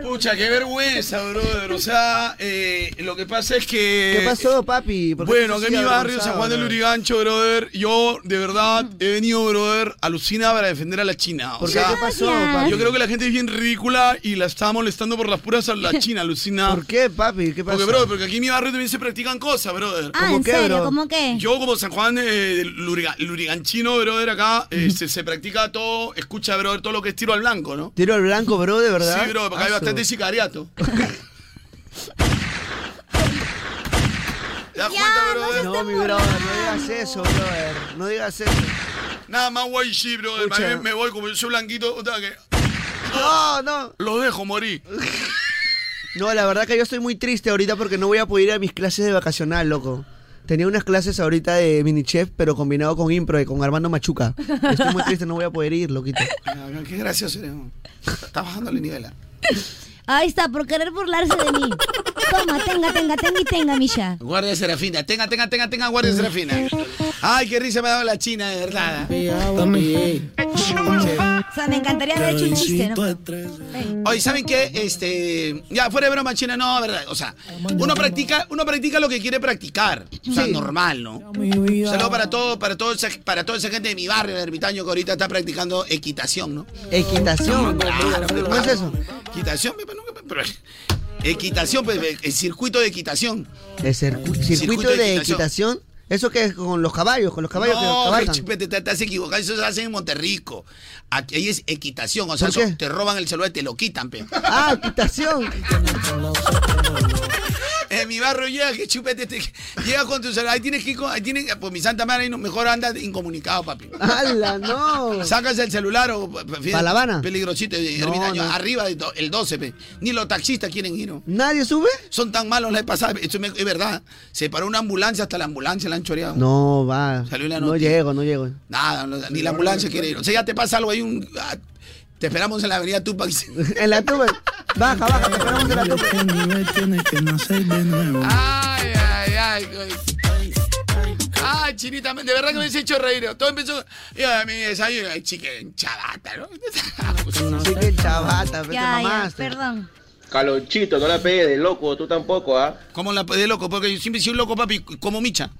Speaker 12: Pucha, qué vergüenza, brother. O sea, eh, lo que pasa es que.
Speaker 2: ¿Qué pasó, papi? ¿Por qué
Speaker 12: eh, Bueno,
Speaker 2: estás
Speaker 12: que en mi
Speaker 2: así
Speaker 12: barrio, San Juan del
Speaker 2: avergonzado, Mm.
Speaker 12: Urigancho, brother, yo de verdad he venido, brother, alucina para defender a la China. O
Speaker 2: ¿Por qué?
Speaker 12: sea,
Speaker 2: ¿Qué pasó, papi?
Speaker 12: Yo creo que la gente es bien ridícula y la está molestando por las puras a la China, alucina.
Speaker 2: ¿Por qué, papi? ¿Qué pasó?
Speaker 12: Porque, brother, porque aquí en mi barrio también se practican cosas, brother.
Speaker 2: Ah, ¿Cómo ¿en qué, serio? bro?
Speaker 1: ¿Cómo qué?
Speaker 12: Yo como San Juan eh, Luriga- Luriganchino, brother, acá eh, se, se practica todo, escucha, brother, todo lo que es tiro al blanco, ¿no?
Speaker 2: Tiro al blanco, bro, de verdad.
Speaker 12: Sí, bro, porque hay
Speaker 2: Ah, su-
Speaker 12: bastante sicariato. ¿Te das cuenta, brother?
Speaker 2: No, mi brother, no digas eso, brother. No digas eso.
Speaker 12: Nada más guay sí, brother.
Speaker 2: Escucha.
Speaker 12: Me, me voy como yo soy blanquito. puta que-
Speaker 2: No, no.
Speaker 12: Los dejo morir.
Speaker 2: No, la verdad que yo estoy muy triste ahorita porque no voy a poder ir a mis clases de vacacional, loco. Tenía unas clases ahorita de mini chef, pero combinado con impro y con Armando Machuca. Estoy muy triste, no voy a poder ir, loquito.
Speaker 12: Ah, Qué gracioso eres. ¿no? Está bajando el nivel. ¿ah?
Speaker 1: Ahí está, por querer burlarse de mí. Toma, tenga, tenga, tenga y tenga, Misha.
Speaker 12: Guardia Serafina. Tenga, tenga, tenga, tenga, Guardia Serafina. Ay, qué risa me ha dado la China, de verdad.
Speaker 1: O sea, me encantaría haber hecho un chiste, ¿no?
Speaker 12: Oye, ¿saben qué? Este, ya, fuera de broma, China, no, verdad. O sea,
Speaker 2: Ah,
Speaker 12: uno practica, uno practica lo que quiere practicar. O sea,
Speaker 2: Sí.
Speaker 12: normal, ¿no? Un Saludo para todo, para todo esa- para toda esa gente de mi barrio, de ermitaño, que ahorita está practicando equitación, ¿no?
Speaker 2: Equitación.
Speaker 12: Claro,
Speaker 2: ¿Cómo es eso?
Speaker 12: Equitación, pe, nunca, pe, pero- equitación, pe, pe, el circuito de equitación.
Speaker 2: De circu- circuito de equitación. ¿Eso qué es? Con los caballos, con los caballos que
Speaker 12: no,
Speaker 2: cabalgan.
Speaker 12: pe, te, te estás equivocando, eso se hace en Monterrico. Aquí ahí es equitación, o sea,
Speaker 2: ¿Por qué?
Speaker 12: son- te roban el celular y te lo quitan, pe.
Speaker 2: Ah, equitación.
Speaker 12: En mi barrio llega, que chupete, te, llega con tu celular, ahí tienes que ir con, ahí tienes, pues mi santa madre, ahí no- mejor anda incomunicado, papi.
Speaker 2: ¡Hala, no!
Speaker 12: Sacas el celular o...
Speaker 2: ¿Pa La Habana?
Speaker 12: Peligrosito, eh,
Speaker 2: No,
Speaker 12: ermitaño,
Speaker 2: no.
Speaker 12: arriba del do- el 12, pe. Ni los taxistas quieren ir, ¿no?
Speaker 2: ¿Nadie sube?
Speaker 12: Son tan malos la he pasado, esto me- es verdad. Se paró una ambulancia, hasta la ambulancia la han choreado.
Speaker 2: No, va.
Speaker 12: Salió la
Speaker 2: No
Speaker 12: noticia.
Speaker 2: llego, no llego.
Speaker 12: Nada, no- ni la ambulancia quiere ir. O sea, ya te pasa algo, hay un... ah, te esperamos en la avenida Tupac.
Speaker 2: En la tuba. Baja, baja, te esperamos en la tuba.
Speaker 12: Ay, ay, ay, güey. Ay, chinita, de verdad que me has hecho reír. Todo empezó. Y a mí desayuno, ay, chiquen, chavata, ¿no?
Speaker 2: Sí, que chavata,
Speaker 12: vete
Speaker 1: Ya, ya,
Speaker 2: este.
Speaker 1: perdón.
Speaker 9: Calonchito, no la pegues de loco, tú tampoco, ¿ah?
Speaker 12: ¿Cómo la de loco? Porque yo siempre soy un loco, papi, como micha.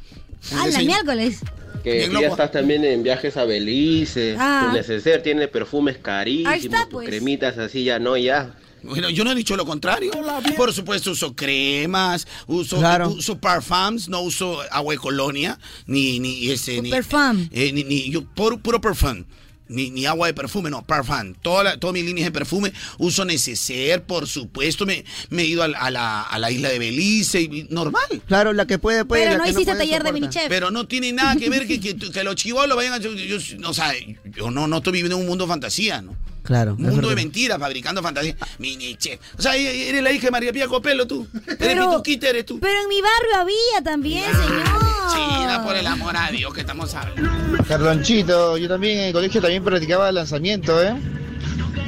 Speaker 1: Ah, la miércoles.
Speaker 9: Que
Speaker 12: Bien
Speaker 9: tú
Speaker 12: loco.
Speaker 9: ya estás también en viajes a Belice,
Speaker 1: Ah.
Speaker 9: tu neceser tiene perfumes carísimos,
Speaker 1: Ahí está,
Speaker 9: tus
Speaker 1: pues.
Speaker 9: cremitas así ya no, ya.
Speaker 12: Bueno, yo no he dicho lo contrario. Por supuesto, uso cremas, uso,
Speaker 9: Claro.
Speaker 12: uso parfums, no uso agua de colonia, ni, ni este, ese, ni,
Speaker 1: Perfum.
Speaker 12: eh, ni, ni- yo, puro, puro perfum. Ni, ni agua de perfume, no, parfum. Toda la- todas mis líneas de perfume uso neceser, por supuesto. Me, me he ido al- a, la, a la isla de Belice, y- normal.
Speaker 2: Claro, la que puede, puede.
Speaker 1: Pero
Speaker 2: la
Speaker 1: no
Speaker 2: que
Speaker 1: hiciste
Speaker 2: puede,
Speaker 1: taller de
Speaker 2: soporta.
Speaker 1: minichef.
Speaker 12: Pero no tiene nada que ver que, que, que los chivolos vayan a. Yo, yo- o sea, yo no, no estoy viviendo en un mundo de fantasía, ¿no?
Speaker 2: Claro. es
Speaker 12: Mundo de
Speaker 2: verdad.
Speaker 12: mentiras, fabricando fantasía. Mini chef. O sea, e, eres la hija de María Pía Copelo, tú. Eres mi tuquita, eres tú.
Speaker 1: Pero en mi barrio había también,
Speaker 12: China,
Speaker 1: señor.
Speaker 12: por el amor a Dios que estamos hablando.
Speaker 4: Carlonchito, yo también en el colegio también practicaba el lanzamiento, ¿eh?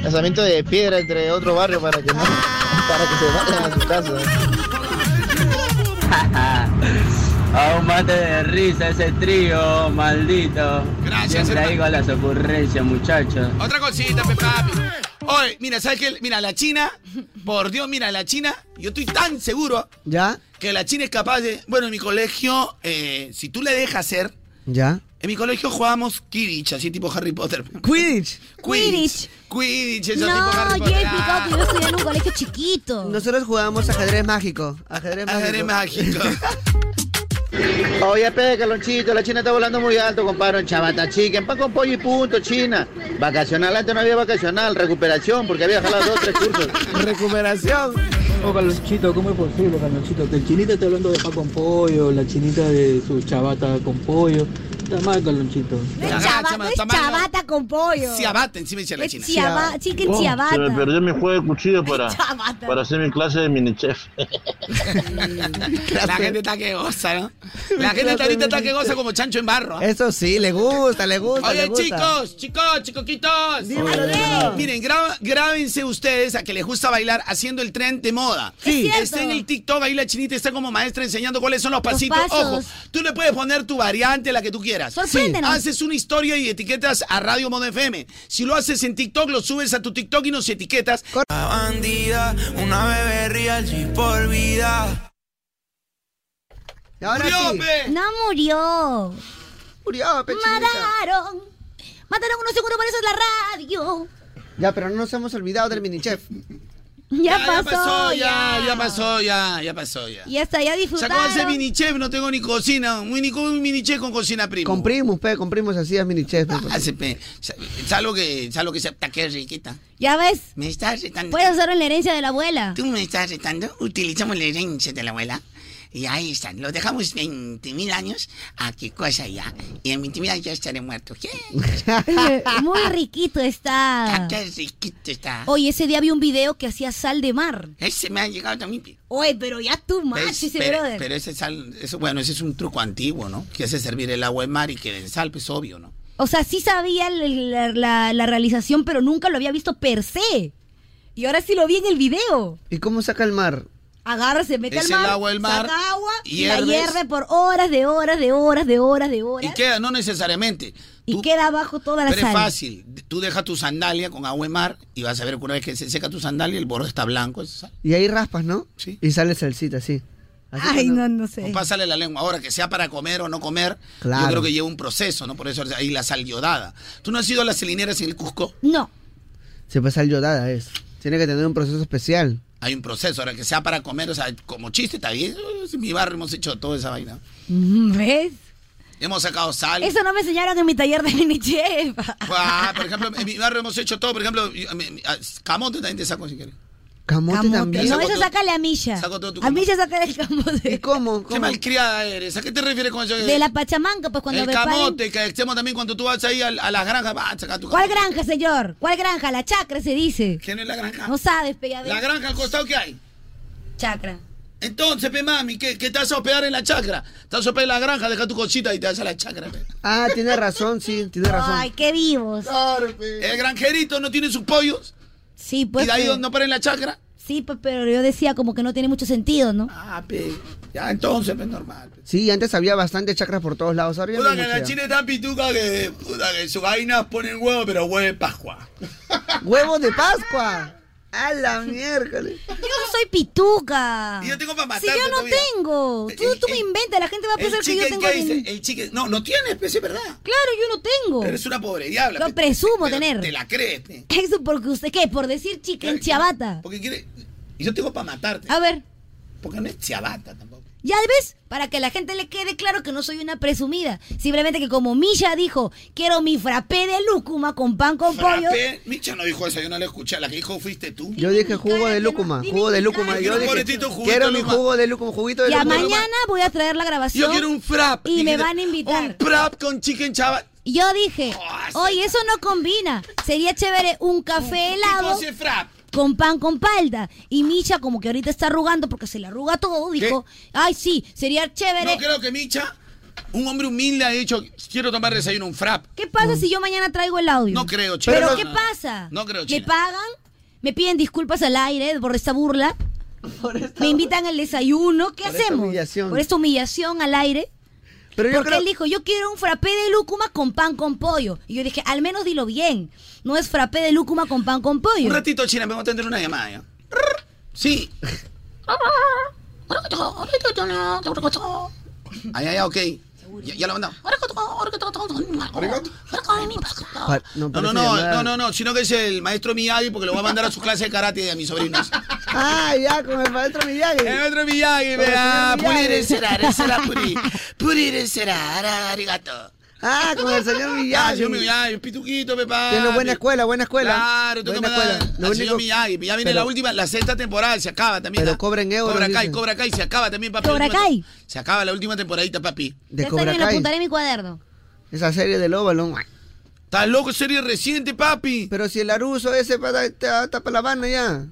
Speaker 4: Lanzamiento de piedra entre otro barrio para que no, para que se vayan a su casa.
Speaker 15: Aún mate de risa ese trío, maldito.
Speaker 12: Gracias, Siempre ahí
Speaker 15: con
Speaker 12: hermano.
Speaker 15: las ocurrencias, muchachos.
Speaker 12: Otra cosita, pe, papi. Oye, mira, ¿sabes qué? Mira, la China, por Dios, mira, la China, yo estoy tan seguro
Speaker 2: ¿Ya?
Speaker 12: que la China es capaz de. Bueno, en mi colegio, eh, si tú le dejas hacer,
Speaker 2: ¿Ya?
Speaker 9: En mi colegio jugábamos Quidditch, así tipo Harry Potter.
Speaker 2: ¿Quidditch?
Speaker 9: Quidditch. Quidditch, eso
Speaker 1: No,
Speaker 9: tipo Harry
Speaker 1: yo he
Speaker 9: Potter. Ah,
Speaker 1: explicado que yo estudié en un colegio chiquito.
Speaker 2: Nosotros jugábamos ajedrez mágico. Ajedrez mágico.
Speaker 9: Ajedrez mágico.
Speaker 16: Oye, pe, Calonchito, la China está volando muy alto, compadre. Chavata chicken, pan con pollo y punto, China. Vacacional, antes no había vacacional, recuperación, porque había jalado dos, tres cursos.
Speaker 2: Recuperación.
Speaker 17: Oh, Carlonchito, ¿cómo es posible, Carlonchito? Que el chinito esté hablando de pan con pollo, la chinita de su chavata con pollo. Está mal, Carlonchito.
Speaker 1: Chava- no es chabata con pollo.
Speaker 9: Ciabatta, encima dice la
Speaker 1: Es
Speaker 9: china.
Speaker 1: ciaba- sí, que es
Speaker 18: Oh, Se me
Speaker 1: ciabatta.
Speaker 18: perdió mi juego de cuchillo para,
Speaker 1: Chabata.
Speaker 18: para hacer mi clase de mini chef.
Speaker 9: La gente está que goza, ¿no? La gente está ahorita está que goza como chancho en barro. ¿ah?
Speaker 2: Eso sí, le gusta, le gusta. le
Speaker 9: Oye,
Speaker 2: gusta.
Speaker 9: chicos, chicos, chicoquitos.
Speaker 2: Dímelo, dímelo.
Speaker 9: Miren, gra- grábense ustedes a que les gusta bailar haciendo el tren de moda.
Speaker 2: Sí. Es cierto.
Speaker 9: Está en el TikTok, ahí la chinita está como maestra enseñando cuáles son los pasitos.
Speaker 1: pasos.
Speaker 9: Ojo, tú le puedes poner tu variante, la que tú quieras.
Speaker 1: Sorpréndenos.
Speaker 9: Sí. Haces una historia y etiquetas a Radio Moda FM. Si lo haces en TikTok, lo subes a tu TikTok y nos etiquetas.
Speaker 11: bandida, una bebé real, sí, por vida.
Speaker 2: Ahora
Speaker 9: Murió,
Speaker 2: sí.
Speaker 1: No murió.
Speaker 2: Murió,
Speaker 1: Mataron. Mataron unos segundos por eso es la radio.
Speaker 2: Ya, pero no nos hemos olvidado del mini chef.
Speaker 1: Ya,
Speaker 9: Ah,
Speaker 1: pasó,
Speaker 9: ya, ya pasó, ya, ya pasó, ya.
Speaker 1: Ya está, ya
Speaker 9: O sea,
Speaker 1: disfrutaron.
Speaker 9: ¿cómo hace mini chef? No tengo ni cocina. Un mini, un mini chef con cocina primo.
Speaker 2: Con primos, pe, con primos hacías mini chef. pe.
Speaker 9: Hace pe- sa- Salvo que, salvo que sepa que es riquita.
Speaker 1: Ya ves.
Speaker 9: Me estás retando.
Speaker 1: Puedes usar la herencia de la abuela.
Speaker 9: Tú me estás retando. Utilizamos la herencia de la abuela. Y ahí están. Los dejamos 20.000 años. ¿A qué cosa ya? Y en 20.000 años ya estaré muerto. ¿Qué?
Speaker 1: Muy riquito está.
Speaker 9: Qué riquito está.
Speaker 1: Oye, ese día vi un video que hacía sal de mar.
Speaker 9: Ese me ha llegado también. pi.
Speaker 1: Oye, pero ya tú más, ese
Speaker 9: pero,
Speaker 1: brother.
Speaker 9: pero ese sal, eso, bueno, ese es un truco antiguo, ¿no? Que hace servir el agua en mar y que den sal, pues obvio, ¿no?
Speaker 1: O sea, sí sabía el- la, la- la realización, pero nunca lo había visto per se. Y ahora sí lo vi en el video.
Speaker 2: ¿Y cómo saca el mar?
Speaker 1: Agarra, se mete
Speaker 9: Es
Speaker 1: al mar,
Speaker 9: el agua del mar,
Speaker 1: saca agua y la
Speaker 9: hierves.
Speaker 1: hierve por horas de horas de horas de horas de horas.
Speaker 9: Y queda, no necesariamente.
Speaker 1: Y queda abajo toda la
Speaker 9: Pero es
Speaker 1: sal.
Speaker 9: fácil. Tú dejas tu sandalia con agua en mar y vas a ver que una vez que se seca tu sandalia, el borde está blanco. es sal.
Speaker 2: Y ahí raspas, ¿no? Sí. Y sale salsita, sí. Así
Speaker 1: Ay,
Speaker 2: cuando-
Speaker 1: no, no sé.
Speaker 9: O pásale la lengua. Ahora, que sea para comer o no comer,
Speaker 2: Claro.
Speaker 9: yo creo que lleva un proceso, ¿no? Por eso ahí la sal yodada. ¿Tú no has ido a las salineras en el Cusco?
Speaker 1: No.
Speaker 2: Se puede salir yodada, es. Tiene que tener un proceso especial.
Speaker 9: Hay un proceso. Ahora, que sea para comer, o sea, como chiste, está bien. En mi barrio hemos hecho toda esa vaina.
Speaker 1: Mm, ¿Ves?
Speaker 9: Hemos sacado sal.
Speaker 1: Eso no me enseñaron en mi taller de mini chef.
Speaker 9: Ah, por ejemplo, en mi barrio hemos hecho todo. Por ejemplo, yo- a mí- a- camote también te saco si quieres.
Speaker 2: Camote, también.
Speaker 1: No,
Speaker 9: Saco
Speaker 1: eso
Speaker 9: tu-
Speaker 1: sácale a Milla.
Speaker 9: saco todo tu
Speaker 1: A Milla sácale el camote.
Speaker 9: eh,
Speaker 1: ¿Y
Speaker 2: cómo?
Speaker 9: Qué malcriada eres. ¿A qué te refieres con eso?
Speaker 1: De la pachamanca, pues cuando
Speaker 9: el
Speaker 1: preparan-
Speaker 9: camote que hacemos también cuando tú vas ahí a, a las granjas, vas a sacar tu
Speaker 1: ¿Cuál
Speaker 9: camote.
Speaker 1: granja, señor? ¿Cuál granja? La chacra se dice.
Speaker 9: ¿Qué no es la granja?
Speaker 1: No sabes, pega
Speaker 9: ¿La granja al costado qué hay?
Speaker 1: Chacra.
Speaker 9: Entonces, pe mami, ¿qué, qué te vas a hospedar en la chacra? Te vas a hospedar en la granja, deja tu cosita y te vas a la chacra. pe.
Speaker 2: Ah, tiene razón, sí, tiene razón.
Speaker 1: Ay, qué vivos.
Speaker 9: El granjerito no tiene sus pollos.
Speaker 1: Sí, pues.
Speaker 9: ¿Y de ahí
Speaker 1: pero-
Speaker 9: no para en la chacra?
Speaker 1: Sí, pues, pero yo decía como que no tiene mucho sentido, ¿no?
Speaker 9: Ah, pe. Ya, entonces, es normal.
Speaker 2: Sí, antes había bastante chakras por todos lados. Ahora ya no
Speaker 9: Puta
Speaker 2: hay
Speaker 9: que la
Speaker 2: mucho ya.
Speaker 9: china está pituca que, puta que sus gallinas ponen huevo, pero huevo de Pascua.
Speaker 1: Ah,
Speaker 2: ¡Huevos de Pascua! ¡A la miércoles!
Speaker 1: Yo no soy pituca.
Speaker 9: Y yo tengo para
Speaker 1: Si
Speaker 9: matarte
Speaker 1: yo no
Speaker 9: todavía. Eh,
Speaker 1: tengo. Tú, tú me inventas, la gente va a
Speaker 9: El
Speaker 1: pensar pues que yo
Speaker 9: chicken
Speaker 1: tengo.
Speaker 9: que dice,
Speaker 1: algo-
Speaker 9: el chicken, no, no tienes, pe, sí, es verdad.
Speaker 1: Claro, yo no tengo.
Speaker 9: Pero es una pobre diabla.
Speaker 1: Lo
Speaker 9: pe.
Speaker 1: presumo
Speaker 9: Pero
Speaker 1: tener.
Speaker 9: Te la crees, pe.
Speaker 1: Eso porque usted, ¿qué? Por decir chicken chabata.
Speaker 9: Porque quiere. Y yo tengo para matarte.
Speaker 1: A ver,
Speaker 9: Porque no es chiabata tampoco.
Speaker 1: ya ves, para que la gente le quede claro que no soy una presumida. Simplemente que como Milla dijo, quiero mi frappé de lúcuma con pan con pollo.
Speaker 9: Frappé, Micha no dijo eso, yo no la escuché. La que dijo fuiste tú.
Speaker 2: Yo dije jugo de lúcuma, jugo de lúcuma. Yo
Speaker 9: Quiero un
Speaker 2: dije,
Speaker 9: boletito, juguito
Speaker 2: quiero
Speaker 9: de
Speaker 2: mi
Speaker 9: lúcuma.
Speaker 2: jugo de lúcuma, juguito de
Speaker 1: Ya
Speaker 2: lúcuma.
Speaker 1: mañana voy a traer la grabación.
Speaker 9: Yo quiero un frap.
Speaker 1: Y me
Speaker 9: Dijiste,
Speaker 1: van a invitar.
Speaker 9: Un frap con chicken chava.
Speaker 1: Y Yo dije,
Speaker 9: Oh,
Speaker 1: oye, eso no combina. Sería chévere un café helado
Speaker 9: Entonces, frap.
Speaker 1: con pan con palda. Y Micha, como que ahorita está arrugando porque se le arruga todo, dijo, ay, sí, sería chévere.
Speaker 9: No creo que Micha, un hombre humilde, ha dicho, quiero tomar desayuno un frap.
Speaker 1: ¿Qué pasa si yo mañana traigo el audio?
Speaker 9: Mm. No creo, China.
Speaker 1: ¿Pero
Speaker 9: No,
Speaker 1: qué
Speaker 9: no, no.
Speaker 1: pasa?
Speaker 9: No creo,
Speaker 1: ¿Me
Speaker 9: China.
Speaker 1: pagan? ¿Me piden disculpas al aire por esta burla? ¿Me invitan al desayuno? ¿Qué
Speaker 2: Por esta
Speaker 1: hacemos?
Speaker 2: humillación.
Speaker 1: Por esta humillación al aire.
Speaker 2: Pero yo
Speaker 1: Porque
Speaker 2: creo-
Speaker 1: él dijo, yo quiero un frappé de lúcuma con pan con pollo. Y yo dije, al menos dilo bien. No es frappé de lúcuma con pan con pollo.
Speaker 9: Un ratito, China, me voy a atender una llamada. ya. Sí. Ay, ay, ok. Ya, ya lo mandó.
Speaker 2: Pa-
Speaker 9: No,
Speaker 2: no,
Speaker 9: no,
Speaker 2: parece
Speaker 9: no,
Speaker 2: llamada.
Speaker 9: no, no, no, sino que es el maestro Miyagi porque lo va a mandar a su clase de karate a mis sobrinos.
Speaker 2: Ah, ya, con el maestro Miyagi.
Speaker 9: El ah, maestro Miyagi, vea, purire será, será puri, purire será, ara, arigato.
Speaker 2: Ah, con el señor Miyagi.
Speaker 9: Ah, señor Miyagi, pituquito, papá.
Speaker 2: Tiene buena escuela, buena escuela.
Speaker 9: Claro, tú
Speaker 2: buena
Speaker 9: que me das.
Speaker 2: escuela. Lo
Speaker 9: Al señor
Speaker 2: único-
Speaker 9: Miyagi, ya viene
Speaker 2: pero-
Speaker 9: la última, la sexta temporada, se acaba también.
Speaker 2: Pero
Speaker 9: ah.
Speaker 2: cobra en euros,
Speaker 9: Cobra Kai,
Speaker 2: dicen.
Speaker 9: Cobra Kai, se acaba también, papi.
Speaker 1: Cobra
Speaker 9: Última-
Speaker 1: Kai.
Speaker 9: Se acaba la última temporadita, papi.
Speaker 1: Ya
Speaker 2: De
Speaker 1: está
Speaker 2: Cobra
Speaker 1: bien, lo
Speaker 2: Kai.
Speaker 1: apuntaré en mi cuaderno.
Speaker 2: Esa serie del óvalo.
Speaker 9: Estás loco, serie reciente, papi.
Speaker 2: Pero si el aruso ese para, está, está para la mano ya.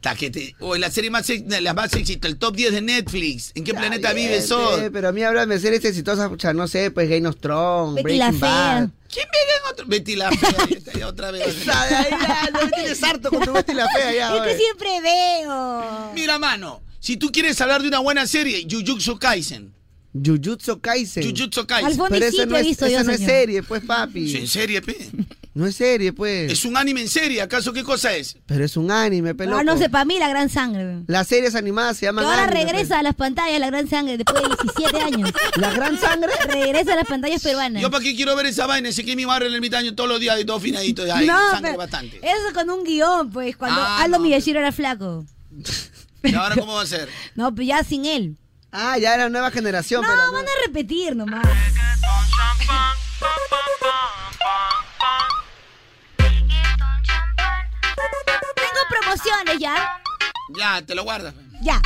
Speaker 9: Ta que te- oh, la serie más, ex- la más exitosa, el top 10 de Netflix. ¿En qué planeta
Speaker 2: Bien,
Speaker 9: vives, Sol?
Speaker 2: pe, Pero a mí háblame de series exitosas, pucha, no sé, pues Game of Thrones,
Speaker 9: Betty la
Speaker 2: Breaking Bad.
Speaker 9: ¿Quién viene en otro? Betty la fea, ahí está, ya otra vez.
Speaker 2: Esa de ahí, ya, ya me tienes harto con tu Betty la fea ya. oye.
Speaker 1: siempre veo.
Speaker 9: Mira, mano, si tú quieres hablar de una buena serie, Jujutsu Kaisen.
Speaker 2: Jujutsu Kaisen.
Speaker 9: Jujutsu Kaisen. Al
Speaker 2: Pero
Speaker 9: bondicito
Speaker 2: esa no
Speaker 9: he
Speaker 2: es,
Speaker 9: visto
Speaker 2: esa
Speaker 9: yo,
Speaker 2: no es
Speaker 9: señor.
Speaker 2: serie, pues, papi.
Speaker 9: Sí, en serie, pe.
Speaker 2: No es serie, pues.
Speaker 9: Es un anime en serie, ¿acaso qué cosa es?
Speaker 2: Pero es un anime,
Speaker 1: Ah,
Speaker 2: pelo.
Speaker 1: no sé, para mí la gran sangre. weón.
Speaker 2: Las series animadas se
Speaker 1: Que
Speaker 2: llaman
Speaker 1: ahora
Speaker 2: anime, pe.
Speaker 1: regresa a las pantallas la gran sangre después de 17 años.
Speaker 2: ¿La gran sangre?
Speaker 1: Regresa a las pantallas peruanas.
Speaker 9: Yo para qué quiero ver esa vaina, sé que mi madre en el ermitaño todos los días y todo finadito, ya,
Speaker 1: No,
Speaker 9: sangre
Speaker 1: pero
Speaker 9: bastante.
Speaker 2: eh.
Speaker 1: Eso con un guión, pues, cuando
Speaker 9: Ah,
Speaker 1: Aldo Miyashiro era flaco.
Speaker 9: ¿Y ahora cómo va a ser?
Speaker 1: No, pues ya sin él.
Speaker 2: Ah, ya era nueva generación.
Speaker 1: No,
Speaker 2: pero
Speaker 1: van a repetir nomás. Tengo promociones ya.
Speaker 9: Ya, te lo guardas. pe.
Speaker 1: Ya.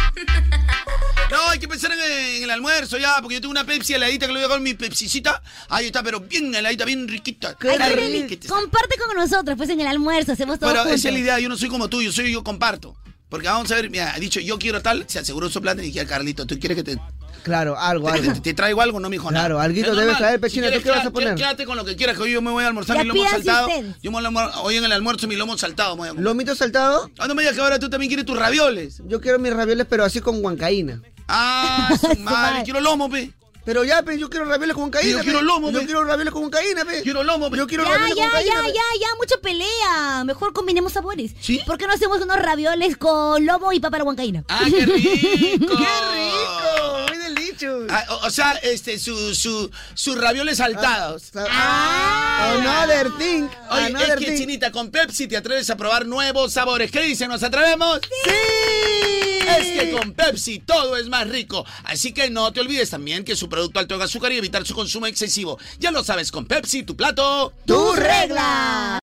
Speaker 9: No, hay que pensar en, en el almuerzo ya, porque yo tengo una Pepsi heladita que lo voy a con mi Pepsicita. Ahí está, pero bien heladita, bien riquita.
Speaker 1: Ay,
Speaker 9: Está
Speaker 1: qué
Speaker 9: riquita.
Speaker 1: rico. Comparte con nosotros, pues en el almuerzo hacemos todo
Speaker 9: Pero
Speaker 1: juntos.
Speaker 9: esa es la idea, yo no soy como tú, yo soy yo comparto. Porque vamos a ver, mira, ha dicho yo quiero tal, se aseguró su plata y dije, "Ah, Carlito, ¿tú quieres que te,
Speaker 2: Claro, algo,
Speaker 9: te,
Speaker 2: algo.
Speaker 9: te- te traigo algo? No me dijo nada.
Speaker 2: Claro,
Speaker 9: Es
Speaker 2: alguito
Speaker 9: normal.
Speaker 2: debes traer, Pechina,
Speaker 9: quieres,
Speaker 2: ¿tú qué vas a
Speaker 9: quédate-
Speaker 2: poner?
Speaker 9: Quédate con lo que quieras, que hoy yo me voy a almorzar
Speaker 2: Ya
Speaker 9: mi lomo
Speaker 2: pídanse
Speaker 9: saltado.
Speaker 2: ustedes.
Speaker 9: Yo me lo almor- hoy en el almuerzo mi lomo saltado. me voy a comer.
Speaker 2: ¿Lomito saltado?
Speaker 9: Ah, no me digas que ahora tú también quieres tus ravioles.
Speaker 2: Yo quiero mis ravioles, pero así con huancaína.
Speaker 9: Ah, su madre, quiero lomo, pe.
Speaker 2: Pero ya, pe, yo quiero ravioles con huancaína.
Speaker 9: Yo
Speaker 2: pe.
Speaker 9: quiero lomo,
Speaker 2: Yo
Speaker 9: pe.
Speaker 2: quiero ravioles con huancaína, pe.
Speaker 9: Quiero lomo, pe.
Speaker 2: Yo quiero
Speaker 1: Ya,
Speaker 2: ravioles con
Speaker 1: ya,
Speaker 2: huancaína.
Speaker 1: ya,
Speaker 2: pe.
Speaker 1: ya, ya, mucha pelea. Mejor combinemos sabores.
Speaker 9: ¿Sí?
Speaker 1: ¿Por qué no hacemos unos ravioles con lomo y papa a la huancaína?
Speaker 9: ¡Ah, qué rico!
Speaker 2: ¡Qué rico! ¡Muy delicio!
Speaker 9: Ah, o, o sea, este, su, su, sus ravioles saltados.
Speaker 2: Ah, another thing.
Speaker 9: Oye, es
Speaker 2: another
Speaker 9: que,
Speaker 2: thing.
Speaker 9: Chinita, con Pepsi te atreves a probar nuevos sabores. ¿Qué dicen? ¿Nos atrevemos? ¡Sí! Es que con Pepsi todo es más rico. Así que no te olvides también que su producto alto en azúcar y evitar su consumo excesivo. Ya lo sabes, con Pepsi, tu plato...
Speaker 2: ¡Tu regla!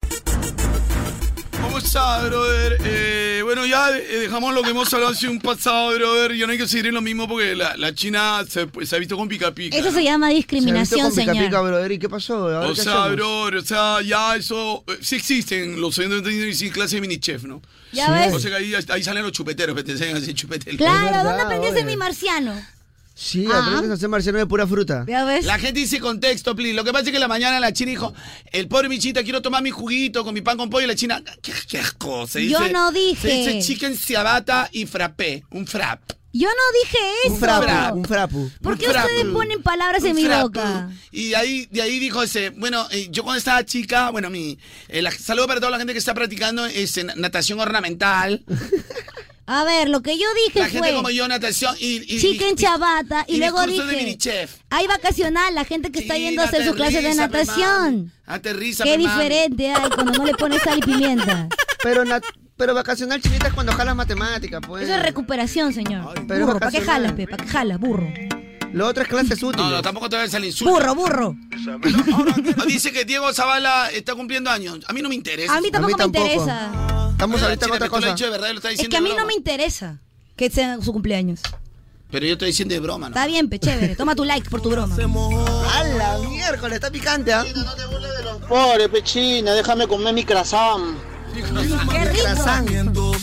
Speaker 19: ¿Cómo está, brother? Eh, bueno, ya eh, dejamos lo que hemos hablado hace un pasado, brother. Ya no hay que seguir en lo mismo porque la, la China se, pues, se ha visto con pica pica.
Speaker 1: Eso se llama discriminación,
Speaker 2: Se ha visto con
Speaker 1: señor.
Speaker 2: pica, brother. ¿Y qué pasó? ¿Ahora
Speaker 19: O
Speaker 2: qué
Speaker 19: sea,
Speaker 2: hacemos?
Speaker 19: brother, o sea, ya eso. eh, Sí existen los oyentes de Disney sin clase de mini chef, ¿no?
Speaker 1: Ya ves.
Speaker 19: O sea, que ahí, ahí salen los chupeteros, que te enseñan a hacer chupete.
Speaker 1: Claro, ¿dónde aprendiste mi marciano?
Speaker 2: Sí,
Speaker 1: Ah.
Speaker 2: aprendes a hacer marciano de pura fruta.
Speaker 1: Ya ves.
Speaker 9: La gente dice contexto, please. Lo que pasa es que la mañana la china dijo, el pobre michita, quiero tomar mi juguito con mi pan con pollo. Y la china, qué, qué asco. Se
Speaker 1: Yo
Speaker 9: dice-
Speaker 1: no dije.
Speaker 9: Se dice chicken ciabatta y frappé. Un frap.
Speaker 1: Yo no dije eso.
Speaker 2: Un frapu, un frapu.
Speaker 1: ¿Por
Speaker 9: Un
Speaker 1: qué ustedes
Speaker 9: frapu.
Speaker 1: ponen palabras en
Speaker 9: Un
Speaker 1: mi
Speaker 9: frapu.
Speaker 1: boca?
Speaker 9: Y de ahí, de ahí dijo ese, bueno, eh, yo cuando estaba chica, bueno, mi eh, la- saludo para toda la gente que está practicando este, na- natación ornamental.
Speaker 1: A ver, lo que yo dije
Speaker 9: La
Speaker 1: fue
Speaker 9: gente como yo, natación y... y
Speaker 1: chicken chabata y,
Speaker 9: y mis
Speaker 1: luego
Speaker 9: cursos de mini
Speaker 1: dije,
Speaker 9: chef.
Speaker 1: hay vacacional, la gente que está yendo a hacer sus clases de
Speaker 9: aterriza, pe,
Speaker 1: natación.
Speaker 9: mami. Aterriza, pe,
Speaker 1: Qué
Speaker 9: mami.
Speaker 1: diferente hay cuando no le pones sal y pimienta.
Speaker 2: Pero, na- pero vacacional chinita es cuando jalas matemática, pues.
Speaker 1: Eso es recuperación, señor.
Speaker 2: pero
Speaker 1: burro, ¿para qué
Speaker 2: vacacional.
Speaker 1: jalas, pe? ¿Para qué jalas, burro?
Speaker 2: Lo otro es clases útiles.
Speaker 9: No, no, tampoco te voy a salir insulto.
Speaker 1: Burro, burro.
Speaker 9: Dice que Diego Zavala está cumpliendo años. A mí no me interesa.
Speaker 1: A mí tampoco, me interesa.
Speaker 2: Estamos
Speaker 9: Mira,
Speaker 2: ahorita
Speaker 9: China,
Speaker 2: con otra
Speaker 9: que tú lo has
Speaker 2: cosa.
Speaker 9: dicho de verdad y lo estás
Speaker 1: Es
Speaker 9: diciendo
Speaker 1: que a mí
Speaker 9: de
Speaker 1: no
Speaker 9: broma.
Speaker 1: me interesa que sea su cumpleaños.
Speaker 9: Pero yo estoy diciendo de broma, ¿no?
Speaker 1: Está bien, pe, chévere. Toma tu like por tu broma.
Speaker 2: ¡A la miércoles! Está picante, ¿ah?
Speaker 20: Pobre pechina, déjame comer mi crasam.
Speaker 1: ¡Qué
Speaker 2: rico!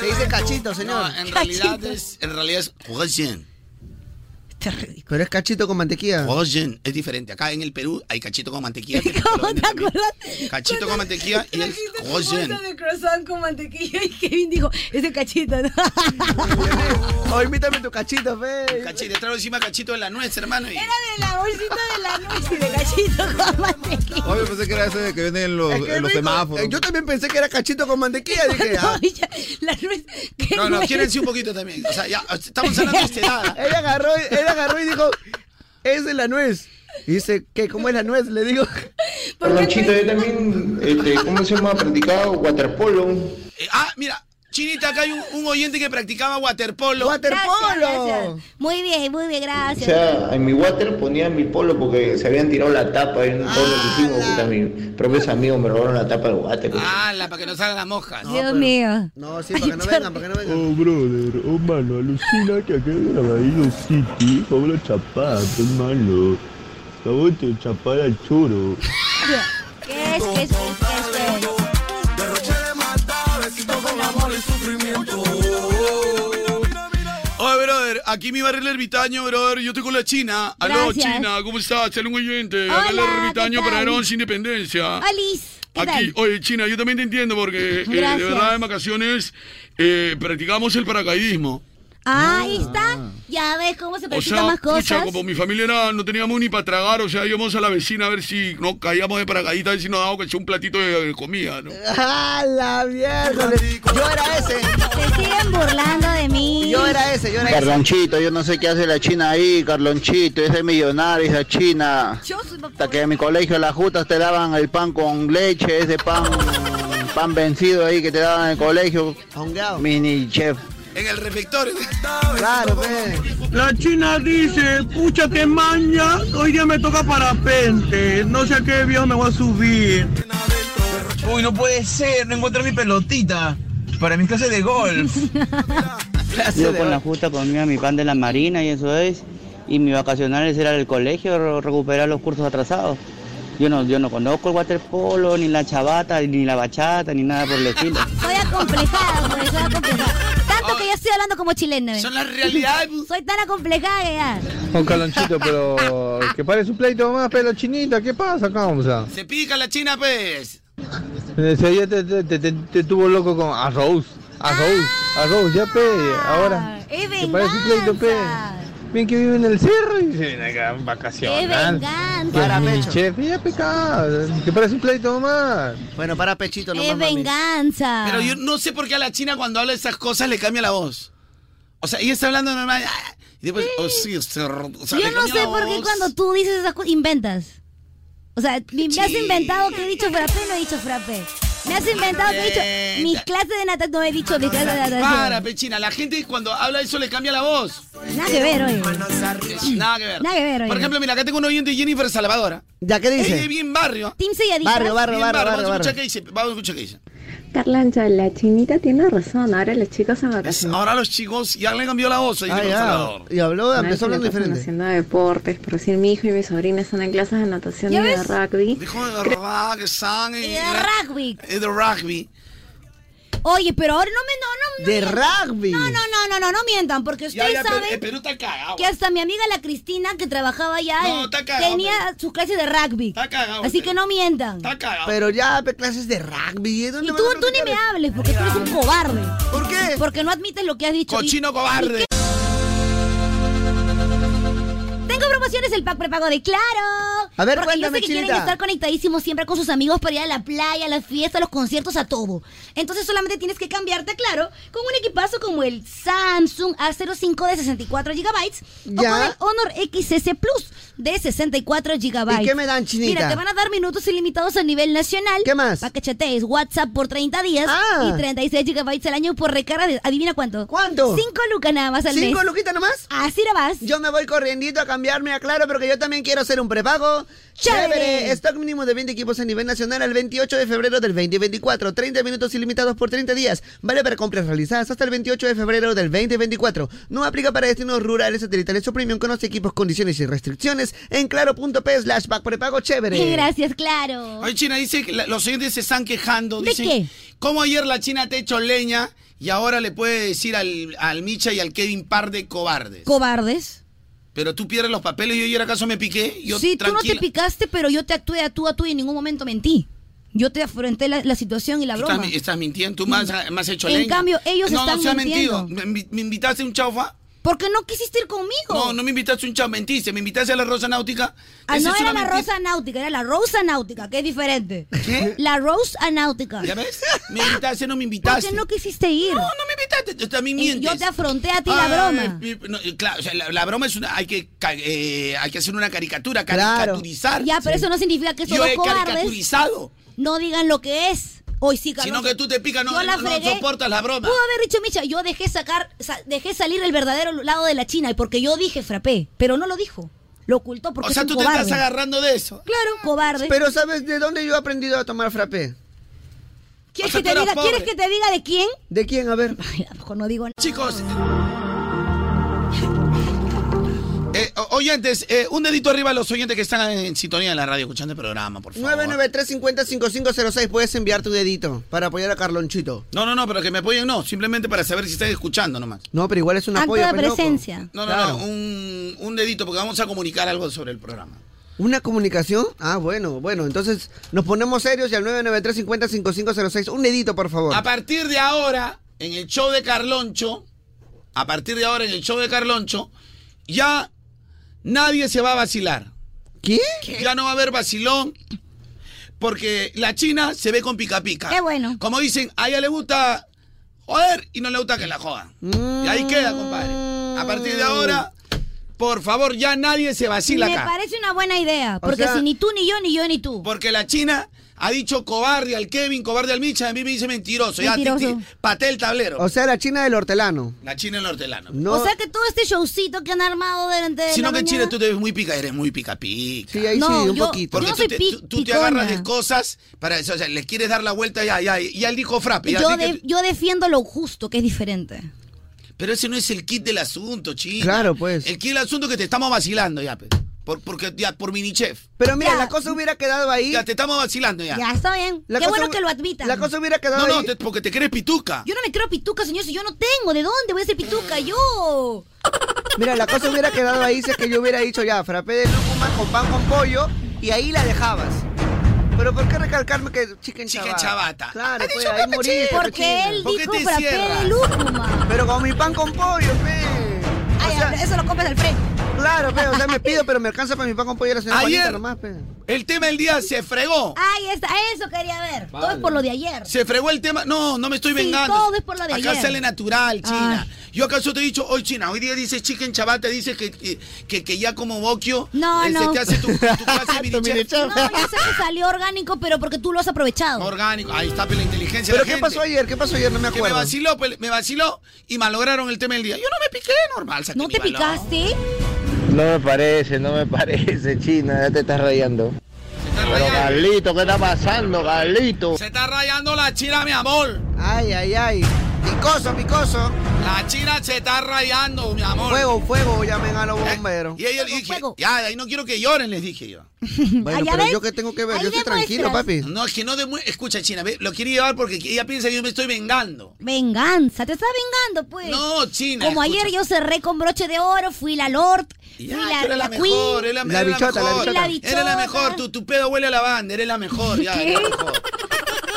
Speaker 2: Se dice cachito, señor.
Speaker 9: No, eh. en realidad es. En realidad es. Gojen.
Speaker 2: Pero es cachito con
Speaker 1: Ah.
Speaker 2: mantequilla.
Speaker 9: Gojen. Es diferente. Acá en el Perú hay cachito con mantequilla. que lo venden también. Cachito con mantequilla y es gojen.
Speaker 14: de croissant con mantequilla y Kevin dijo, ese cachito. ¿no?"
Speaker 2: Oh, invítame tu cachito, fe.
Speaker 9: Cachito, te traigo encima cachito de la nuez, hermano. y-
Speaker 14: de la bolsita de la nuez y de cachito con mantequilla.
Speaker 8: Oye, pensé que era ese que viene en los,
Speaker 2: Es que
Speaker 8: en los
Speaker 2: rico.
Speaker 8: semáforos.
Speaker 2: Eh, Yo también pensé que era cachito con mantequilla. Dije, ah.
Speaker 14: La nuez.
Speaker 9: No, no, quiérense un poquito este también. O sea, ya estamos hablando de esta edad.
Speaker 2: Él agarró, él agarró y dijo, es de la nuez. Y dice, ¿qué? ¿Cómo es la nuez? Le digo.
Speaker 9: Lonchito, yo también, este, ¿cómo se llama? Practicado waterpolo.
Speaker 12: Eh, ah, mira, Chinita, acá hay un, un oyente que practicaba waterpolo.
Speaker 1: Gracias, gracias. Muy bien, muy bien,
Speaker 9: O
Speaker 1: gracias.
Speaker 9: sea, en mi water ponía mi polo porque se habían tirado la tapa en un polo
Speaker 1: Ah,
Speaker 9: que hicimos. Puta, mis propios amigos me robaron la tapa del water. pues.
Speaker 1: Ah.
Speaker 12: Hala, para que no salgan las moscas.
Speaker 1: Dios mío.
Speaker 2: No, sí, para que no vengan, para que no vengan.
Speaker 21: Oh, brother, oh, mano, alucina que acá en Grabadillo City, Pablo Chapá, qué malo. Acabo de chapar al choro.
Speaker 1: ¿Qué es? ¿Qué es? ¿Qué es? ¿Qué es?
Speaker 22: Oye, brother, aquí mi barril ermitaño, brother. Yo estoy con la China. Aló,
Speaker 1: Gracias.
Speaker 22: China, ¿cómo estás? Sale un oyente.
Speaker 1: Hola,
Speaker 22: Acá el ermitaño
Speaker 1: ¿qué tal?
Speaker 22: para Herodes Independencia.
Speaker 1: Alice, ¿qué
Speaker 22: Aquí,
Speaker 1: tal?
Speaker 22: oye, China, yo también te entiendo porque eh, de
Speaker 1: Gracias.
Speaker 22: verdad en vacaciones eh, practicamos el paracaidismo.
Speaker 1: Ah, ahí está. Ya ves cómo se
Speaker 22: O
Speaker 1: practican
Speaker 22: sea,
Speaker 1: más
Speaker 22: pucha,
Speaker 1: cosas.
Speaker 22: como mi familia era- no teníamos ni para tragar, o sea, íbamos a la vecina a ver si no caíamos de paracaídas, a ver si nos daba que sea un platito de, de comida, ¿no?
Speaker 2: ¡Ah, la mierda! Le- Yo era ese.
Speaker 1: Se siguen burlando de mí.
Speaker 2: Yo era ese, yo era ese.
Speaker 23: Carlonchito, yo no sé qué hace la China ahí, Carlonchito, es de millonarios la China.
Speaker 1: Yo soy papá.
Speaker 23: Hasta que en mi colegio las justas te daban el pan con leche, ese pan, pan vencido ahí que te daban en el colegio. Mini chef.
Speaker 12: En el reflectorio.
Speaker 2: Claro, ve.
Speaker 4: La china dice, pucha que maña, hoy día me toca parapente, no sé a qué avión me voy a subir. Uy, no puede ser, no encuentro mi pelotita para mis clases de golf.
Speaker 24: Yo con la justa comía mi pan de la marina y eso es. Y mis vacacionales era el colegio, ro- recuperar los cursos atrasados. Yo no, yo no conozco el waterpolo, ni la chabata, ni la bachata, ni nada por el estilo.
Speaker 1: Soy acomplejada, pues, soy acomplejada. Tanto que ya estoy hablando como chilena. ¿ves?
Speaker 12: Son las realidades.
Speaker 1: Soy tan acomplejada que ya.
Speaker 4: Con Calonchito, pero que pare su pleito más, pelo chinita, ¿qué pasa, causa?
Speaker 12: Se pica la China, pues.
Speaker 4: Ese día te, te, te- te- te tuvo loco con arroz, arroz, arroz, ya pe, ahora.
Speaker 1: Es
Speaker 4: Que pare su pleito, pe. Bien que vive en el cerro y se viene acá en
Speaker 1: Es
Speaker 4: vacaciones.
Speaker 1: venganza.
Speaker 4: Para pecho. Chef, ya pecado, que parece un pleito más.
Speaker 2: Bueno, para pechito nomás.
Speaker 1: Es
Speaker 2: mami.
Speaker 1: venganza.
Speaker 12: Pero yo no sé por qué a la China cuando habla de esas cosas le cambia la voz. O sea, ella está hablando normal. ah, Y después, oh sí, se- o sea, le
Speaker 1: Yo no
Speaker 12: cambia
Speaker 1: sé
Speaker 12: la
Speaker 1: por qué
Speaker 12: voz.
Speaker 1: cuando tú dices esas cosas, inventas. O sea, me me has
Speaker 12: Sí.
Speaker 1: inventado que he dicho frappé, no he dicho frappé. Me has inventado que he dicho mis clases de natación, no he dicho mis clases de natación.
Speaker 12: Para, Pechina, la gente cuando habla eso le cambia la voz.
Speaker 1: Nada que ver, oye.
Speaker 12: Nada que ver.
Speaker 1: Nada que ver, oye.
Speaker 12: Por ejemplo, mira, acá tengo un oyente Jennifer Salvadora.
Speaker 2: ¿Ya qué
Speaker 12: Ella es
Speaker 2: dice?
Speaker 12: bien barrio.
Speaker 1: Team Selladita.
Speaker 2: Barrio, barrio,
Speaker 12: Bien
Speaker 2: barrio,
Speaker 12: Vamos
Speaker 2: barrio,
Speaker 12: a
Speaker 2: barrio.
Speaker 12: escuchar qué dice. Vamos a escuchar qué dice.
Speaker 25: Carlancha, la chinita tiene razón. Ahora los chicos se vacacionan.
Speaker 12: Ahora los chicos ya le cambió la voz. a Jennifer Salvador.
Speaker 2: Y habló,
Speaker 25: Ahora
Speaker 2: empezó
Speaker 25: se la
Speaker 2: hablando
Speaker 25: pasan
Speaker 2: diferente.
Speaker 25: haciendo deportes, por decir, mi hijo y mi sobrina están en clases de natación y
Speaker 1: ¿Ya
Speaker 25: de
Speaker 1: ves?
Speaker 25: rugby.
Speaker 12: Dijo de rock, sang y
Speaker 1: De rugby.
Speaker 12: y de rugby.
Speaker 1: Oye, pero ahora no me. No, no, no
Speaker 2: De
Speaker 1: mientan.
Speaker 2: rugby.
Speaker 1: No, no, no, no, no, no mientan, porque
Speaker 12: Ya,
Speaker 1: ustedes
Speaker 12: ya, pero, eh,
Speaker 1: saben
Speaker 12: Perú está cagado.
Speaker 1: que hasta mi amiga la Cristina, que trabajaba allá, eh,
Speaker 12: No, está cagado,
Speaker 1: tenía sus clases de rugby.
Speaker 12: cagado,
Speaker 1: Así que no mientan.
Speaker 12: Está cagado.
Speaker 2: Pero ya, pe, clases de rugby. ¿eh? ¿Dónde
Speaker 1: Y tú,
Speaker 2: van a
Speaker 1: tú ni me
Speaker 2: practicar?
Speaker 1: hables, porque tú eres un cobarde.
Speaker 2: ¿Por qué?
Speaker 1: Porque no admites lo que has dicho.
Speaker 12: Cochino
Speaker 1: ¿Y-
Speaker 12: cobarde.
Speaker 1: y qué? Tengo promociones el pack prepago de Claro.
Speaker 2: A ver,
Speaker 1: Porque yo sé
Speaker 2: cuéntame,
Speaker 1: que quieren
Speaker 2: Chinita.
Speaker 1: estar conectadísimos siempre con sus amigos para ir a la playa, a las fiestas, a los conciertos, a todo. Entonces solamente tienes que cambiarte, a claro, con un equipazo como el Samsung A05 de 64 GB o
Speaker 2: Ya.
Speaker 1: con el Honor XS Plus de 64 GB.
Speaker 2: ¿Y qué me dan, Chinita?
Speaker 1: Mira, te van a dar minutos ilimitados a nivel nacional. ¿Qué
Speaker 2: más?
Speaker 1: Para que chatees WhatsApp por 30 días
Speaker 2: Ah.
Speaker 1: y 36 GB al año por recarga de... ¿Adivina cuánto?
Speaker 2: ¿Cuánto?
Speaker 1: 5 lucas nada más al mes.
Speaker 2: ¿Cinco luquitas nomás?
Speaker 1: Así la vas.
Speaker 2: Yo me voy corriendito a cambiarme a Claro porque yo también quiero hacer un prepago.
Speaker 1: Chévere.
Speaker 2: ¡Chévere! Stock mínimo de 20 equipos a nivel nacional al 28 de febrero del 2024. 30 minutos ilimitados por 30 días. Vale para compras realizadas hasta el 28 de febrero del 2024. No aplica para destinos rurales, satelitales o premium. Conoce equipos, condiciones y restricciones en claro.p slash back prepago chévere.
Speaker 1: Gracias, claro.
Speaker 12: Oye, China, dice que la- los oyentes se están quejando.
Speaker 1: ¿De
Speaker 12: Dicen,
Speaker 1: qué?
Speaker 12: ¿Cómo ayer la China te echó leña y ahora le puede decir al, al Micha y al Kevin par de cobardes?
Speaker 1: Cobardes.
Speaker 12: Pero tú pierdes los papeles y ayer acaso me piqué. Yo,
Speaker 1: sí, tú no te
Speaker 12: tranquila.
Speaker 1: picaste, pero yo te actué a tú a tú y en ningún momento mentí. Yo te afronté la, la situación y la
Speaker 12: Tú
Speaker 1: broma.
Speaker 12: Estás,
Speaker 25: Mm.
Speaker 12: mi- estás mintiendo, tú me has, me has hecho
Speaker 1: En
Speaker 12: leña.
Speaker 1: cambio, ellos
Speaker 12: no,
Speaker 1: están
Speaker 12: no se ha
Speaker 1: mintiendo.
Speaker 12: mentido. ¿Me, invi- me invitaste a un chaufa?
Speaker 1: Porque no quisiste ir conmigo.
Speaker 9: No, no me invitaste a un chavo, mentiste. Me invitaste a la Rosa Náutica.
Speaker 1: Ah,
Speaker 9: Esa
Speaker 1: no
Speaker 9: es
Speaker 1: era
Speaker 9: una
Speaker 1: la
Speaker 9: mentira.
Speaker 1: rosa náutica, era la rosa náutica, que es diferente. La rosa náutica.
Speaker 9: ¿Ya ves? Me invitaste, no me
Speaker 1: ¿Por
Speaker 9: invitaste.
Speaker 1: qué no quisiste ir? No, no
Speaker 9: me invitaste, tú también
Speaker 1: mientes. Yo te afronté a ti
Speaker 9: Ay,
Speaker 1: la broma.
Speaker 9: pi- no, eh, claro, o sea, la, la broma es una. Hay que, ca- eh, hay que hacer una caricatura,
Speaker 1: Claro.
Speaker 9: caricaturizar.
Speaker 1: Ya, pero eso no significa que son
Speaker 9: Yo
Speaker 1: dos
Speaker 9: he
Speaker 1: cobardes.
Speaker 9: caricaturizado.
Speaker 1: No digan lo que es. Hoy sí, Carlos.
Speaker 9: Sino que tú te picas, no,
Speaker 1: Yo la
Speaker 9: no- no
Speaker 1: fregué.
Speaker 9: soportas la broma.
Speaker 1: Pudo haber dicho Micha, yo dejé sacar, sa- dejé salir el verdadero lado de la China, y porque yo dije frappé, pero no lo dijo. Lo ocultó porque
Speaker 9: O sea,
Speaker 1: es un
Speaker 9: tú
Speaker 1: cobarde.
Speaker 9: te estás agarrando de eso.
Speaker 1: Claro, un cobarde.
Speaker 2: Pero ¿sabes de dónde yo he aprendido a tomar frappé?
Speaker 1: ¿Quieres, que
Speaker 2: o sea, tú
Speaker 1: te
Speaker 2: eras
Speaker 1: diga, ¿Quieres
Speaker 2: pobre.
Speaker 1: que te diga de quién?
Speaker 2: ¿De quién? A ver.
Speaker 1: Mejor no digo nada.
Speaker 9: Chicos. Eh, o- oyentes, eh, un dedito arriba a los oyentes que están en sintonía de la radio escuchando el programa, por favor.
Speaker 2: 993-50-5506 puedes enviar tu dedito para apoyar a Carlonchito.
Speaker 9: No, no, no, pero que me apoyen, no. Simplemente para saber si están escuchando nomás.
Speaker 2: No, pero igual es un
Speaker 9: Acto
Speaker 2: apoyo.
Speaker 9: de
Speaker 2: pues, loco.
Speaker 9: presencia. No, no,
Speaker 2: Claro.
Speaker 9: no. Un, un dedito, porque vamos a comunicar algo sobre el programa.
Speaker 2: ¿Una comunicación? Ah, bueno, bueno. Entonces nos ponemos serios y al 993-50-5506. Un dedito, por favor.
Speaker 1: Ah,
Speaker 9: A partir de ahora, en el show de Carloncho, a partir de ahora en el show de Carloncho, ya nadie se va a vacilar.
Speaker 2: ¿Qué?
Speaker 9: Ya no va a haber vacilón. Porque la China se ve con pica pica. Qué
Speaker 1: bueno.
Speaker 9: Como dicen, a ella le gusta joder y no le gusta que la jodan. Y ahí queda, compadre. A partir de ahora, por favor, ya nadie se vacila
Speaker 1: Me
Speaker 9: acá.
Speaker 1: parece una buena idea, porque
Speaker 9: sea-
Speaker 1: si ni tú, ni yo, ni yo, ni tú.
Speaker 9: Porque la China ha dicho cobarde al Kevin, cobarde al Micha, a mí me dice mentiroso. Ya,
Speaker 1: Mentiroso.
Speaker 9: ti- ti- pateé el tablero.
Speaker 2: O sea, la China del hortelano.
Speaker 9: La China el hortelano.
Speaker 1: O sea que todo este showcito que han armado durante
Speaker 9: Sino
Speaker 1: la
Speaker 9: que en
Speaker 1: mañana-
Speaker 9: Chile tú te ves muy pica, eres muy pica pica.
Speaker 2: Sí,
Speaker 1: ahí No, sí, un yo- poquito.
Speaker 9: Porque
Speaker 1: yo
Speaker 9: tú,
Speaker 1: soy
Speaker 9: te,
Speaker 1: pi-
Speaker 9: tú- tú te
Speaker 1: picona.
Speaker 9: agarras de cosas para eso, o sea, les quieres dar la vuelta ya, ya, ya él dijo frappe. ya,
Speaker 1: yo,
Speaker 9: así que-
Speaker 1: de- yo defiendo lo justo, que es diferente.
Speaker 9: Pero ese no es el kit del asunto, China.
Speaker 2: Claro, pues.
Speaker 9: El kit del asunto que te estamos vacilando ya, pe. Por, porque ya, por mini chef.
Speaker 2: Pero mira, la cosa hubiera quedado ahí.
Speaker 9: Ya, te estamos vacilando ya.
Speaker 1: Ya está bien.
Speaker 9: La
Speaker 1: Qué
Speaker 9: cosa
Speaker 1: bueno
Speaker 9: hu-
Speaker 1: que lo admitan.
Speaker 2: la cosa hubiera
Speaker 9: No, no, te- porque te crees pituca.
Speaker 1: Yo no me creo pituca, señor, si yo no tengo. ¿De dónde voy a ser pituca? Yo.
Speaker 2: Mira, la cosa hubiera quedado ahí si es que yo hubiera dicho ya, frappé de lúcuma con pan con pollo y ahí la dejabas. Pero ¿por qué recalcarme que chicken chabata?
Speaker 9: Chicken chabata.
Speaker 2: Claro,
Speaker 9: Ha
Speaker 2: pues,
Speaker 9: dicho
Speaker 2: ahí
Speaker 9: frappé
Speaker 2: morí.
Speaker 9: chévere.
Speaker 2: pues,
Speaker 9: Porque
Speaker 2: china.
Speaker 9: él ¿Por qué dijo te frappé de cierras? lúcuma.
Speaker 2: Pero con mi pan con pollo, pues. pe.
Speaker 1: Ay, eso lo compras al frente.
Speaker 2: Claro, pe, o sea, me pido, pero me alcanza para mi pan con pollo y la señora
Speaker 9: Ayer.
Speaker 2: Juanita nomás, pe.
Speaker 9: El tema del día se fregó.
Speaker 1: Ay, está, eso quería ver. Todo es por lo de ayer.
Speaker 9: Se fregó el tema. No, no me estoy
Speaker 1: Sí,
Speaker 9: vengando.
Speaker 1: todo es por lo de
Speaker 9: Acá
Speaker 1: ayer.
Speaker 9: sale natural, China. Yo acaso te he dicho, hoy China, hoy día dices chicken chabata, dices que, que, que- que ya como bocchio
Speaker 1: No,
Speaker 9: eh, se
Speaker 1: no.
Speaker 9: te hace tu, tu clase de mini chef.
Speaker 1: No, yo sé que salió orgánico, pero porque tú lo has aprovechado.
Speaker 9: Orgánico. Ahí está pues, la inteligencia
Speaker 2: ¿Pero
Speaker 9: de
Speaker 2: qué
Speaker 9: la gente.
Speaker 2: pasó ayer? ¿Qué pasó ayer? No me
Speaker 9: Que me
Speaker 2: acuerdo.
Speaker 9: vaciló, pues, me vaciló y malograron el tema del día. Yo no me piqué, normal. saqué
Speaker 1: ¿No
Speaker 9: mi
Speaker 1: te
Speaker 9: balón.
Speaker 1: picaste?
Speaker 20: No me parece, no me parece, China, ya te estás rayando. Pero Carlito, ¿qué está pasando, Carlito?
Speaker 9: Se está rayando la China, mi amor.
Speaker 2: Ay, ay, ay. Picoso, picoso.
Speaker 9: La China se está rayando, mi amor.
Speaker 2: Fuego, fuego, llamen a los bomberos.
Speaker 9: Y ellos le dije, ya, de ahí no quiero que lloren, les dije yo.
Speaker 2: Bueno, pero yo qué tengo que ver, yo estoy tranquilo, papi.
Speaker 9: No, es que no demue- Escucha, China, ve, lo quiere llevar porque ella piensa que yo me estoy vengando.
Speaker 1: Venganza, te está vengando, pues.
Speaker 9: No, China.
Speaker 1: Como
Speaker 9: escucha.
Speaker 1: ayer yo cerré con broche de oro, fui la Lord, fui
Speaker 9: Ya,
Speaker 1: la,
Speaker 9: tú eres la,
Speaker 1: la Queen.
Speaker 9: mejor, eres la,
Speaker 2: La
Speaker 9: eres
Speaker 2: bichota, la
Speaker 9: mejor.
Speaker 2: bichota. La
Speaker 9: Eres la
Speaker 1: bichota.
Speaker 9: mejor, tu, tu pedo huele a lavanda, eres la mejor, ya, eres la mejor.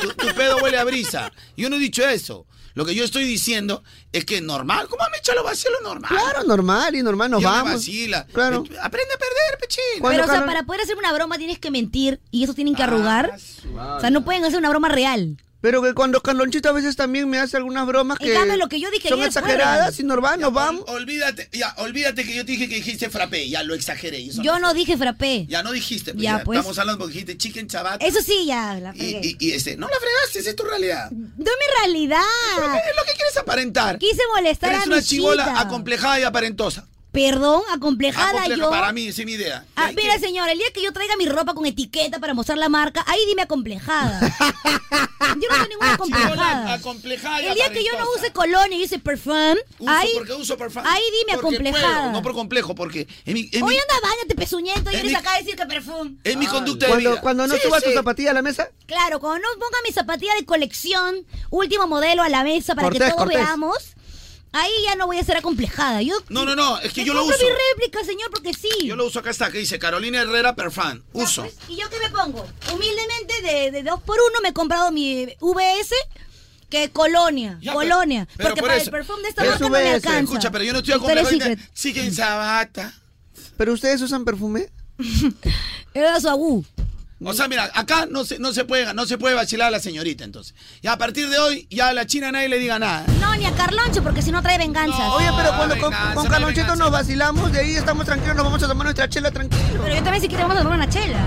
Speaker 9: Tu, tu pedo huele a brisa. Yo no he dicho eso. Lo que yo estoy diciendo es que normal, ¿cómo me echa lo vacío lo normal?
Speaker 2: Claro, normal y normal, nos
Speaker 9: Ya me
Speaker 2: vamos.
Speaker 9: vacila.
Speaker 2: Claro.
Speaker 9: Me- Aprende a perder, pechín.
Speaker 1: Pero, o sea, para poder hacer una broma tienes que mentir y eso tienen que arrugar.
Speaker 9: Ah,
Speaker 1: O sea, no pueden hacer una broma real.
Speaker 2: Pero que cuando Carlonchito a veces también me hace algunas bromas
Speaker 1: En
Speaker 2: que,
Speaker 1: cambio, lo que yo dije
Speaker 2: son
Speaker 1: ayer fue
Speaker 2: exageradas
Speaker 1: real.
Speaker 2: y normal, nos vamos.
Speaker 9: Olvídate, ya, olvídate que yo te dije que dijiste frappé, ya lo exageré. y eso
Speaker 1: Yo no dije frappé.
Speaker 9: Ya no dijiste, pues,
Speaker 1: Ya,
Speaker 9: ya,
Speaker 1: pues. Eh,
Speaker 9: estamos hablando porque dijiste chicken chabata.
Speaker 1: Eso sí, ya la
Speaker 9: Y,
Speaker 1: fregué.
Speaker 9: y- y, este, no la fregaste, esa es tu realidad.
Speaker 1: No es mi realidad.
Speaker 9: es lo que quieres aparentar.
Speaker 1: Quise molestar
Speaker 9: Eres
Speaker 1: a
Speaker 9: una
Speaker 1: mi
Speaker 9: chivola
Speaker 1: chita.
Speaker 9: acomplejada y aparentosa.
Speaker 1: Perdón, acomplejada
Speaker 9: Acompleja-
Speaker 1: Ah, yo.
Speaker 9: Para mí, esa es mi idea.
Speaker 1: Ah, mira, señor, el día que yo traiga mi ropa con etiqueta para mostrar la marca, ahí dime acomplejada. yo no soy ninguna
Speaker 9: Chivola
Speaker 1: acomplejada.
Speaker 9: acomplejada y
Speaker 1: El día que yo no
Speaker 9: aparentosa.
Speaker 1: use colonia y use perfume,
Speaker 9: Uso
Speaker 1: ahí,
Speaker 9: porque uso perfum-
Speaker 1: ahí dime
Speaker 9: porque
Speaker 1: acomplejada.
Speaker 9: puedo, no por complejo, porque es mi, es mi-
Speaker 1: Hoy anda, bañate, pezuñento, y
Speaker 9: Es
Speaker 1: eres
Speaker 9: mi-
Speaker 1: acá a decir que perfume.
Speaker 9: es mi conducta de
Speaker 2: Cuando,
Speaker 9: vida.
Speaker 2: cuando no
Speaker 9: Sí,
Speaker 2: suba
Speaker 9: sí.
Speaker 2: tu zapatilla a la mesa,
Speaker 1: Claro, cuando no ponga mi zapatilla de colección, último modelo a la mesa para que
Speaker 2: Cortés,
Speaker 1: todos
Speaker 2: Cortés.
Speaker 1: veamos, ahí ya no voy a ser acomplejada. Yo
Speaker 9: No, no, no, es que
Speaker 1: te
Speaker 9: yo lo
Speaker 1: compro
Speaker 9: uso.
Speaker 1: mi réplica, señor, porque sí. pues,
Speaker 9: Yo lo uso acá está, que dice Carolina Herrera Perfan. Uso.
Speaker 1: ¿Y yo qué me pongo? Humildemente, de, de dos por uno me he comprado mi VS que colonia, colonia.
Speaker 9: Pero
Speaker 1: porque
Speaker 9: por
Speaker 1: para
Speaker 9: eso-
Speaker 1: el perfume de esta
Speaker 9: pero-
Speaker 1: marca no me alcanza.
Speaker 9: Escucha, pero yo no estoy
Speaker 1: Victoria's
Speaker 9: acompañado.
Speaker 1: Secret.
Speaker 9: Sigue en Sabata.
Speaker 2: ¿Pero ustedes usan perfume?
Speaker 1: Era su agú.
Speaker 9: O sea, mira, acá no se, no se puede no se puede vacilar a la señorita entonces. Y a partir de hoy, ya a la China nadie le diga nada.
Speaker 1: No, ni a Carloncho, porque si no trae venganza.
Speaker 2: Oye, pero cuando con, con Carlonchito nos vacilamos, de ahí estamos tranquilos, nos vamos a tomar nuestra chela tranquilo.
Speaker 1: Pero yo también si quiero vamos a tomar una chela.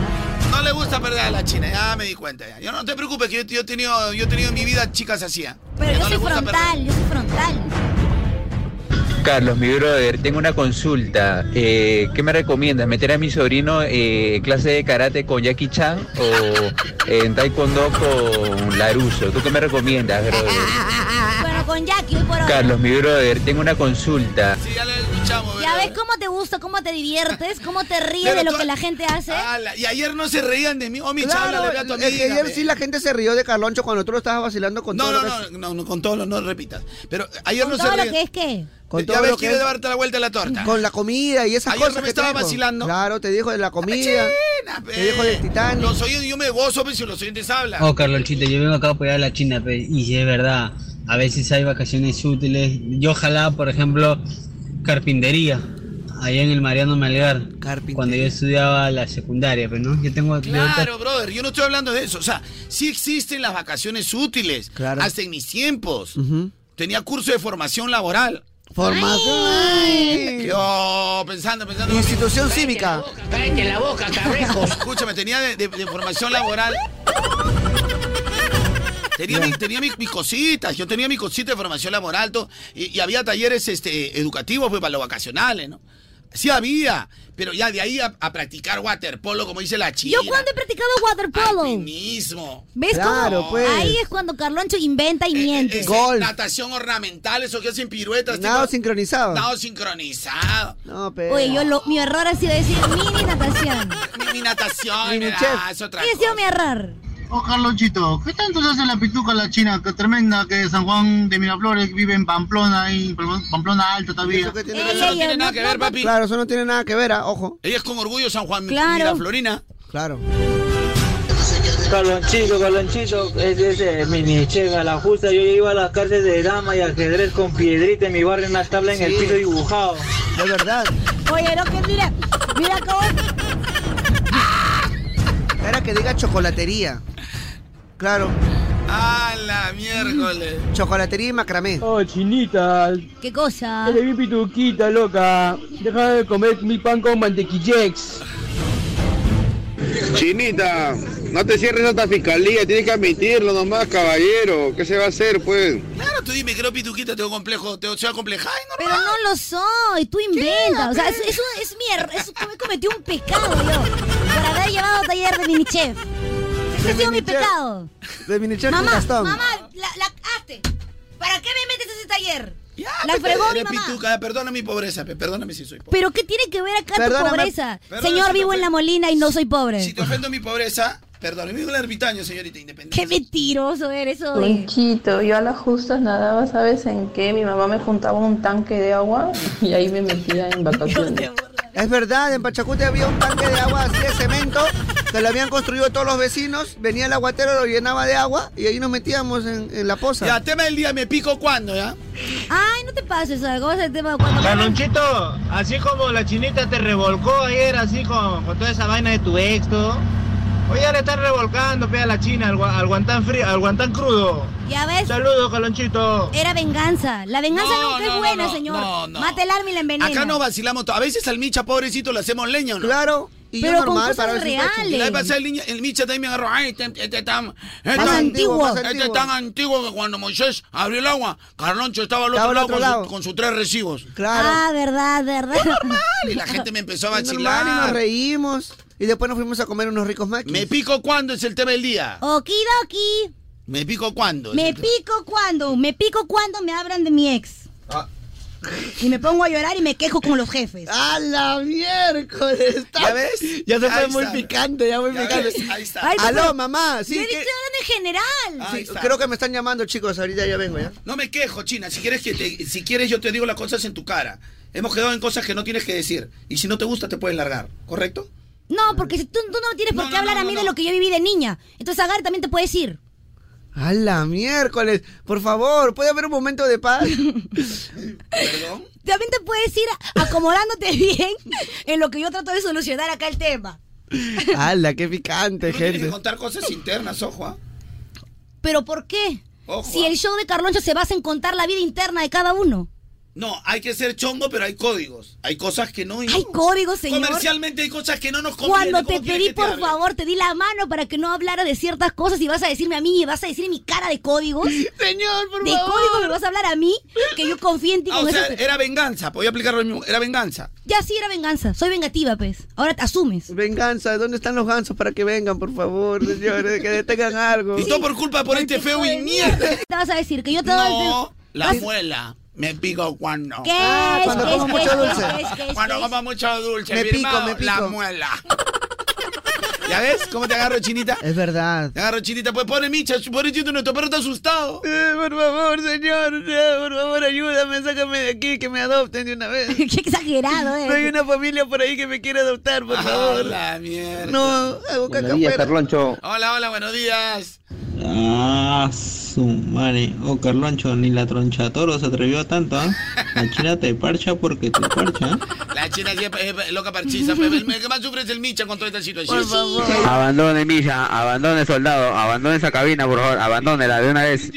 Speaker 9: No le gusta perder a la China, ya me di cuenta. Ya. Yo no te preocupes, que yo, yo he tenido, yo he tenido en mi vida chicas así. ¿ah? Que
Speaker 1: Pero yo
Speaker 9: no le
Speaker 1: soy
Speaker 9: gusta perder.
Speaker 1: frontal, yo soy frontal.
Speaker 3: Carlos, mi brother, tengo una consulta. Eh, ¿Qué me recomiendas? ¿Meter a mi sobrino eh, clase de karate con Jackie Chan o eh, en taekwondo con Laruso? ¿Tú qué me recomiendas, brother?
Speaker 1: Bueno, con Jackie hoy por hoy.
Speaker 3: Carlos, mi brother, tengo una consulta.
Speaker 1: Ya ves cómo te gusta, cómo te diviertes, cómo te ríes
Speaker 9: Pero Ah,
Speaker 1: de lo
Speaker 9: tú-
Speaker 1: que la gente hace.
Speaker 9: Y ayer no se reían de mí. Oh, mi
Speaker 2: Claro,
Speaker 9: chabla, le a tu
Speaker 2: es que
Speaker 9: amiga,
Speaker 2: ayer sí la gente se rió de Carloncho cuando tú lo estabas vacilando con
Speaker 9: No,
Speaker 2: todo
Speaker 9: no,
Speaker 2: lo
Speaker 9: no, no, no, con todo lo no repitas. Pero ayer
Speaker 1: Con
Speaker 9: no se
Speaker 1: todo lo
Speaker 9: reían.
Speaker 1: que es que.
Speaker 2: Con
Speaker 9: ya
Speaker 2: todo
Speaker 9: ves,
Speaker 2: lo que
Speaker 9: quiere
Speaker 2: es-
Speaker 9: darte la vuelta a la torta.
Speaker 2: Con la comida y esas
Speaker 9: Ayer
Speaker 2: cosas
Speaker 9: me
Speaker 2: que
Speaker 9: estaba
Speaker 2: trajo.
Speaker 9: vacilando.
Speaker 2: Claro, te dijo de la comida. Te dijo del Titanic.
Speaker 9: Los oyentes, yo me gozo pues, si los oyentes hablan.
Speaker 7: Oh, Carlonchito, yo vengo acá a apoyar a la China, pe, y si es verdad, a veces hay vacaciones útiles. Yo ojalá, por ejemplo, carpintería, allá en el Mariano Melgar, cuando yo estudiaba la secundaria, pero no, yo tengo... yo ahorita-
Speaker 9: Claro, brother, yo no estoy hablando de eso. O sea, sí existen las vacaciones útiles. Hasta en mis tiempos. Tenía curso de formación laboral.
Speaker 2: Formación.
Speaker 9: Yo pensando, pensando.
Speaker 2: Institución cívica.
Speaker 9: Cállate la boca, cabrejo. Escúchame, tenía de, de- de formación laboral. Tenía, mi- tenía mi- mis cositas, yo tenía mi cosita de formación laboral todo, y, y había talleres este, educativos pues, para los vacacionales, ¿no? Sí había, pero ya de ahí a, a practicar waterpolo, como dice la chica.
Speaker 1: Yo cuando he practicado waterpolo.
Speaker 9: mismo.
Speaker 1: ¿Ves
Speaker 9: Claro,
Speaker 1: cómo?
Speaker 9: pues.
Speaker 1: Ahí es cuando Carloncho inventa
Speaker 9: Eh,
Speaker 1: y miente.
Speaker 9: Ese, Este, Natación ornamental, eso que hacen piruetas.
Speaker 2: Nado
Speaker 9: tipo-
Speaker 2: sincronizado.
Speaker 9: Nado sincronizado.
Speaker 2: No,
Speaker 9: eh.
Speaker 2: pero.
Speaker 1: Oye, yo lo- mi error ha sido decir mini natación.
Speaker 9: Mi, mi natación,
Speaker 1: Mini
Speaker 9: era-
Speaker 1: chef.
Speaker 9: es otra
Speaker 1: ¿Qué ha sido mi error?
Speaker 6: Oh, Carlonchito, ¿qué tanto se hace la pituca la china? Que tremenda que San Juan de Miraflores vive en Pamplona y Pamplona Alta todavía.
Speaker 9: Eso Eh, no tiene nada que ver, papi.
Speaker 2: Claro, eso no tiene nada que ver, ah, ojo.
Speaker 9: Ella es con orgullo San Juan
Speaker 2: Claro.
Speaker 9: la Florina.
Speaker 2: Claro.
Speaker 7: Carlonchito, Carlonchito, es ese mini chef a la justa. Yo iba a las clases de dama y ajedrez con piedrita en mi barrio, una tabla en el piso dibujado.
Speaker 2: De verdad.
Speaker 1: Oye, no que mira, mira cómo.
Speaker 2: Era que diga chocolatería. Claro.
Speaker 9: ¡A la miércoles!
Speaker 2: Chocolatería y macramé.
Speaker 7: Oh, chinita.
Speaker 1: ¿Qué cosa?
Speaker 7: Eres mi pituquita, loca. Deja de comer mi pan con mantequillex.
Speaker 12: Chinita, no te cierres hasta fiscalía, tienes que admitirlo nomás, caballero. ¿Qué se va a hacer, pues?
Speaker 9: Claro, tú dime, creo pituquita, tengo complejo, tengo soy acomplejada y
Speaker 1: Pero no lo soy, tú inventas. O sea, eso, eso es mi error. Eso me cometí un pecado yo. Por haber llevado taller de mini chef. Ese ha sido mi pecado.
Speaker 2: De minichef con
Speaker 1: Mamá,
Speaker 2: Gastón.
Speaker 1: mamá, la, la hazte. ¿Para qué me metes a ese taller?
Speaker 9: no.
Speaker 1: la
Speaker 9: pe,
Speaker 1: fregó mi
Speaker 9: eres
Speaker 1: mamá.
Speaker 9: pituca, perdona mi pobreza, pe, perdóname si soy pobre.
Speaker 1: ¿Pero qué tiene que ver acá
Speaker 9: Perdóname,
Speaker 1: tu pobreza?
Speaker 9: perdóname si
Speaker 1: Señor,
Speaker 9: te
Speaker 1: vivo en
Speaker 9: ofendo.
Speaker 1: La Molina y no soy pobre.
Speaker 9: Si te ofendo mi pobreza, perdóname, vivo en el ermitaño, señorita independiente.
Speaker 1: Qué mentiroso eres, oye.
Speaker 26: Conchito, yo a las justas nadaba, ¿sabes en qué? Mi mamá me juntaba un tanque de agua y ahí me metía en vacaciones.
Speaker 2: Es verdad, en Pachacute había un tanque de agua así de cemento que lo habían construido todos los vecinos. Venía el aguatero, lo llenaba de agua y ahí nos metíamos en, en la poza.
Speaker 9: Ya, tema del día, me pico cuando, ¿ya?
Speaker 1: Ay, no te pases, algo es el tema de cuando...
Speaker 7: Carlonchito, así como la chinita te revolcó ayer, así con, con toda esa vaina de tu ex, todo. Hoy ya le están revolcando, pe, a la china, al, gua- al guantán frío, al guantán crudo.
Speaker 1: Ya ves.
Speaker 7: Saludos, Carlonchito.
Speaker 1: Era venganza. La venganza
Speaker 9: No, no,
Speaker 1: nunca es
Speaker 9: no,
Speaker 1: buena,
Speaker 9: no,
Speaker 1: señor.
Speaker 9: no, no.
Speaker 1: Mata el arma y la envenena.
Speaker 9: Acá no vacilamos todo. A veces al Micha, pobrecito, le hacemos leña, ¿o ¿no?
Speaker 2: Claro.
Speaker 1: y yo Pero con normal, cosas para ver si reales. pecho.
Speaker 9: Y la vez pasada el, niña- el Micha también me agarró. Ay, este, este es tan, este
Speaker 2: Más
Speaker 9: tan-
Speaker 2: antiguo, más
Speaker 9: Este es
Speaker 2: antiguo.
Speaker 9: tan antiguo que cuando Moisés abrió el agua, Carloncho estaba al otro,
Speaker 2: Estaba
Speaker 9: lado,
Speaker 2: al otro
Speaker 9: con, su-
Speaker 2: lado.
Speaker 9: con sus tres recibos.
Speaker 1: Ah, verdad, verdad.
Speaker 9: Y la gente me empezó a
Speaker 2: Es normal,
Speaker 9: vacilar.
Speaker 2: y nos reímos. Y después nos fuimos a comer unos ricos maquis.
Speaker 9: ¿Me pico cuándo es el tema del día?
Speaker 1: Okidoki.
Speaker 9: ¿Me pico cuándo?
Speaker 1: Me pico cuando, me pico cuando me hablan de mi ex.
Speaker 9: Ah.
Speaker 1: Y me pongo a llorar y me quejo con los jefes.
Speaker 2: ¡A la miércoles! ¿Ya ves? Ya se fue muy picante, ya muy picante.
Speaker 9: Ahí está.
Speaker 1: Ay, no,
Speaker 2: Aló,
Speaker 1: pero-
Speaker 2: mamá. Sí,
Speaker 1: Yo
Speaker 2: que-
Speaker 1: estoy hablando en general.
Speaker 9: Ah.
Speaker 2: sí, creo que me están llamando, chicos. Ahorita ya vengo, ¿ya?
Speaker 9: No me quejo, China. Si quieres, que te- si quieres, yo te digo las cosas en tu cara. Hemos quedado en cosas que no tienes que decir. Y si no te gusta, te puedes largar. ¿Correcto?
Speaker 1: No, porque si tú, tú no tienes por qué hablar a mí de lo que yo viví de niña. Entonces, Agar también te puede decir.
Speaker 2: A la miércoles. Por favor, ¿puede haber un momento de paz?
Speaker 1: También te puedes ir acomodándote bien en lo que yo trato de solucionar acá el tema.
Speaker 2: ¡Hala, qué picante,
Speaker 9: Tienes que
Speaker 2: gente!
Speaker 9: contar cosas internas, ojo. ¿ah?
Speaker 1: ¿Pero por qué?
Speaker 9: Ojo,
Speaker 1: si
Speaker 9: ah.
Speaker 1: el show de Carloncho se basa en contar la vida interna de cada uno.
Speaker 9: No, hay que ser chongo, pero hay códigos. Hay cosas que no.
Speaker 1: Hay códigos, señor.
Speaker 9: Comercialmente hay cosas que no nos convienen.
Speaker 1: Cuando
Speaker 9: ¿Cómo
Speaker 1: te
Speaker 9: quieres que
Speaker 1: pedí,
Speaker 9: te
Speaker 1: por
Speaker 9: hable?
Speaker 1: favor, te di la mano para que no hablara de ciertas cosas y vas a decirme a mí y vas a decir mi cara de códigos.
Speaker 9: Señor, por
Speaker 1: de
Speaker 9: favor.
Speaker 1: De códigos me vas a hablar a mí, que yo confío en ti
Speaker 9: Ah,
Speaker 1: con
Speaker 9: o sea,
Speaker 1: esas-
Speaker 9: era venganza. Podía aplicar lo mismo. Era venganza.
Speaker 1: Ya sí era venganza. Soy vengativa, pues. Ahora te asumes.
Speaker 2: Venganza, ¿dónde están los gansos para que vengan, por favor, señores? Que detengan algo.
Speaker 9: eh, Y todo por culpa por este feo y mierda.
Speaker 1: Te vas a decir que yo te
Speaker 9: No, la
Speaker 1: Vas-
Speaker 9: muela. Me pico cuando.
Speaker 1: ¿Qué? Ah, cuando ¿Qué? como ¿Qué? mucho dulce. ¿Qué? ¿Qué? ¿Qué?
Speaker 9: Cuando como mucho dulce.
Speaker 2: Me pico,
Speaker 9: firmado,
Speaker 2: me pico.
Speaker 9: La muela. ¿Ya ves cómo te agarro, chinita?
Speaker 2: Es verdad.
Speaker 9: Te agarro, chinita. Pues pone micha, pone chito, nuestro perro está asustado.
Speaker 2: Eh, por favor, señor, ya, por favor, ayúdame, sácame de aquí, que me adopten de una vez.
Speaker 1: Qué exagerado, eh.
Speaker 2: No hay una familia por ahí que me quiera adoptar, por favor.
Speaker 9: Ah, la mierda.
Speaker 2: No, hago caca
Speaker 4: Buenos días,
Speaker 2: afuera.
Speaker 4: Carloncho.
Speaker 9: Hola, hola, buenos días.
Speaker 4: Ah, su madre. Oh, Carloncho, ni la troncha toro se atrevió a tanto, ¿ah? La china te parcha porque te parcha.
Speaker 9: La china siempre es eh, loca parchiza. pues, El que más sufre es el micha con toda esta situación. Por favor.
Speaker 20: Abandone misa, abandone soldado, abandone esa cabina, por favor, abandónela de una vez.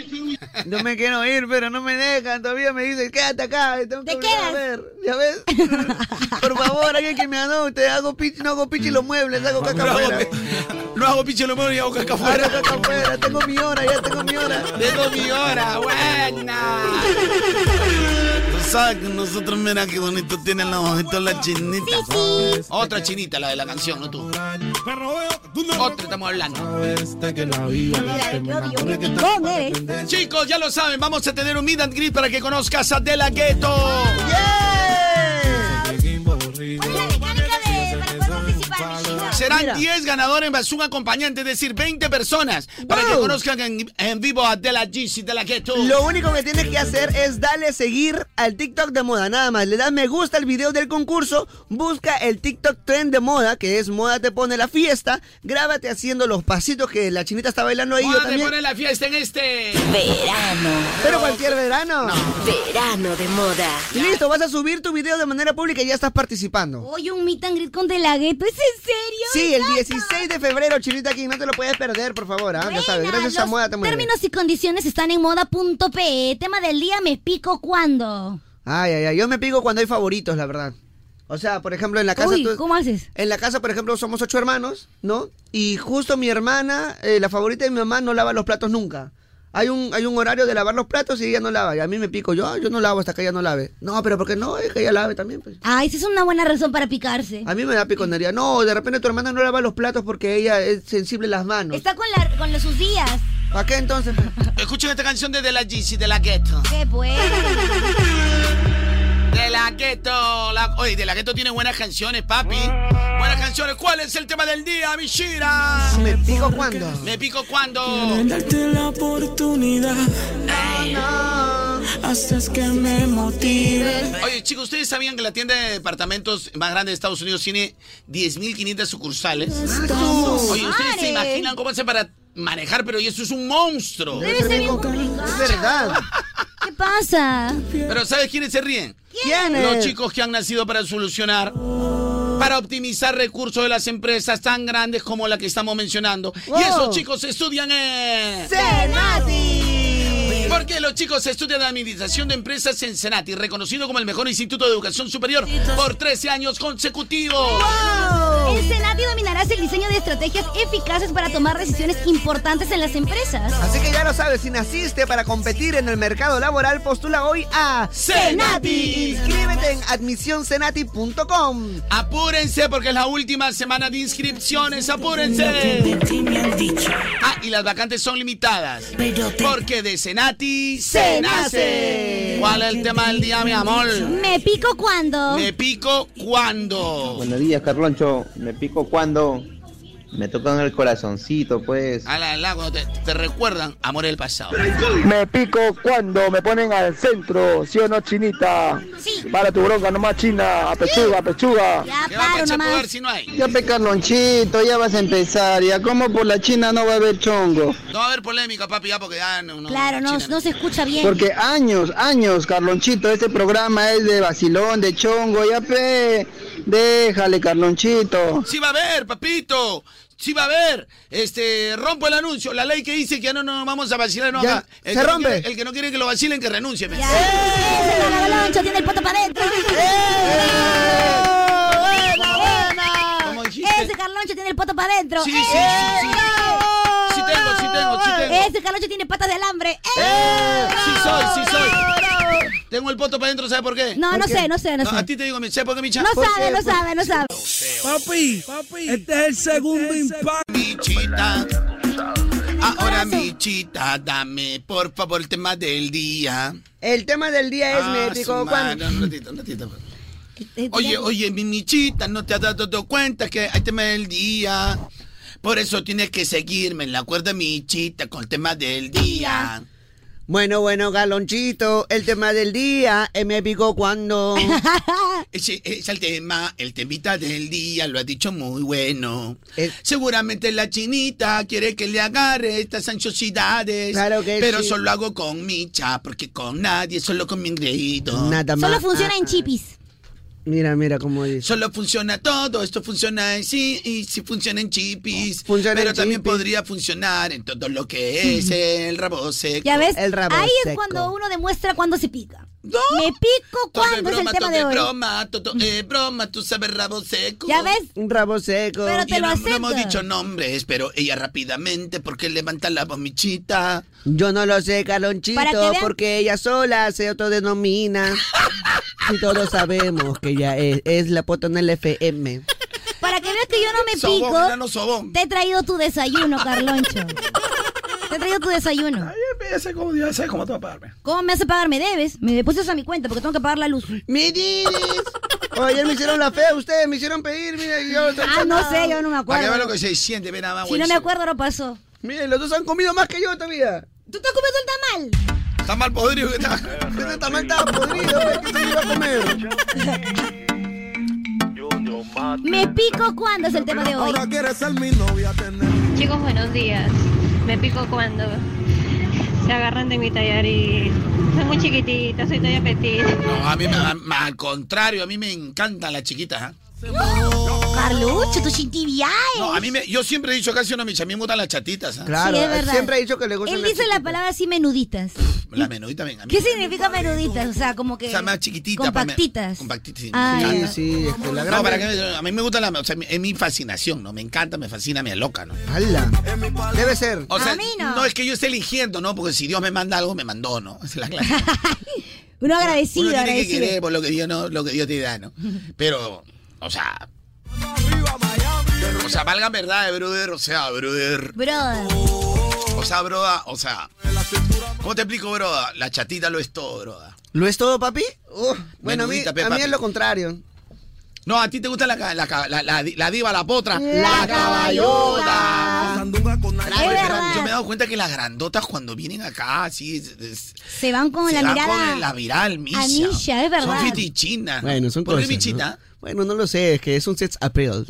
Speaker 2: No me quiero ir, pero no me dejan. Todavía me dicen, quédate acá. y Tengo que volver a ver. ¿Ya ves? Por favor, alguien que me adopte. Hago pichi, no hago pichi los muebles, hago caca
Speaker 9: No hago
Speaker 2: afuera.
Speaker 9: No hago pinche lo y hago caca afuera.
Speaker 2: Hago caca afuera. Tengo mi hora, ya tengo mi hora.
Speaker 9: Tengo mi hora, buena. Tú sabes que nosotros, mira qué bonito tienen los ojitos la chinita. Otra chinita, la de la canción, no tú. Otra estamos hablando.
Speaker 4: este
Speaker 9: Chicos, ya lo saben, vamos a tener un meet and greet para que conozcas a De La Ghetto. Serán 10 ganadores más un acompañante, es decir, 20 personas para que
Speaker 2: Wow.
Speaker 9: conozcan en, en vivo a De La G's y De La Ghetto.
Speaker 2: Lo único que tienes que hacer es darle seguir al TikTok de moda, nada más. Le das me gusta al video del concurso, busca el TikTok trend de moda, que es moda te pone la fiesta, grábate haciendo los pasitos que la chinita está bailando ahí. yo
Speaker 9: Vamos a
Speaker 2: también.
Speaker 9: poner la fiesta en este
Speaker 2: Verano. Pero cualquier verano.
Speaker 1: Verano de moda.
Speaker 2: Listo, vas a subir tu video de manera pública y ya estás participando.
Speaker 1: Oye, un meet and greet con De La Ghetto. ¿Es en serio?
Speaker 2: Sí, el 16 de febrero, Chinita King, no te lo puedes perder, por favor, ¿ah? ya sabes,
Speaker 1: Buenas,
Speaker 2: gracias a
Speaker 1: los
Speaker 2: Moda te mueve.
Speaker 1: Términos y condiciones están en moda.pe. Tema del día, me pico cuando.
Speaker 2: Ay, ay, ay, yo me pico cuando hay favoritos, la verdad. O sea, por ejemplo, en la casa...
Speaker 1: Uy,
Speaker 2: tú-
Speaker 1: ¿cómo haces?
Speaker 2: En la casa, por ejemplo, somos ocho hermanos, ¿no? Y justo mi hermana, eh, la favorita de mi mamá, no lava los platos nunca. Hay un, hay un horario de lavar los platos y ella no lava. Y a mí me pico, yo, "Ah, yo no lavo hasta que ella no lave. No, pero ¿por qué no? Es que ella lave también, pues.
Speaker 1: Ah, esa es una buena razón para picarse.
Speaker 2: A mí me da piconería. No, de repente tu hermana no lava los platos porque ella es sensible en las manos.
Speaker 1: Está con, la, con los- sus días.
Speaker 2: ¿Para qué entonces?
Speaker 9: Escuchen esta canción de De La G's y De La Ghetto.
Speaker 1: ¿Qué pues?
Speaker 9: De la Ghetto. la- Oye, De la Ghetto tiene buenas canciones, papi. Buenas canciones. ¿Cuál es el tema del día, Mishira?
Speaker 2: ¿Me pico cuándo?
Speaker 9: Me pico cuando.
Speaker 10: darte la oportunidad. Haces que me motive.
Speaker 9: Oye, chicos, ¿ustedes sabían que la tienda de departamentos más grande de Estados Unidos tiene 10.500 sucursales?
Speaker 10: ¿Ah? Estamos-
Speaker 9: Oye, ¿ustedes
Speaker 10: Madre.
Speaker 9: se imaginan cómo hace para manejar? Pero y eso es un monstruo.
Speaker 1: Debe ser bien complicado.
Speaker 2: Es verdad.
Speaker 1: ¿Qué pasa?
Speaker 9: Pero ¿sabes quiénes se ríen?
Speaker 2: ¿Quiénes?
Speaker 9: Los chicos que han nacido para solucionar, para optimizar recursos de las empresas tan grandes como la que estamos mencionando.
Speaker 2: Wow.
Speaker 9: Y esos chicos estudian en... Porque los chicos estudian Administración de Empresas en Senati, reconocido como el mejor instituto de educación superior por 13 años consecutivos.
Speaker 1: En Senati dominarás el diseño de estrategias eficaces para tomar decisiones importantes en las empresas.
Speaker 2: Así que ya lo sabes, si naciste para competir en el mercado laboral, postula hoy a
Speaker 9: Senati.
Speaker 2: Inscríbete en admisioncenati.com.
Speaker 9: Apúrense porque es la última semana de inscripciones, apúrense. Ah, y las vacantes son limitadas. Porque de Senati se nace. ¿Cuál es el tema del día, mi amor?
Speaker 1: Me pico cuando.
Speaker 9: Me pico cuando.
Speaker 4: Buenos días, Carloncho. Me pico cuando
Speaker 13: Me tocan el corazoncito, pues.
Speaker 9: A la, la, cuando te, te recuerdan, amor del pasado.
Speaker 13: Me pico cuando me ponen al centro, ¿sí o no, chinita?
Speaker 1: Sí.
Speaker 13: Para tu bronca nomás, china, a pechuga, a pechuga.
Speaker 1: Ya Ah, paro nomás.
Speaker 13: Ya, pe Carlonchito, ya vas a empezar. Ya, como por la china no va a haber chongo?
Speaker 9: No va a haber polémica, papi, ya, porque ya no. no
Speaker 1: Claro, no, no se escucha bien.
Speaker 13: Porque años, años, Carlonchito, este programa es de vacilón, de chongo, ya, pe. Déjale, Carlonchito.
Speaker 9: Sí va a haber, papito. Sí va a haber. Este, rompo el anuncio. La ley que dice que ya no nos vamos a vacilar, no
Speaker 13: Ya,
Speaker 9: haga. El
Speaker 13: se
Speaker 9: que no
Speaker 13: rompe.
Speaker 9: quiere- el que no quiere que lo vacilen, que renuncie. men.
Speaker 1: Ese Galoncho tiene el poto para adentro. ¡Eh! ¡Buena, buena! ¡Eh! Ese Carloncho tiene el poto para adentro. ¡Eh!
Speaker 10: Sí, sí, sí, sí.
Speaker 1: ¡Eso!
Speaker 10: Sí tengo, sí tengo, sí tengo.
Speaker 1: Ese Carloncho tiene patas de alambre. ¡Eh!
Speaker 9: Sí soy, sí soy. Tengo el poto para adentro, ¿sabe por qué?
Speaker 1: No, no ¿Por qué? sé, no sé, no sé.
Speaker 9: A ti te digo, mi ¿sabes por qué, mi
Speaker 1: No sabe, no sabe, no sabe.
Speaker 9: Papi, este es el segundo impacto. Michita, ahora Michita, dame por favor el tema del día.
Speaker 2: El tema del día es
Speaker 9: Ah,
Speaker 2: me pico cuando.
Speaker 9: Un ratito, un ratito.
Speaker 1: Eh,
Speaker 9: Oye, oye, mi Michita, no te has dado dado cuenta que hay tema del día. Por eso tienes que seguirme en la cuerda Michita con el tema del día.
Speaker 2: Bueno, bueno, galonchito, el tema del día es me pico cuando.
Speaker 9: Ese es el tema, el temita del día, lo has dicho muy bueno. Seguramente la chinita quiere que le agarre estas ansiosidades.
Speaker 2: Claro
Speaker 6: Eh,
Speaker 2: que
Speaker 9: Pero
Speaker 2: sí.
Speaker 9: solo hago con Micha, porque con nadie, solo con mi engreído.
Speaker 2: Nada más. Ah, ah.
Speaker 1: chipis.
Speaker 2: Mira, mira cómo dice.
Speaker 9: Solo funciona todo, esto funciona en sí y sí funciona en chipis.
Speaker 13: Oh,
Speaker 9: pero
Speaker 2: en
Speaker 9: también
Speaker 2: chipis.
Speaker 9: podría funcionar en todo lo que es el rabo seco.
Speaker 1: ¿Ya ves?
Speaker 9: El
Speaker 1: Ahí es cuando uno demuestra cuando se pica. Me pico
Speaker 9: Todo
Speaker 1: cuando es el
Speaker 9: broma,
Speaker 1: tema
Speaker 9: todo
Speaker 1: de
Speaker 9: es
Speaker 1: hoy.
Speaker 9: broma, todo es eh, broma, tú sabes rabo seco.
Speaker 1: ¿Ya ves?
Speaker 2: Un rabo seco.
Speaker 9: Y no, no hemos dicho nombres, pero ella rápidamente, porque levanta la vomichita.
Speaker 2: Yo no lo sé,
Speaker 9: Para que
Speaker 2: Carlonchito,
Speaker 9: vean-
Speaker 2: porque ella sola se autodenomina. y todos sabemos que ella es, es la pota en el FM.
Speaker 1: Para que veas que yo no me
Speaker 2: Sobón,
Speaker 1: pico,
Speaker 2: enano sobón.
Speaker 1: te he traído tu desayuno, Carloncho. Te he traído tu desayuno.
Speaker 9: Ya sé cómo, ya sé cómo te va a pagarme.
Speaker 1: ¿Cómo me hace pagar? ¿Me debes? Me depositas a mi cuenta porque tengo que pagar la luz.
Speaker 2: ¡Me debes! Ayer me hicieron la fea, ustedes me hicieron pedir, mira, y yo...
Speaker 1: Ah, no sé, yo no me
Speaker 9: Para que vea
Speaker 1: acuerdo.
Speaker 9: lo que se siente, ve nada más.
Speaker 1: Si no me acuerdo, no pasó.
Speaker 2: Miren, los dos han comido más que yo todavía.
Speaker 1: ¿Tú te has comido el tamal?
Speaker 9: Está mal podrido que está.
Speaker 2: Este tamal estaba podrido, ¿eh? ¿qué se iba a comer?
Speaker 1: Me pico cuando es el tema de hoy.
Speaker 27: Chicos, buenos días. Me pico cuando se agarran de mi tallar y soy muy chiquitita, soy talla petit.
Speaker 9: No, a mí, me- a- al contrario, a mí me encantan las chiquitas. ¿ah?
Speaker 1: ¡Oh! Carlucho, tú sin tibiae.
Speaker 9: No, a mí me, Eh, yo siempre he dicho casi una micha, a mí me gustan las chatitas. ¿ah?
Speaker 2: Claro,
Speaker 1: Sí, es verdad.
Speaker 2: siempre ha dicho que le gustan
Speaker 1: Él
Speaker 2: las
Speaker 1: dice la palabra así menuditas.
Speaker 9: La menudita, venga. a mí-
Speaker 1: ¿Qué significa menuditas? O sea, como que.
Speaker 9: O sea, más chiquitita. para mí-
Speaker 1: Compactitas.
Speaker 9: Compactitas, sí.
Speaker 1: Ah,
Speaker 9: me
Speaker 1: ya.
Speaker 9: encanta.
Speaker 2: Sí, es que la
Speaker 9: No,
Speaker 2: gran...
Speaker 9: para que me- a mí me gusta la, o sea, mi- es mi fascinación, ¿no? Me encanta, me fascina, me loca, ¿no?
Speaker 2: ¡Hala! Debe ser.
Speaker 9: O sea,
Speaker 1: A mí
Speaker 9: no.
Speaker 1: no.
Speaker 9: es que yo esté eligiendo, ¿no? Porque si Dios me manda algo, me mandó, ¿no? Esa es la clase.
Speaker 1: Uno
Speaker 9: Uno
Speaker 1: agradecido,
Speaker 9: tiene que
Speaker 1: agradecido.
Speaker 9: querer por lo que Dios no, lo que Dios te da, ¿no? Pero, o sea. O sea, valga verdad, brother, o sea, brother.
Speaker 1: Broda.
Speaker 9: O sea, broda, o sea. ¿Cómo te explico, broda? La chatita lo es todo, broda.
Speaker 2: ¿Lo es todo, papi? Uf, bueno, a mí,
Speaker 9: Menudita, pe,
Speaker 2: a mí es
Speaker 9: papi.
Speaker 2: lo contrario.
Speaker 9: No, a ti te gusta la, ca- la, ca- la, la, la diva, la potra.
Speaker 2: La caballota.
Speaker 9: Yo me he dado cuenta que las grandotas cuando vienen acá, así. es- es-
Speaker 1: Se van con
Speaker 9: se
Speaker 1: la
Speaker 9: van
Speaker 1: mirada.
Speaker 9: con la viral, Misha.
Speaker 1: Anisha, es verdad.
Speaker 9: Son fetichinas.
Speaker 2: Bueno, son
Speaker 9: ¿Por qué
Speaker 2: cosas, ¿no?
Speaker 9: Michita?
Speaker 2: Bueno, no lo sé, es que es un sex appeal.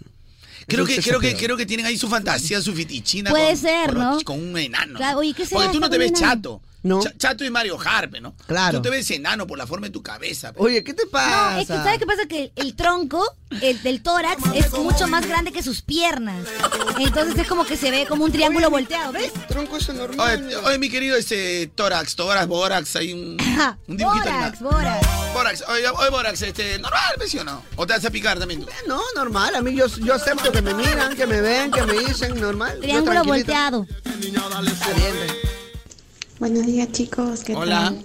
Speaker 9: Creo
Speaker 2: Es un
Speaker 9: que,
Speaker 2: sex
Speaker 9: creo, que,
Speaker 2: appeal.
Speaker 9: creo que tienen ahí su fantasía, su fetichina.
Speaker 1: Puede
Speaker 9: con-
Speaker 1: ser,
Speaker 9: con
Speaker 1: ¿no?
Speaker 9: los- Con un enano.
Speaker 1: Claro, oye, ¿qué será
Speaker 9: Porque tú no
Speaker 1: esta
Speaker 9: te ves
Speaker 1: combinada?
Speaker 9: chato. Cha- chato y Mario Harpe, ¿no?
Speaker 2: Claro.
Speaker 9: Tú te ves enano por la forma de tu cabeza. pe.
Speaker 2: Oye, ¿qué te pasa?
Speaker 1: No, es que ¿sabes qué pasa? Que el tronco el del tórax es mucho más grande que sus piernas. Entonces es como que se ve como un triángulo volteado, ¿ves?
Speaker 2: Tronco es enorme.
Speaker 9: Oye, oye, mi querido este Tórax, Tórax, Bórax, hay un, un dibujito.
Speaker 1: Borax,
Speaker 9: animado.
Speaker 1: borax.
Speaker 9: Bórax, oye, oye, Bórax, este, normal, ¿ves sí o no? ¿O te hace picar también tú?
Speaker 2: No, normal, a mí yo, yo acepto que me miran, que me ven, que me dicen, normal. Yo
Speaker 1: Triángulo
Speaker 2: tranquilito.
Speaker 1: volteado.
Speaker 16: Buenos días chicos, ¿qué
Speaker 9: Hola.
Speaker 16: tal?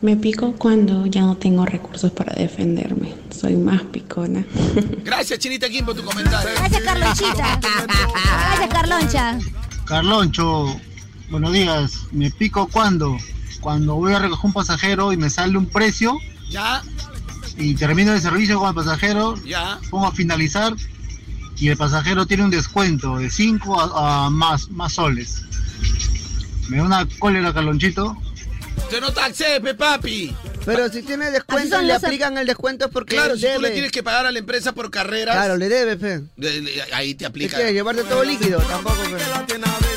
Speaker 16: Me pico cuando ya no tengo recursos para defenderme. Soy más picona.
Speaker 9: Gracias, Chinita Kim, por tu comentario.
Speaker 1: Gracias, Carlonchita. Gracias, Carloncha.
Speaker 6: Carloncho, buenos días. Me pico cuando, cuando voy a recoger un pasajero y me sale un precio
Speaker 9: Ya,
Speaker 6: y termino el servicio con el pasajero,
Speaker 9: ya.
Speaker 6: pongo a finalizar y el pasajero tiene un descuento de 5 a, a más, más soles. Me da una cólera, Carlonchito.
Speaker 9: Usted no taxé, pe papi.
Speaker 2: Pero si tiene descuento,
Speaker 9: son
Speaker 2: le
Speaker 9: los-
Speaker 2: aplican el descuento porque
Speaker 9: Claro,
Speaker 2: él
Speaker 9: si tú le
Speaker 2: debe.
Speaker 9: tienes que pagar a la empresa por carreras.
Speaker 2: Claro, le debe, fe.
Speaker 9: de- de- ahí te
Speaker 2: ¿Qué
Speaker 9: aplica.
Speaker 2: quieres? Llevarte todo líquido. Tampoco, fe.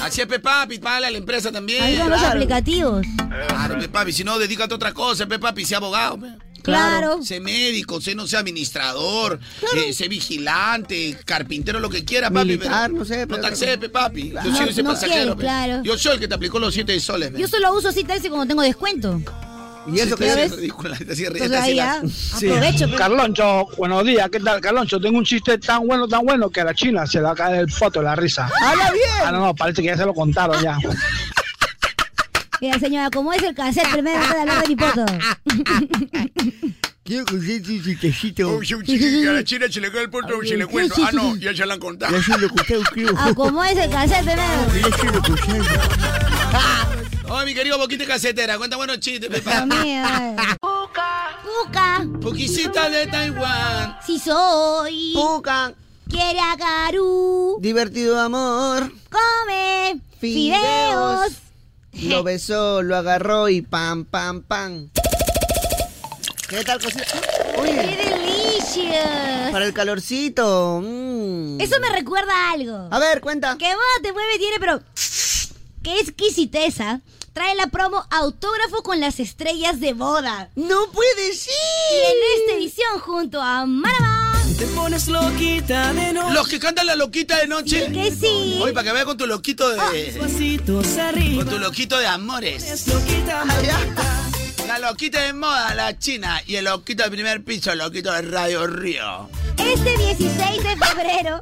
Speaker 9: Así es, pe papi, págale a la empresa también.
Speaker 1: Ahí son los
Speaker 9: Claro.
Speaker 1: aplicativos.
Speaker 9: Claro, pe papi, si no, dedícate a otra cosa, pe papi, sé abogado, pe.
Speaker 1: Claro.
Speaker 9: Sé médico, sé no sé administrador, eh, sé vigilante, carpintero, lo que quiera, papi.
Speaker 2: Militar,
Speaker 9: pero
Speaker 2: no sé, pero-
Speaker 9: No taxé, pe papi. Yo
Speaker 1: Claro.
Speaker 9: soy ese
Speaker 1: No
Speaker 9: pasajero,
Speaker 1: quiere,
Speaker 9: pe.
Speaker 1: claro.
Speaker 9: Yo soy el que te aplicó los siete soles, pe.
Speaker 1: Yo solo uso cita ese cuando tengo descuento.
Speaker 2: Y
Speaker 9: eso
Speaker 1: ¿Ya ves?
Speaker 9: ridícula, te hacía
Speaker 1: Entonces ahí ya aprovecho. pe.
Speaker 8: Carloncho, buenos días, ¿qué tal, Carloncho? Tengo un chiste tan bueno, tan bueno que a la China se le va a caer el foto de la risa.
Speaker 2: ¡Habla bien!
Speaker 8: Ah, no, no, parece que ya se lo contaron ya.
Speaker 1: Mira, señora, ¿cómo es el cassette primero antes de hablar de mi poto?
Speaker 2: Quiero que su chistecito.
Speaker 19: Y a la china se le cae el puerto y se le cuento. Ah, no, ya se la han contado.
Speaker 2: Ya se lo conté, creo.
Speaker 1: Ah, ¿cómo es el cassette primero?
Speaker 2: Ya se lo conté.
Speaker 9: Oye, mi querido Boquita Casetera, cuenta buenos chistes, pe papi.
Speaker 1: Puca. Puca.
Speaker 9: Puquisita de Taiwán.
Speaker 1: Si soy.
Speaker 2: Puca.
Speaker 1: Quiere agarú.
Speaker 2: Divertido amor.
Speaker 1: Come. Fideos.
Speaker 2: Fideos. Lo besó, lo agarró y pam, pam, pam. ¿Qué tal, cosita? Oye,
Speaker 1: Delicious.
Speaker 2: para el calorcito. mm.
Speaker 1: Eso me recuerda a algo.
Speaker 2: A ver, cuenta.
Speaker 1: Que moda te mueve tiene, pero. ¡Qué exquisiteza! Trae la promo Autógrafo con las estrellas de boda.
Speaker 2: ¡No puede ser!
Speaker 1: Y en esta edición, junto a Marama.
Speaker 9: Te pones loquita de noche. Los que cantan la loquita de noche.
Speaker 1: que sí.
Speaker 9: Oye, para que vea con tu loquito de.
Speaker 1: Ah, arriba.
Speaker 9: Con tu loquito de amores. La loquita de moda, la china. Y el loquito de primer piso, el loquito de Radio Río.
Speaker 1: Este 16 de febrero.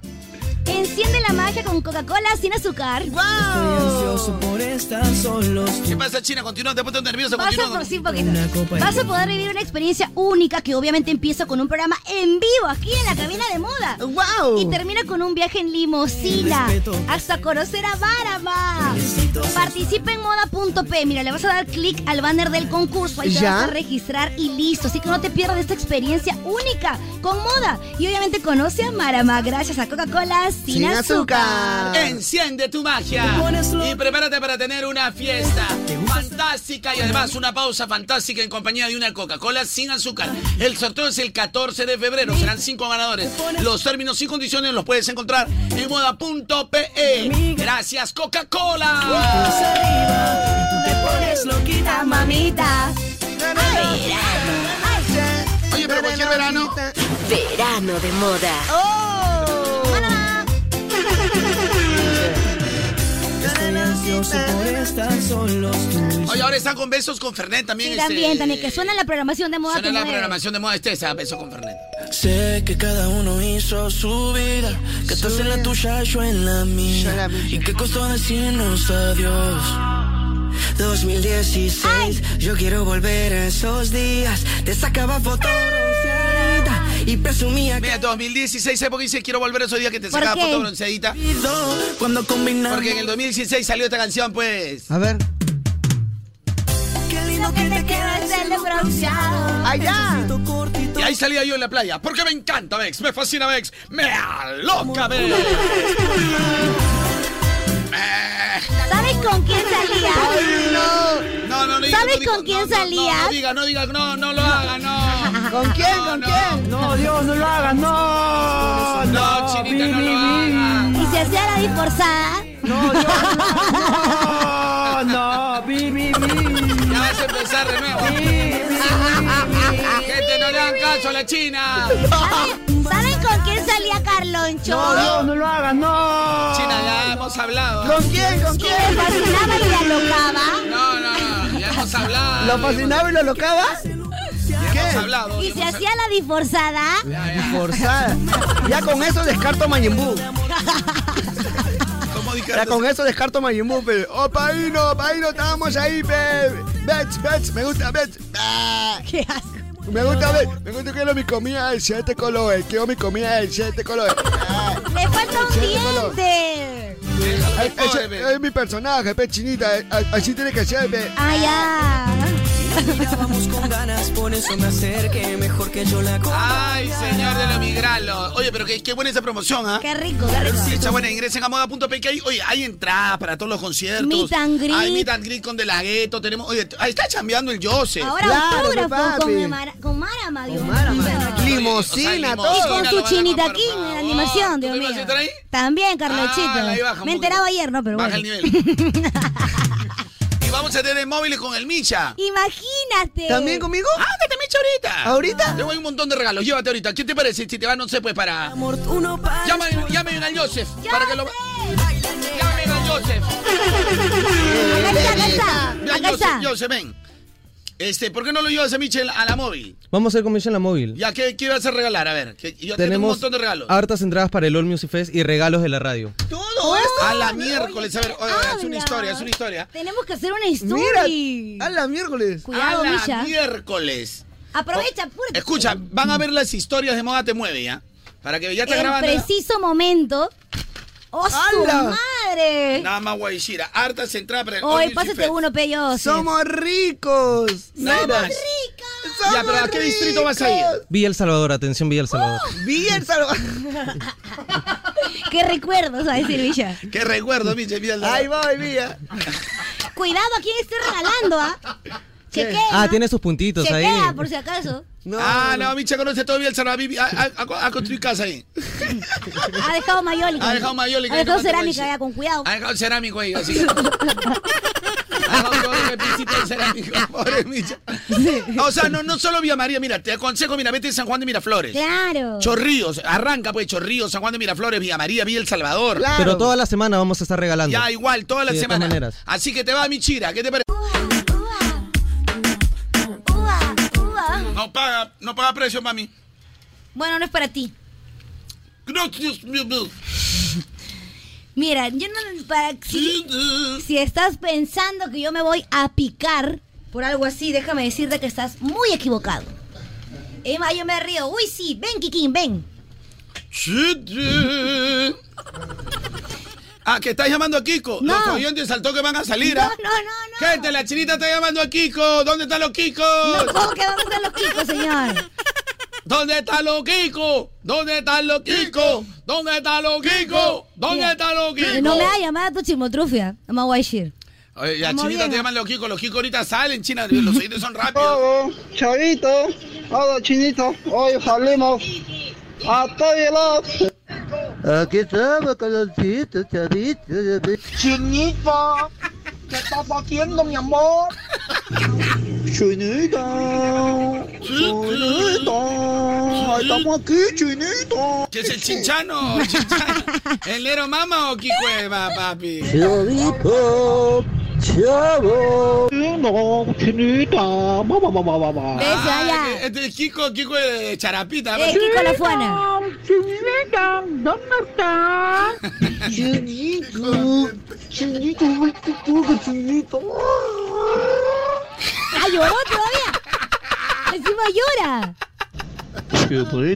Speaker 1: Enciende la magia con Coca-Cola sin azúcar. ¡Wow!
Speaker 9: ¿Qué pasa, China? Continúa, te pones nervioso,
Speaker 1: Vas a,
Speaker 9: continúa.
Speaker 1: por- sí, un poquito. Vas a poder vivir una experiencia única que obviamente empieza con un programa en vivo aquí en la cabina de moda.
Speaker 2: ¡Wow!
Speaker 1: Y termina con un viaje en limusina hasta conocer a Barama. Participa en moda.p. Mira, le vas a dar clic al banner del concurso. Ahí te
Speaker 2: ¿Ya?
Speaker 1: vas a registrar y listo. Así que no te pierdas esta experiencia única con moda. Y obviamente conoce a Marama gracias a Coca-Cola sin,
Speaker 9: Sin
Speaker 1: azúcar.
Speaker 9: Eh, Enciende tu magia y prepárate para tener una fiesta fantástica y además una pausa fantástica en compañía de una Coca-Cola sin azúcar. El sorteo es el 14 de febrero, serán cinco ganadores. Los términos y condiciones los puedes encontrar en moda.pe. Gracias Coca-Cola.
Speaker 1: pones loquita, mamita.
Speaker 9: Oye, pero cualquier verano.
Speaker 11: Verano de moda.
Speaker 9: Oye, ahora están con besos con Fernet también.
Speaker 1: Sí,
Speaker 9: este,
Speaker 1: también, también, que suena la programación de moda.
Speaker 9: Suena
Speaker 1: Te
Speaker 9: la
Speaker 1: Mueve.
Speaker 9: programación de moda este estesa, besos con Fernet.
Speaker 28: Sé que cada uno hizo su vida, que estás en la tuya, yo en la mía. Y que costó decirnos adiós. 2016, yo quiero volver a esos días. Te sacaba fotos bronceadita y presumía que
Speaker 9: Mira, 2016, ¿sabes por qué dice quiero volver a esos días que te
Speaker 28: ¿Por
Speaker 9: sacaba
Speaker 28: qué?
Speaker 9: foto bronceadita?
Speaker 28: cuando combinamos.
Speaker 9: Porque en el 2016 salió esta canción, pues.
Speaker 2: A ver.
Speaker 28: Qué lindo que te queda ese look bronceado.
Speaker 2: Allá.
Speaker 9: Y ahí salía yo en la playa. Porque me encanta, Vex. Me fascina, Vex. Me aloca, Vex.
Speaker 1: ¿Sabes con quién salía?
Speaker 9: No, no, no diga,
Speaker 1: ¿Sabes
Speaker 9: no diga,
Speaker 1: con quién
Speaker 9: no, no,
Speaker 1: salía?
Speaker 9: No, no diga, no diga, no, no lo haga, no.
Speaker 2: ¿Con quién? ¿Con quién?
Speaker 28: No, Dios, no lo hagas, no.
Speaker 9: No, chinita, no lo haga.
Speaker 1: Y se hacía la disforzada.
Speaker 28: No, Dios, no, no, vi, vi, vi.
Speaker 9: Ya vas a empezar de nuevo. Gente, no le hagan caso a la china.
Speaker 1: ¿Saben, saben con quién salía Carloncho?
Speaker 28: No, Dios, no lo hagas, no.
Speaker 9: China, ya hemos hablado.
Speaker 2: ¿Con quién? ¿Con
Speaker 1: Que le
Speaker 2: quién?
Speaker 1: fascinaba y le alocaba.
Speaker 9: No, no, no. Ya hemos hablado.
Speaker 2: ¿Lo fascinaba y lo locaba?
Speaker 9: Ya hemos hablado.
Speaker 1: Y se hacía la disforzada.
Speaker 2: Forzada. Ya con eso descarto Mayimbu.
Speaker 9: ¿Cómo dica-
Speaker 2: Ya con eso descarto Mayimbu, pe. Oh, Paino, Paino, estábamos ahí, pe. Bets, Bets, me gusta Bets.
Speaker 1: ¿Qué haces?
Speaker 2: Me gusta Bets, me gusta que lo mi comida del siete colores. Quiero mi comida del siete colores. Ah,
Speaker 1: Le falta un
Speaker 2: Sí, déjalo.
Speaker 1: diente.
Speaker 2: ese- ese Es mi personaje, pe, chinita. eh, a- Así tiene que ser, pe.
Speaker 1: Ah, ya.
Speaker 5: mirábamos con ganas, por eso me acerqué, mejor que yo la
Speaker 28: Ah,
Speaker 9: Ay, señor de los migralos. Oye, pero qué, qué buena esa promoción, ¿ah?
Speaker 1: Qué rico, qué rico.
Speaker 9: Sí, está buena. Ingresen a moda.p que hay, oye, hay entradas para todos los conciertos.
Speaker 1: Meet and greet.
Speaker 9: Hay meet and greet con De La Ghetto. Tenemos, oye, ahí está chambeando el Joseph.
Speaker 1: Ahora autógrafo con, Mara, con Marama, Dios mío.
Speaker 2: Limosina,
Speaker 1: Y
Speaker 2: todo.
Speaker 1: con su chinita aquí en
Speaker 9: Oh,
Speaker 1: animación, Dios mío. También, Carlochito.
Speaker 9: Ah, la iba a bajar
Speaker 1: Me
Speaker 9: un
Speaker 1: enteraba ayer, ¿no? Pero
Speaker 9: Baja
Speaker 1: bueno.
Speaker 9: el nivel. y vamos a tener móviles con el Micha.
Speaker 1: Imagínate.
Speaker 9: ¿También conmigo? Ándate, Micha, ahorita.
Speaker 2: ¿Ahorita?
Speaker 9: Tengo ahí un montón de regalos. Llévate ahorita. ¿Qué te parece si te va, no sé, pues para. Amor, uno para. Llamen, llamen al Joseph. Para que lo. Llamen al Joseph.
Speaker 1: Acá está, acá está.
Speaker 9: Ven,
Speaker 1: Acá
Speaker 9: Joseph,
Speaker 1: está.
Speaker 9: Joseph, ven. Este, ¿por qué no lo llevas a Michel a la móvil?
Speaker 14: Vamos a hacer comisión en la móvil.
Speaker 9: Ya, ¿qué, qué vas a regalar? A ver, que yo tengo un
Speaker 14: Tenemos
Speaker 9: montón de regalos.
Speaker 14: hartas entradas para el All Music Fest y regalos de la radio.
Speaker 9: ¿Todo esto? A la miércoles, a ver, oye, es una historia, es una historia.
Speaker 1: Tenemos que hacer una historia.
Speaker 2: Mira, a la miércoles.
Speaker 1: Cuidado,
Speaker 9: a la
Speaker 1: Misha.
Speaker 9: miércoles.
Speaker 1: Aprovecha, apúrate.
Speaker 9: Oh, Escucha, van a ver las historias de Moda Te Mueve, ¿ya? Para que ya está
Speaker 1: El
Speaker 9: grabando.
Speaker 1: preciso momento. ¡Oh, su
Speaker 9: ¡Hala!
Speaker 1: madre!
Speaker 9: Nada más Guayshira. Hartas entradas para el
Speaker 1: Hoy,
Speaker 9: All
Speaker 1: pásate
Speaker 9: Music
Speaker 1: uno, pellos.
Speaker 2: Somos ricos.
Speaker 9: Fest. Nada más. Ya, pero ¿a qué distrito vas a ir?
Speaker 14: Villa El Salvador, atención Villa El Salvador.
Speaker 2: Villa El Salvador.
Speaker 1: Qué recuerdos a decir Villa.
Speaker 9: Qué recuerdo, Miche, mira.
Speaker 2: Ahí va, Villa.
Speaker 1: Cuidado a quién esté regalando, ¿ah? Chequea.
Speaker 14: Ah, tiene sus puntitos ahí.
Speaker 1: Chequea, por si acaso.
Speaker 9: ah, no, Micha conoce todavía el Salvador. Ha, ha- ha construido casa ahí.
Speaker 1: Ha dejado mayólica.
Speaker 9: Ha dejado mayólica,
Speaker 1: Ha dejado
Speaker 9: no te voy a
Speaker 1: cerámica,
Speaker 9: decir.
Speaker 1: ya, con cuidado.
Speaker 9: Ha dejado cerámico ahí, así. Ha dejado todo el pisito de cerámico, pobre Micha. O sea, no, no solo Villa María, mira, te aconsejo, mira, vete a San Juan de Miraflores.
Speaker 1: Claro.
Speaker 9: Chorrillos, arranca pues Chorrillos, San Juan de Miraflores, Villa María, Villa El Salvador.
Speaker 14: Pero toda la semana vamos a estar regalando.
Speaker 9: Ya, igual, todas las
Speaker 14: Sí, de todas
Speaker 9: semanas.
Speaker 14: maneras.
Speaker 9: Así que te va mi chira, ¿qué te parece? No paga, no paga precio, mami.
Speaker 1: Bueno, no es para ti.
Speaker 9: No, Dios mío, mío.
Speaker 1: Mira, yo no. para- si, si estás pensando que yo me voy a picar por algo así, déjame decirte que estás muy equivocado. Emma, yo me río. Uy, sí, ven, Kikín, ven.
Speaker 9: Ah, que estás llamando a Kiko.
Speaker 1: No.
Speaker 9: Los oyentes saltó que van a salir. ¿ah?
Speaker 1: No, no, no,
Speaker 9: Gente, la chinita está llamando a Kiko. ¿Dónde están los Kikos?
Speaker 1: No, ¿cómo que dónde están los Kikos, señor?
Speaker 9: ¿Dónde están los Kikos? ¿Dónde están los Kikos? ¿Dónde están los Kikos? ¿Dónde
Speaker 1: Mira,
Speaker 9: están los Kikos?
Speaker 1: No me va a llamar a tu chimotrufia. No me voy a decir.
Speaker 9: Oye, la
Speaker 1: Como
Speaker 9: chinita
Speaker 1: vieja.
Speaker 9: te llaman los Kikos. Los Kikos ahorita salen, China. Los oyentes son rápidos.
Speaker 13: Todo, chavito, todo chinito, hoy salimos a todos lados.
Speaker 20: Aquí estamos, Carlonchito, chavito, chavito.
Speaker 13: Chinita, ¿qué estás haciendo, mi amor? Chinita, chinita, estamos aquí, chinita.
Speaker 9: ¿Qué es el chinchano? ¿Chinchano? ¿El Lero Mama o Kiko Eva, papi?
Speaker 13: Chavito, chavo. No, chinita, va, va, va, va, va, va.
Speaker 9: Ah,
Speaker 29: eh,
Speaker 9: eh, que- Este es Kiko, Kiko de
Speaker 1: Eh,
Speaker 9: Charapita. ¿verdad?
Speaker 13: Chinita, ¿dónde estás? Chinito, chinito, vete tú, que chinito.
Speaker 1: ¡Ah, lloró todavía! ¡Encima llora!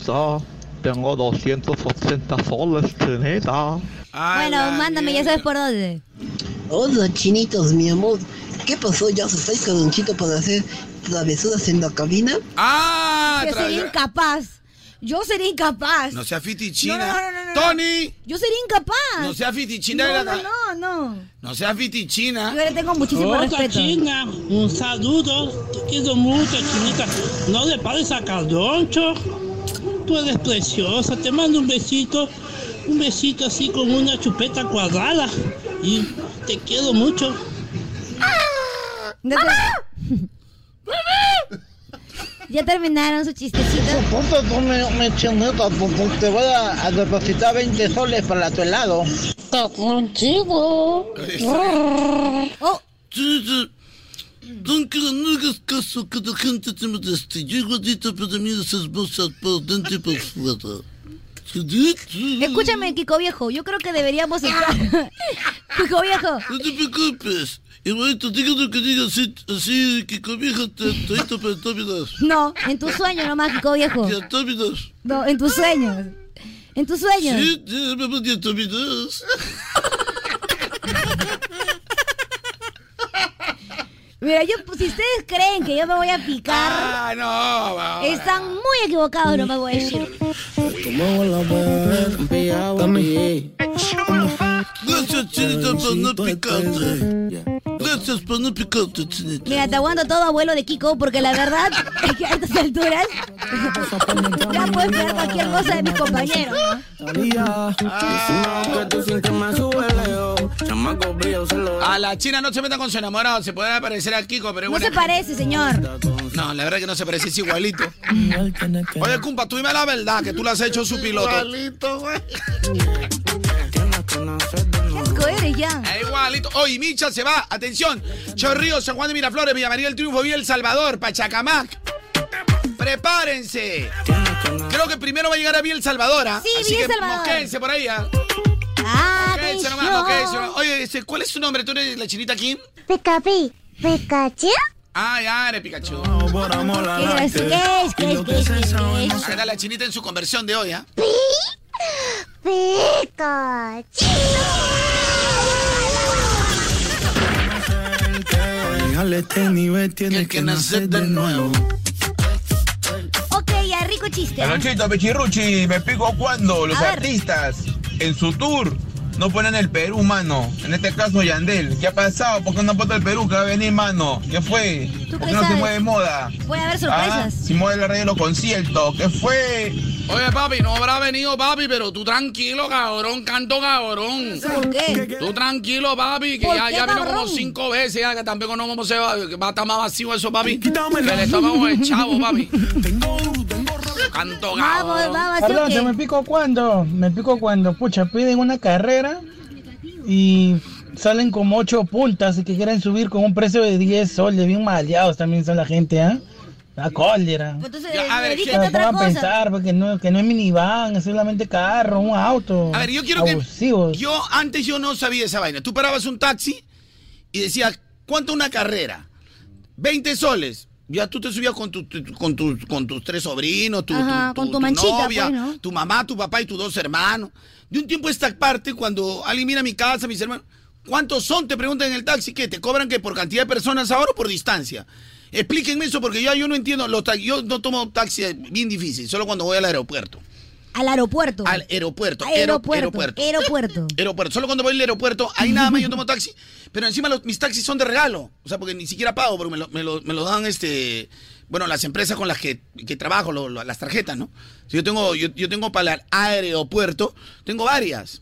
Speaker 13: Chinita, tengo 280 soles, chinita.
Speaker 1: bueno, mándame, ya sabes por dónde.
Speaker 17: Hola chinitos, mi amor. ¿Qué pasó? ¿Ya asustáis Carlonchito para hacer travesuras en la cabina?
Speaker 9: Ah,
Speaker 1: Yo
Speaker 9: tra-
Speaker 1: sería incapaz. Yo sería incapaz.
Speaker 9: No sea fitichina.
Speaker 1: No, no, no, no, no.
Speaker 9: Tony,
Speaker 1: Yo sería incapaz.
Speaker 9: No sea fitichina,
Speaker 1: No,
Speaker 9: era-
Speaker 1: no, no, no.
Speaker 9: no sea fitichina.
Speaker 1: Yo le tengo muchísimo
Speaker 18: Hola,
Speaker 1: respeto.
Speaker 18: China, un saludo. Te quiero mucho, Chinita. No le pares a Cardoncho. Tú eres preciosa. Te mando un besito. Un besito así con una chupeta cuadrada. Y te quiero mucho.
Speaker 1: Ya terminaron su chistecito.
Speaker 13: Ponte tú, mi, mi chinita, porque te voy a, a depositar 20 soles para tu helado.
Speaker 17: Contigo.
Speaker 1: Oh.
Speaker 29: Don Carlos, no hagas caso que la gente te moleste. Yo igualito para mí esas bolsas por dentro y por fuera.
Speaker 1: Escúchame, Kiko Viejo. Yo creo que deberíamos
Speaker 19: Ah.
Speaker 1: estar. Kiko Viejo.
Speaker 29: No te preocupes. Igualito, diga lo que diga, así, así que cobija te estoy para dominar.
Speaker 1: No, en tus sueños nomás, Kiko Viejo.
Speaker 29: Ya dominas.
Speaker 1: No, en tus sueños. En tus sueños.
Speaker 29: Sí, ya me voy a dominar.
Speaker 1: Me Mira, yo, pues, si ustedes creen que yo me voy a picar,
Speaker 19: Ah, no,
Speaker 1: están muy equivocados, no me voy a decir.
Speaker 29: Como la bebé, dame. Gracias, chinita, por no picarte. Gracias por no picarte, chinita.
Speaker 1: Mira, te aguanto todo, abuelo de Kiko, porque la verdad es que a estas alturas ya puedes pegar cualquier cosa de mis compañeros. ¿no?
Speaker 9: A la China no se meta con su enamorado, se puede parecer a Kiko, pero
Speaker 1: No
Speaker 9: bueno.
Speaker 1: se parece, señor.
Speaker 9: No, la verdad que no se parece, es igualito. Oye, cumpa, tú dime la verdad, que tú le has hecho su piloto.
Speaker 29: Igualito, güey.
Speaker 1: Asco eres ya.
Speaker 9: Es igualito. Hoy Micha se va, atención. Chorrillos, San Juan de Miraflores, Villa María del Triunfo, Villa El Salvador, Pachacamac. Prepárense. Creo que primero va a llegar a Villa El Salvador. ¿ah?
Speaker 1: Sí,
Speaker 9: Así
Speaker 1: Villa El
Speaker 9: que
Speaker 1: Salvador.
Speaker 9: mosquense por ahí. ¿ah?
Speaker 3: Ah,
Speaker 9: Mosquense nomás, mosquense nomás. Oye, este, ¿cuál es su nombre? ¿Tú eres la chinita Kim?
Speaker 3: Picapi, Pikachu.
Speaker 9: Ah, ya, eres Pikachu.
Speaker 3: Qué es, qué es, qué es, qué es, qué es.
Speaker 9: Ahí está la chinita en su conversión de hoy, ¿ah?
Speaker 3: Pikachu.
Speaker 29: El este que nace de nuevo.
Speaker 1: Ok, ya, rico chiste. ¿ah?
Speaker 12: Calonchito, Pichirruchi, me explico cuando los
Speaker 1: A ver.
Speaker 12: artistas en su tour no ponen el Perú, mano. En este caso, Yandel. ¿Qué ha pasado? ¿Por qué no pone el Perú? ¿Qué va a venir, mano? ¿Qué fue?
Speaker 1: ¿Tú qué
Speaker 12: ¿Por qué no se
Speaker 1: sabes?
Speaker 12: mueve moda?
Speaker 1: Puede haber
Speaker 12: Ah,
Speaker 1: sorpresas.
Speaker 12: Si mueve la red de los conciertos. ¿Qué fue?
Speaker 9: Oye, papi, no habrá venido, papi, pero tú tranquilo, cabrón, canto cabrón.
Speaker 1: ¿Por qué?
Speaker 9: Tú tranquilo, papi, que
Speaker 1: ¿Por
Speaker 9: ya,
Speaker 1: qué,
Speaker 9: ya vino como
Speaker 1: cabrón?
Speaker 9: cinco veces, ya que tampoco no cómo se va, va a estar más vacío eso, papi. Que le estamos el chavo, papi. Canto
Speaker 1: Ah,
Speaker 9: cabrón.
Speaker 30: Carloncho, me pico cuando, me pico cuando, pucha, piden una carrera y salen como ocho puntas y que quieren subir con un precio de 10 soles, bien maleados también son la gente, ¿ah? La cólera.
Speaker 1: Entonces,
Speaker 9: Ya, a ver,
Speaker 30: Se
Speaker 9: ¿qué-
Speaker 30: la pongan a pensar, porque no, que no es minivan, es solamente carro, un auto.
Speaker 9: A ver, yo quiero que-
Speaker 30: abusivos.
Speaker 9: Yo antes yo no sabía esa vaina. Tú parabas un taxi y decías, ¿cuánto una carrera? 20 soles. Ya tú te subías con, tu- tu- con, tus- con tus tres sobrinos, tu,
Speaker 1: Ajá, con tu manchita,
Speaker 9: novia,
Speaker 1: pues, ¿no?
Speaker 9: tu mamá, tu papá y tus dos hermanos. De un tiempo a esta parte, cuando alguien mira mi casa, mis hermanos, ¿cuántos son? Te preguntan en el taxi, ¿qué? ¿Te cobran que por cantidad de personas ahora o por distancia? Explíquenme eso porque ya yo no entiendo. Los ta- yo no tomo taxi eh, bien difícil, solo cuando voy al aeropuerto.
Speaker 1: Al aeropuerto.
Speaker 9: Al aeropuerto. aero-
Speaker 1: Aeropuerto.
Speaker 9: aeropuerto.
Speaker 1: Aeropuerto.
Speaker 9: Aeropuerto. Solo cuando voy al aeropuerto, ahí nada más yo tomo taxi. Pero encima los- mis taxis son de regalo. O sea, porque ni siquiera pago, porque me lo, me lo- me lo dan este. Bueno, las empresas con las que, que trabajo, lo- lo- las tarjetas, ¿no? Si yo tengo, yo, yo tengo para el aeropuerto, tengo varias.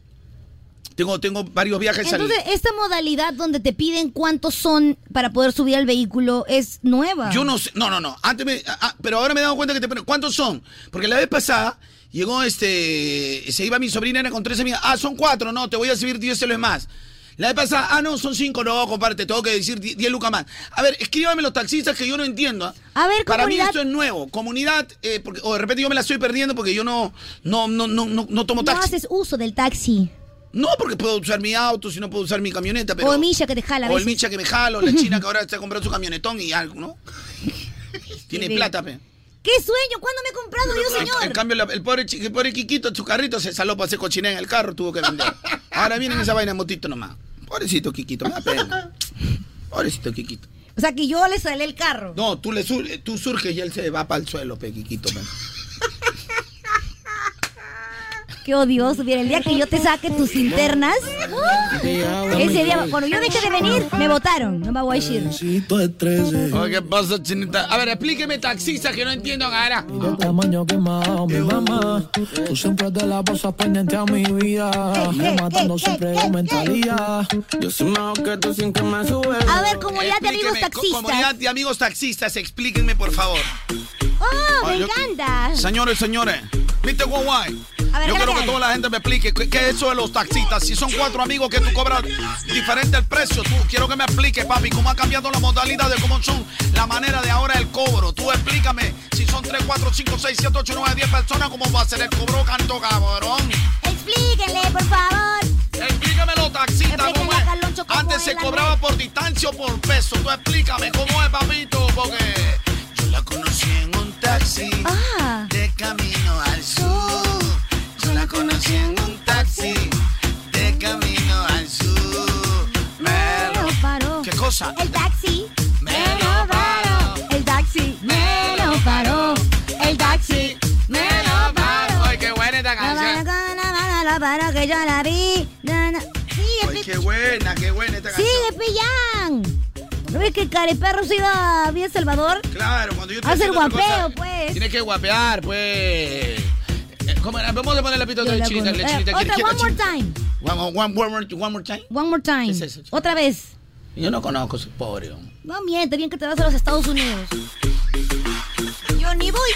Speaker 9: Tengo, tengo varios viajes al-
Speaker 1: Entonces, esta modalidad donde te piden cuántos son para poder subir al vehículo es nueva.
Speaker 9: Yo no sé, no, no, no. Antes me- ah, ah, pero ahora me he dado cuenta que te ponen, ¿cuántos son? Porque la vez pasada llegó este, se iba mi sobrina, era con tres amigas, ah, son cuatro, no, te voy a subir diez celos más. La vez pasada, ah, no, son cinco, no, compadre, te tengo que decir die- diez lucas más. A ver, escríbame los taxistas que yo no entiendo. A
Speaker 1: ver,
Speaker 9: Para
Speaker 1: comunidad-
Speaker 9: mí esto es nuevo. Comunidad, eh, porque- o de repente yo me la estoy perdiendo porque yo no, no, no, no, no, no tomo
Speaker 1: No
Speaker 9: taxi.
Speaker 1: haces uso del taxi.
Speaker 9: No, porque puedo usar mi auto, si no puedo usar mi camioneta, pero...
Speaker 1: O el Misha que te jala a
Speaker 9: O el
Speaker 1: veces.
Speaker 9: Micha que me jalo, la china que ahora está comprando su camionetón y algo, ¿no? Tiene
Speaker 1: Qué
Speaker 9: plata, pe.
Speaker 1: ¡Qué sueño! ¿Cuándo me he comprado yo,
Speaker 9: En- En
Speaker 1: señor?
Speaker 9: cambio, la- el pobre, chi- el pobre Kikito, su carrito se saló para hacer cochinera en el carro, tuvo que vender. Ahora vienen esa vaina de motito nomás. Pobrecito Kikito, me da pena. Pobrecito Kikito.
Speaker 1: O sea, que yo le salé el carro.
Speaker 9: No, tú, le sur- tú surges y él se va para el suelo, pe, Kikito. pe.
Speaker 1: Qué odioso. Mira, el día que yo te saque tus internas, ¡ah! ese día, cuando yo dejé de venir, me votaron. No me voy a decir.
Speaker 9: Oye, ¿qué pasa, chinita? A ver, explíqueme, taxistas que no entiendo ahora.
Speaker 31: El tamaño quemado, mi mamá. Tú siempre te la pasas pendiente a mi vida. Me matando siempre con mentalidad. Yo soy mejor que tú sin que me sube.
Speaker 1: A ver, comunidad de amigos
Speaker 9: Explíqueme, co-
Speaker 1: taxistas.
Speaker 9: Comunidad de amigos taxistas, explíquenme, por favor.
Speaker 1: ¡Oh, me
Speaker 9: Ay, Ah, yo-
Speaker 1: encanta!
Speaker 9: Señores, señores, ¿viste Guaguay?
Speaker 1: A ver,
Speaker 9: Yo quiero
Speaker 1: dale.
Speaker 9: que toda la gente me explique qué, qué es eso de los taxistas. Si son cuatro amigos que tú cobras diferente el precio, tú quiero que me expliques, papi, cómo ha cambiado la modalidad de cómo son la manera de ahora el cobro. Tú explícame si son tres, cuatro, cinco, seis, siete, ocho, nueve, diez personas, cómo va a ser el cobro, canto cabrón.
Speaker 1: Explíquenle, por favor.
Speaker 9: Explícame los taxistas, ¿cómo
Speaker 1: Explíquenle a Carloncho
Speaker 9: es?
Speaker 1: cómo
Speaker 9: Antes
Speaker 1: es
Speaker 9: se
Speaker 1: la
Speaker 9: cobraba por distancia o por peso. Tú explícame cómo es, papito, porque yo la conocí en un taxi.
Speaker 1: Ah.
Speaker 9: De camino al sur, yo la conocí en un taxi. De camino al sur, me
Speaker 1: paró.
Speaker 9: ¿Qué cosa?
Speaker 1: El taxi.
Speaker 9: Me
Speaker 1: Esa para que yo la vi. na, na. Sigue,
Speaker 9: Ay, qué buena, qué buena esta
Speaker 1: pi-
Speaker 9: canción.
Speaker 1: sigue, pillan. ¿No ves que Careperros iba a Vía Salvador?
Speaker 9: Claro, cuando yo te
Speaker 1: Hace el
Speaker 9: haciendo otra
Speaker 1: guapeo,
Speaker 9: cosa,
Speaker 1: pues.
Speaker 9: Tienes que guapear, pues. Eh, ¿Cómo era? Vamos a poner la pita
Speaker 1: Yo
Speaker 9: otra
Speaker 1: la
Speaker 9: chinita,
Speaker 1: conozco.
Speaker 9: la chinita.
Speaker 1: Eh,
Speaker 9: ¿quién-
Speaker 1: otra,
Speaker 9: quién-
Speaker 1: one more time.
Speaker 9: One, one, one more, one more time.
Speaker 1: One more time. Otra vez.
Speaker 9: Yo no conozco, soy pobre. hombre.
Speaker 1: No miente, bien que te vas a los Estados Unidos. Yo ni voy.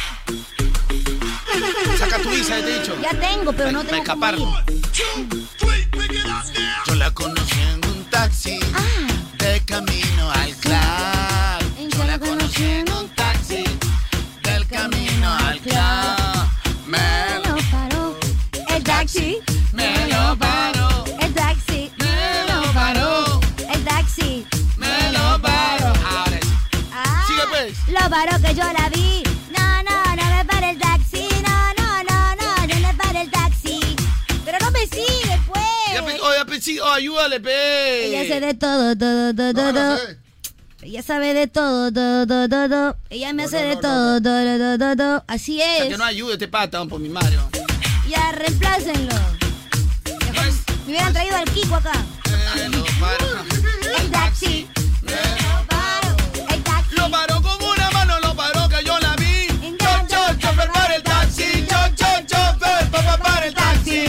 Speaker 9: Saca tu visa, te he dicho.
Speaker 1: Ya tengo, pero no
Speaker 9: Para
Speaker 1: tengo cómo
Speaker 9: escapar.
Speaker 29: Yo la conocí en un taxi
Speaker 1: Ah.
Speaker 29: de camino al club. Yo la conocí en un taxi del camino al club. Me lo paró el taxi. Me lo paró
Speaker 1: El taxi.
Speaker 29: Me lo paró.
Speaker 1: El taxi. Ah,
Speaker 29: Me lo paró. Ahora sí.
Speaker 9: Sigue pues.
Speaker 1: Lo paró que yo la vi. No, no, no me para el taxi. No, no, no, no, no me para el taxi. Pero no me sigue, pues.
Speaker 9: Ya, pe- oh, ya, pe- sí, oh, ayúdale, pe.
Speaker 1: Ella se de todo, todo, todo,
Speaker 9: No, no
Speaker 1: todo.
Speaker 9: sé.
Speaker 1: Ella sabe de todo, todo, todo, todo. Ella me hace de todo, todo, todo, todo, todo. Así
Speaker 9: Hasta
Speaker 1: es.
Speaker 9: que no ayude este pata, por mi madre. hombre.
Speaker 1: Ya, reemplácenlo. Mejor Me hubieran traído al Kiko acá. El taxi.
Speaker 29: Lo paró con una mano, lo paró que yo la vi. Chon, chon, chofer para el taxi. Chon, chon, chofer, papá para el taxi.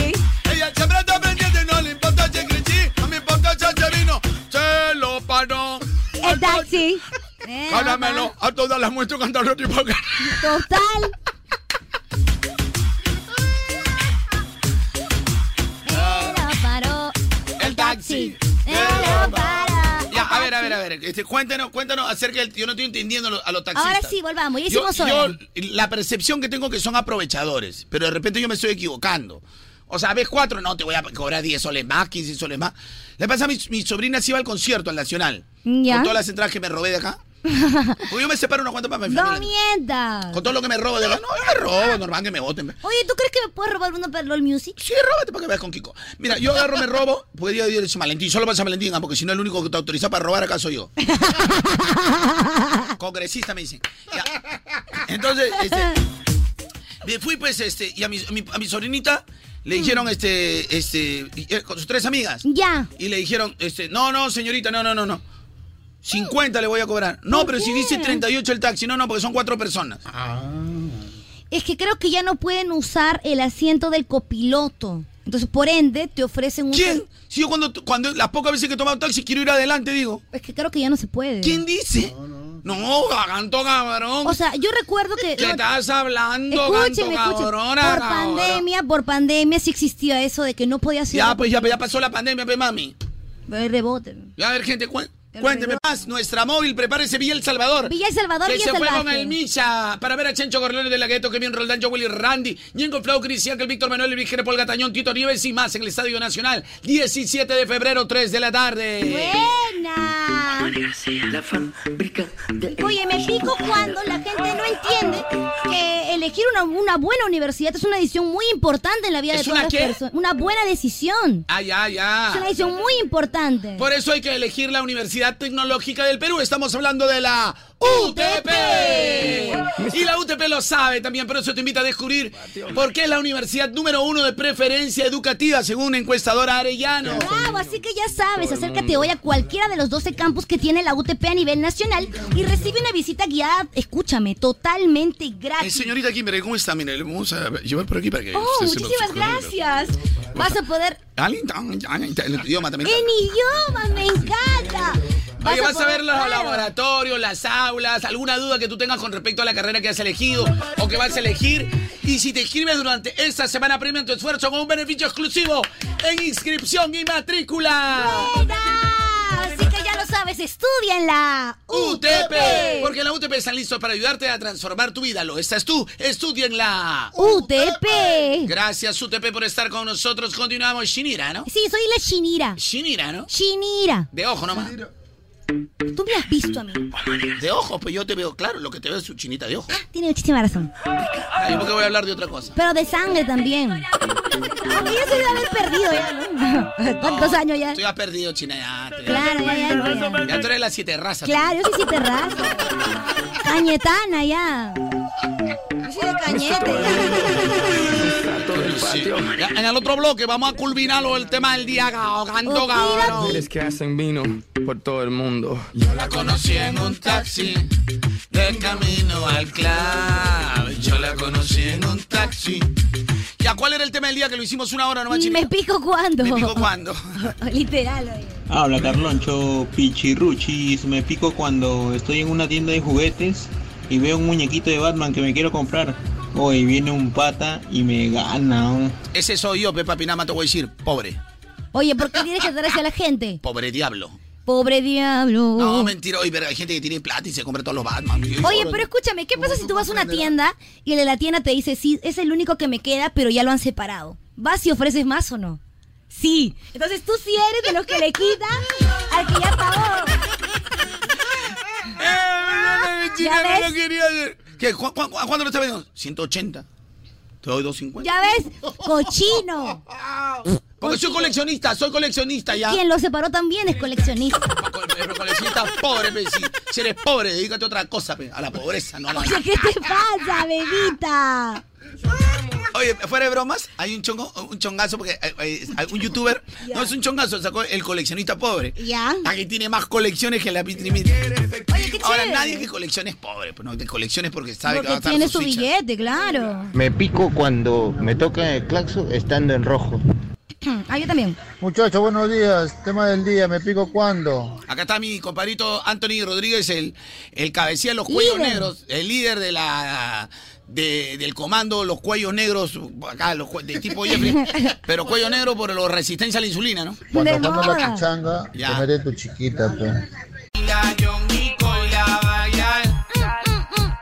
Speaker 19: Ella siempre está pendiente y no le importa si crecí. A mi importa si se vino. Se lo paró.
Speaker 1: El taxi.
Speaker 19: Háblamelo. A todas las muestro cantarlo tipo que.
Speaker 1: Total. Lo paró.
Speaker 9: El taxi.
Speaker 1: Lo paró.
Speaker 9: Ya, a ver, a ver, a ver. Este, cuéntanos, cuéntanos acerca del. Yo no estoy entendiendo lo- a los taxistas.
Speaker 1: Ahora sí, volvamos. Ya
Speaker 9: Yo-
Speaker 1: hicimos
Speaker 9: yo,
Speaker 1: hoy.
Speaker 9: la percepción que tengo que son aprovechadores, pero de repente yo me estoy equivocando. O sea, ves cuatro, no, te voy a cobrar 10 soles más, 15 soles más. Le pasa a mi, mi sobrina si iba al concierto al Nacional.
Speaker 1: Ya.
Speaker 9: Con todas las entradas que me robé de acá. Porque yo me separo unos cuantos para mi
Speaker 1: No
Speaker 9: familia.
Speaker 1: mientas.
Speaker 9: Con todo lo que me robo de acá. No, yo me robo, normal que me voten.
Speaker 1: Oye, ¿tú crees que me puedes robar uno para LOL Music?
Speaker 9: Sí, róbate para que veas con Kiko. Mira, yo agarro, me robo, porque yo digo San Valentín, solo para San Valentín, ah, porque si no el único que te autoriza para robar acá soy yo. Congresista me dicen. Ya. Entonces, este, me fui pues, este, y a mi, a mi- a mi sobrinita le dijeron, este, este, y- eh, con sus tres amigas.
Speaker 1: Ya.
Speaker 9: Y le dijeron, este, no, no, señorita, no, no, no, no. 50 le voy a cobrar. No, pero si dice 38 el taxi, no, no, porque son cuatro personas.
Speaker 1: Es que creo que ya no pueden usar el asiento del copiloto. Entonces, por ende, te ofrecen un...
Speaker 9: ¿Quién? Si yo cuando, cuando las pocas veces que he tomado taxi quiero ir adelante, digo.
Speaker 1: Es que creo que ya no se puede.
Speaker 9: ¿Quién dice? No, gaganto cabrón.
Speaker 1: O sea, yo recuerdo que...
Speaker 9: ¿Qué
Speaker 1: no,
Speaker 9: estás hablando, ganto
Speaker 1: Escúcheme, escúcheme. Por
Speaker 9: cabrona, cabrón?
Speaker 1: pandemia, por pandemia sí existía eso de que no podías ir...
Speaker 9: Ya, pues ya, pues, ya pasó la pandemia, pues mami.
Speaker 1: El rebote.
Speaker 9: Ya, a ver, gente, cué- cuénteme más. Nuestra móvil, prepárese Villa El Salvador.
Speaker 1: Villa El Salvador,
Speaker 9: Que
Speaker 1: Villa
Speaker 9: se fue
Speaker 1: Salvaje.
Speaker 9: con el Misha para ver a Chencho Corleone de la Gueto, Kevin Roldán, Joe Willy Randy, Ñengo Flow, Cristian, el Víctor Manuel, el Vigere, Paul Gatañón, Tito Nieves y más en el Estadio Nacional. 17 de febrero, 3 de la tarde.
Speaker 1: ¡Buena! Oye, me pico cuando la gente no entiende que elegir una, una buena universidad es una decisión muy importante en la vida de
Speaker 9: ¿Es
Speaker 1: todas
Speaker 9: una
Speaker 1: las
Speaker 9: qué?
Speaker 1: personas. Una buena decisión.
Speaker 9: Ah, ya, ya.
Speaker 1: Es una decisión muy importante.
Speaker 9: Por eso hay que elegir la Universidad Tecnológica del Perú. Estamos hablando de la UTP. Y la UTP lo sabe también, por eso te invita a descubrir por qué es la universidad número uno de preferencia educativa, según encuestadora Arellano.
Speaker 1: Bravo, así que ya sabes, acércate hoy a cualquiera de los 12 campus que tiene la UTP a nivel nacional y recibe una visita guiada, escúchame, totalmente
Speaker 19: Eh,
Speaker 1: gratis.
Speaker 19: señorita Kimberly, ¿cómo está? Mire, le vamos a llevar por aquí para que.
Speaker 1: Oh,
Speaker 19: usted se lo-
Speaker 1: muchísimas gracias. Vas a poder
Speaker 19: Alguien tan- alguien tan- el idioma
Speaker 1: en
Speaker 9: también.
Speaker 1: idiomas, me encanta.
Speaker 9: Oye, vas a
Speaker 1: poder-
Speaker 9: ver los
Speaker 1: claro.
Speaker 9: laboratorios, las aulas, alguna duda que tú tengas con respecto a la carrera que has elegido o que vas a elegir. Y si te inscribes durante esta semana, premia tu esfuerzo con un beneficio exclusivo en inscripción y matrícula.
Speaker 1: Así que ya lo sabes, estudia en la
Speaker 9: UTP. Porque en la UTP están listos para ayudarte a transformar tu vida. Lo estás tú. Estudia en la
Speaker 1: UTP.
Speaker 9: Gracias, UTP, por estar con nosotros. Continuamos, Shinira, ¿no?
Speaker 1: Sí, soy la Shinira.
Speaker 9: Shinira, ¿no?
Speaker 1: Shinira.
Speaker 9: De ojo nomás.
Speaker 1: Tú me has visto a mí.
Speaker 9: De ojo, pues yo te veo claro. Lo que te veo es su chinita de ojo.
Speaker 1: Tiene muchísima razón.
Speaker 9: Ay, ¿por qué voy a hablar de otra cosa?
Speaker 1: Pero de sangre también. Aunque yo soy de haber perdido ya, ¿no? ¿Cuántos años ya?
Speaker 9: Tú ya has perdido, China. Ya, te-
Speaker 1: Claro, ya, ya, ya.
Speaker 9: Ya tú eres la siete razas.
Speaker 1: Claro, yo soy siete razas. Cañetana ya.
Speaker 19: Ya, En el otro bloque vamos a culminar lo del tema del día, gao, ganto, gao, gao.
Speaker 31: Mujeres que hacen vino por todo el mundo.
Speaker 29: La conocí en un taxi de camino al club. Yo la conocí en un taxi.
Speaker 19: Ya, ¿cuál era el tema del día que lo hicimos una hora nomás,
Speaker 1: ¿Y me
Speaker 19: chinita?
Speaker 1: pico cuándo?
Speaker 19: Me pico cuándo.
Speaker 1: Literal, oye.
Speaker 7: Habla Carloncho, pichirruchis, me pico cuando estoy en una tienda de juguetes y veo un muñequito de Batman que me quiero comprar. Hoy viene un pata y me gana. ¿no?
Speaker 9: Ese soy yo, Pepa Pinama, te voy a decir, pobre,
Speaker 1: Oye, ¿por qué tienes que tratar hacia la gente?
Speaker 9: pobre diablo.
Speaker 1: Pobre diablo.
Speaker 9: No, mentira, hoy hay gente que tiene plata y se compra todos los Batman.
Speaker 1: Uh. Oye, pero escúchame, ¿qué pasa si tú vas a una tienda y el de la tienda te dice, sí, es el único que me queda, pero ya lo han separado? ¿Vas y ofreces más o no? Sí. Entonces tú sí eres de los que le quita al que ya pagó.
Speaker 9: Eh,
Speaker 19: Chinita,
Speaker 1: ¿Ya
Speaker 19: no
Speaker 1: ves?
Speaker 19: lo quería hacer.
Speaker 9: ¿Qué? ¿Cu- cu- cu- cuánto le está vendiendo? 180. Te doy 250.
Speaker 1: ¿Ya ves? Cochino.
Speaker 9: Porque soy coleccionista, soy coleccionista ya.
Speaker 1: Quien lo separó también es coleccionista.
Speaker 9: Pero coleccionista pobre, pe, si, si eres pobre, dedícate a otra cosa, pe, a la pobreza, no a la...
Speaker 1: Oye, ¿qué te pasa, bebita?
Speaker 9: Oye, fuera de bromas, hay un chongo, un chongazo, porque hay, hay- hay un youtuber, no es un chongazo, sacó el coleccionista pobre.
Speaker 1: Ya.
Speaker 9: La que tiene más colecciones que la pitrimita. Ahora, nadie que coleccione es pobre, pero no te colecciones porque sabe que va a
Speaker 1: Porque
Speaker 9: estar
Speaker 1: tiene
Speaker 9: su
Speaker 1: su
Speaker 9: ficha.
Speaker 1: billete, claro.
Speaker 4: Me pico cuando me toca el claxon estando en rojo.
Speaker 1: Ah, yo también.
Speaker 10: Muchachos, buenos días. Tema del día, me pico cuando.
Speaker 9: Acá está mi compadrito Anthony Rodríguez, el, el cabecilla de los cuellos
Speaker 10: Líder.
Speaker 9: negros, el líder de la de- del comando Los Cuellos Negros, acá, los, cue- de tipo Jeffrey, pero cuello negro por la resistencia a la insulina, ¿no?
Speaker 10: Cuando comes la chichanga,
Speaker 9: Ya.
Speaker 10: te metes tu chiquita, pe.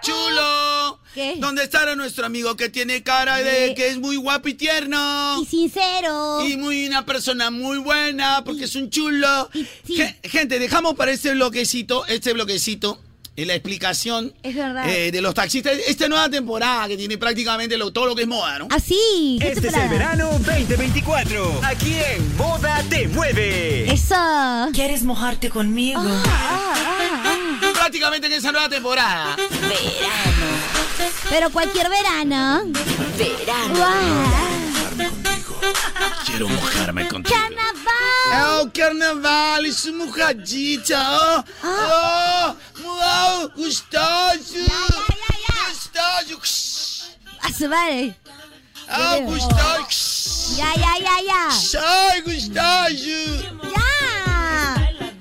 Speaker 9: Chulo, ¿dónde estará nuestro amigo que tiene cara de que es muy guapo y tierno? Y
Speaker 1: sincero.
Speaker 9: Y muy una persona muy buena, porque es un chulo. Gen- Gente, dejamos para este bloquecito, este bloquecito, eh, la explicación
Speaker 1: Es verdad.
Speaker 9: eh, de los taxistas. Esta nueva temporada que tiene prácticamente lo- todo lo que es moda, ¿no?
Speaker 1: Así. ¿qué
Speaker 9: Este es
Speaker 1: temporada?
Speaker 9: el verano
Speaker 27: 2024. Aquí en Moda te mueve.
Speaker 1: Eso.
Speaker 27: ¿Quieres mojarte conmigo?
Speaker 18: Ah.
Speaker 9: Prácticamente en esa nueva temporada.
Speaker 1: Pero cualquier verano. Verano.
Speaker 9: Quiero mojarme con
Speaker 1: ¡Carnaval!
Speaker 9: ¡Oh, carnaval! ¡Es un mojadita! ¡Oh!
Speaker 1: Ah.
Speaker 9: ¡Oh! ¡Wow! ¡Gustoso! ¡Gustoso!
Speaker 1: A su madre.
Speaker 9: ¡Ah,
Speaker 1: Yo digo.
Speaker 9: Gustoso!
Speaker 1: Ya, ya, ya, ya.
Speaker 9: ¡Soy Gustoso!
Speaker 1: ¡Ya!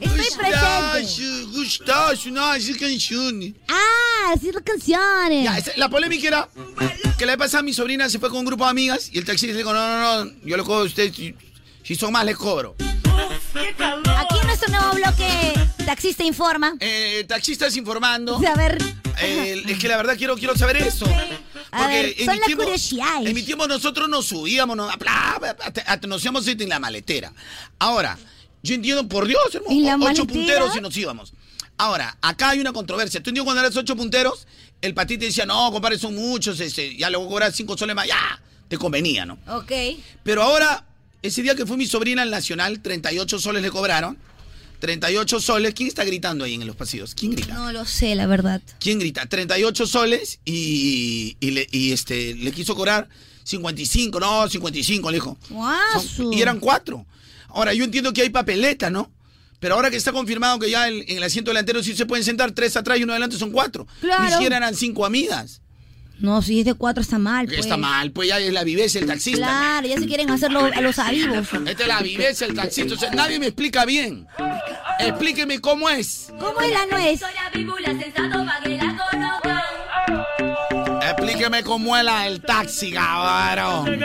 Speaker 1: Estoy presente.
Speaker 9: Gustoso, Gustoso, no, es canción.
Speaker 1: Ah, sí, las canciones.
Speaker 9: Ya, Ah, esa- la polémica era que la vez pasada mi sobrina se fue con un grupo de amigas y el taxista dijo, no, no, no, yo le cobro a ustedes, si- si son más les cobro.
Speaker 1: Aquí en nuestro nuevo bloque, Taxista Informa.
Speaker 9: Eh, taxistas informando.
Speaker 1: A ver.
Speaker 9: Eh, es que la verdad quiero, quiero saber eso.
Speaker 1: A ver, son las
Speaker 9: en mi tiempo nosotros nos subíamos, nos, apla- hasta- hasta nos íbamos en la maletera. Ahora, yo entiendo, por Dios, hermano,
Speaker 10: ¿En la
Speaker 9: ocho
Speaker 10: maletera?
Speaker 9: punteros y nos íbamos. Ahora, acá hay una controversia. Tú entiendes cuando eras ocho punteros, el patito decía, no, compadre, son muchos, este, ya le voy a cobrar cinco soles más, ya, te convenía, ¿no?
Speaker 1: Ok.
Speaker 9: Pero ahora, ese día que fue mi sobrina al Nacional, 38 soles le cobraron. 38 soles. ¿Quién está gritando ahí en los pasillos? ¿Quién grita?
Speaker 1: No lo sé, la verdad.
Speaker 9: ¿Quién grita? 38 soles y, y le, y, este, le quiso cobrar 55, no, 55, le dijo.
Speaker 1: Guaso.
Speaker 9: Y eran cuatro. Ahora, yo entiendo que hay papeleta, ¿no? Pero ahora que está confirmado que ya el- en el asiento delantero sí se pueden sentar tres atrás y uno adelante son cuatro. Ni
Speaker 1: Claro.
Speaker 9: siquiera eran cinco amigas.
Speaker 1: No, si es de cuatro está mal. Pues.
Speaker 9: Está mal, pues ya es la viveza el taxista.
Speaker 1: Claro, ya se quieren hacer los, los avivos.
Speaker 9: Esta es la viveza el taxista. O sea, nadie me explica bien. Explíqueme cómo es.
Speaker 1: ¿Cómo es la nuez?
Speaker 9: Explíqueme cómo es la del taxi, cabrón.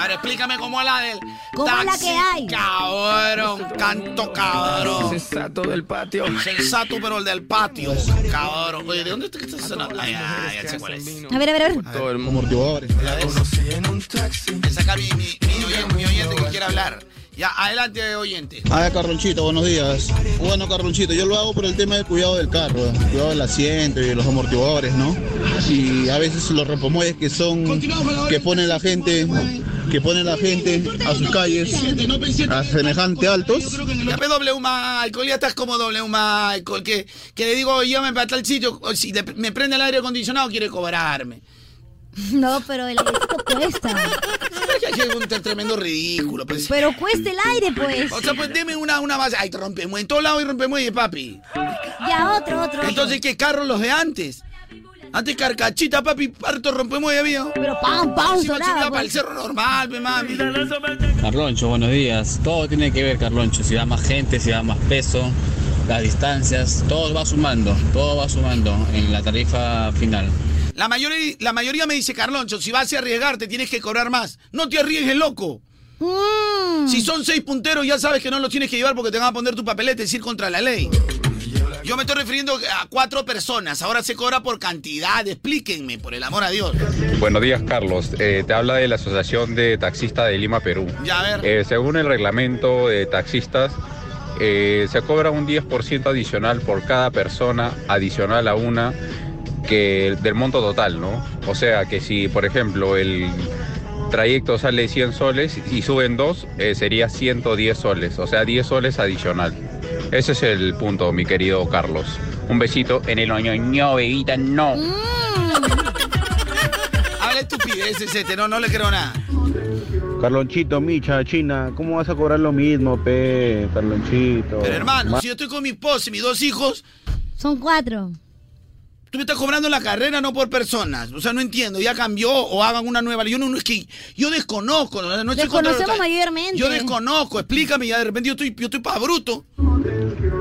Speaker 9: Ahora explícame cómo es la del
Speaker 1: ¿Cómo es la
Speaker 9: taxi,
Speaker 1: que hay?
Speaker 9: Cabrón, canto cabrón.
Speaker 31: Sensato del patio.
Speaker 9: Sensato, pero el del patio, cabrón. Oye, ¿de dónde te estás sonando? Ay, ay, ya sé cuál es.
Speaker 1: A ver, a ver, a ver.
Speaker 31: Todo el mundo.
Speaker 9: La conocí en un taxi. Saca mi, mi, mi oyente, mi oyente que quiere hablar. Ya, adelante, oyente.
Speaker 26: A ver, Carronchito, buenos días. Bueno, Carronchito, yo lo hago por el tema del cuidado del carro, ¿eh? cuidado del asiento y de los amortiguadores, ¿no? Y a veces los repomoyes que son, que pone la gente
Speaker 4: que pone la gente a sus calles a semejante altos.
Speaker 9: Ya ve W Michael, ya estás como W Michael, que, que le digo, yo me para tal sitio, o si le- me prende el aire acondicionado quiere cobrarme.
Speaker 1: No, pero el esto cuesta.
Speaker 9: Ya llega un tremendo ridículo. Pues.
Speaker 1: Pero cuesta el aire, pues.
Speaker 9: O sea, pues deme una, una base. Ay, te rompemos en todos lados y rompemos y papi.
Speaker 1: Ya, otro, otro.
Speaker 9: Entonces, ¿qué carros los de antes? Antes carcachita, papi, parto, rompemos y había.
Speaker 1: Pero pam, pam,
Speaker 9: Encima
Speaker 1: sonaba,
Speaker 9: subía
Speaker 1: pues.
Speaker 9: para el cerro normal, pe, mami.
Speaker 32: Carloncho, buenos días. Todo tiene que ver, Carloncho. Si da más gente, si da más peso, las distancias, todo va sumando, todo va sumando en la tarifa final.
Speaker 9: La mayoría, la mayoría me dice, Carloncho, si vas a arriesgarte tienes que cobrar más. No te arriesgues, loco. Si son seis punteros, ya sabes que no los tienes que llevar porque te van a poner tu papelete, es ir contra la ley. Yo me estoy refiriendo a cuatro personas. Ahora se cobra por cantidad. Explíquenme, por el amor a Dios.
Speaker 33: Buenos días, Carlos. Eh, te habla de la Asociación de Taxistas de Lima, Perú.
Speaker 9: Ya, a ver.
Speaker 33: Eh, según el reglamento de taxistas, eh, se cobra un 10% adicional por cada persona adicional a una que del monto total, ¿no? O sea, que si, por ejemplo, el trayecto sale 100 soles y suben dos, eh, sería 110 soles, o sea, 10 soles adicional. Ese es el punto, mi querido Carlos. Un besito en el oñoño, bebita, no.
Speaker 9: Habla estupideces este, no, no le creo nada.
Speaker 34: Carlonchito, Micha, China, ¿cómo vas a cobrar lo mismo, pe, Carlonchito?
Speaker 9: Pero hermano,
Speaker 34: Ma-
Speaker 9: si yo estoy con mi esposa y mis dos hijos.
Speaker 1: Son cuatro.
Speaker 9: Tú me estás cobrando la carrera, no por personas. O sea, no entiendo. Ya cambió o hagan una nueva. ley. Yo no, no, es que yo desconozco. No, no estoy contra los-
Speaker 1: Desconocemos mayormente.
Speaker 9: Yo desconozco. Explícame. Ya de repente yo estoy, yo estoy pa' bruto.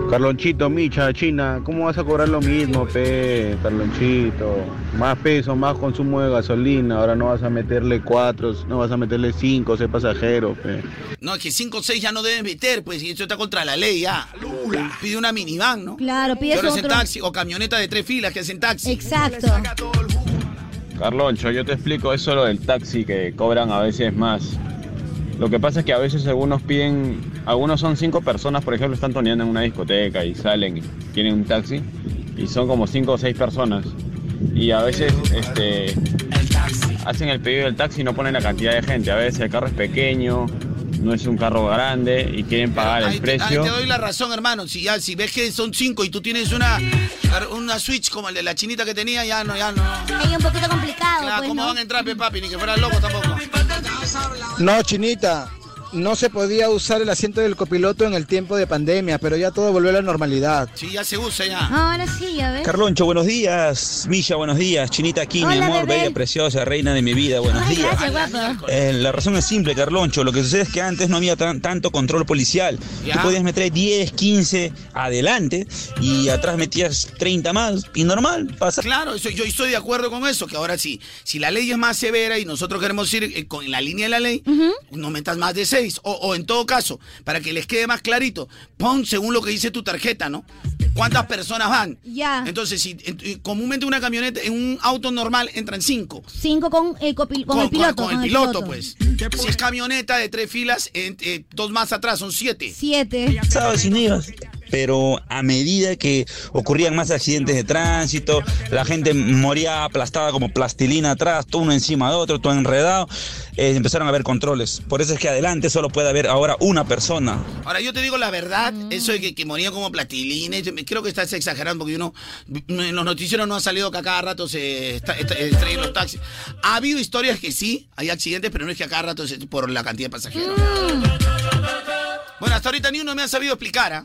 Speaker 34: Carlonchito, Micha, China, ¿cómo vas a cobrar lo mismo, pe, Carlonchito? Más peso, más consumo de gasolina, ahora no vas a meterle cuatro, no vas a meterle cinco, seis pasajeros, pe.
Speaker 9: No, es que 5 o 6 ya no debes meter, pues, y eso está contra la ley ya. Pide una minivan, ¿no?
Speaker 1: Claro,
Speaker 9: Y
Speaker 1: pides
Speaker 9: ahora hacen
Speaker 1: otro.
Speaker 9: taxi o camioneta de tres filas que hacen taxi.
Speaker 1: Exacto.
Speaker 35: Carloncho, yo te explico eso lo del taxi que cobran a veces más. Lo que pasa es que a veces algunos piden, algunos son cinco personas, por ejemplo, están toneando en una discoteca y salen y tienen un taxi y son como cinco o seis personas. Y a veces este, hacen el pedido del taxi y no ponen la cantidad de gente. A veces el carro es pequeño, no es un carro grande y quieren pagar el
Speaker 9: Ahí
Speaker 35: precio.
Speaker 9: te doy la razón, hermano. Si ya, si ves que son cinco y tú tienes una, una switch como el de la chinita que tenía, ya no, ya no.
Speaker 1: Es un poquito complicado,
Speaker 9: Claro,
Speaker 1: Ah, pues,
Speaker 9: ¿cómo
Speaker 1: ¿no?
Speaker 9: van a entrar, pe, papi? Ni que fuera loco tampoco.
Speaker 3: No, Chinita, no se podía usar el asiento del copiloto en el tiempo de pandemia, pero ya todo volvió a la normalidad.
Speaker 9: Sí, ya se usa ya.
Speaker 1: Ah, Ahora sí, ya ves.
Speaker 12: Carloncho, buenos días. Milla, buenos días. Chinita aquí, mi
Speaker 1: Hola,
Speaker 12: amor,
Speaker 1: bebé.
Speaker 12: bella, preciosa, reina de mi vida, buenos
Speaker 1: Ay,
Speaker 12: días.
Speaker 1: gracias, guapo.
Speaker 12: Eh, la razón es simple, Carloncho. Lo que sucede es que antes no había tan- tanto control policial.
Speaker 9: Ya.
Speaker 12: Tú podías meter 10, 15 adelante y atrás metías 30 más y normal, pasa.
Speaker 9: Claro, eso- yo estoy de acuerdo con eso, que ahora sí, si la ley es más severa y nosotros queremos ir eh, con la línea de la ley, no metas más de seis. O, o en todo caso, para que les quede más clarito, pon según lo que dice tu tarjeta, ¿no? ¿Cuántas personas van?
Speaker 1: Ya.
Speaker 9: Entonces, si en- eh, comúnmente una camioneta, en un auto normal entran cinco.
Speaker 1: Cinco con el, copil- con el piloto.
Speaker 9: con el piloto, pues. Si es camioneta de tres filas, en- eh, dos más atrás, son siete.
Speaker 1: Siete.
Speaker 12: Sábados sin IVA. Pero a medida que ocurrían más accidentes de tránsito, la gente moría aplastada como plastilina atrás, todo uno encima de otro, todo enredado, eh, empezaron a haber controles. Por eso es que adelante solo puede haber ahora una persona.
Speaker 9: Ahora, yo te digo la verdad,
Speaker 1: Mm.
Speaker 9: eso de que, que moría como platilina, yo me- creo que estás exagerando porque uno, en los noticieros no ha salido que a cada rato se está- está- estrellen los taxis. Ha habido historias que sí, hay accidentes, pero no es que a cada rato se, por la cantidad de pasajeros.
Speaker 1: Mm.
Speaker 9: Bueno, hasta ahorita ni uno me ha sabido explicar, ¿ah?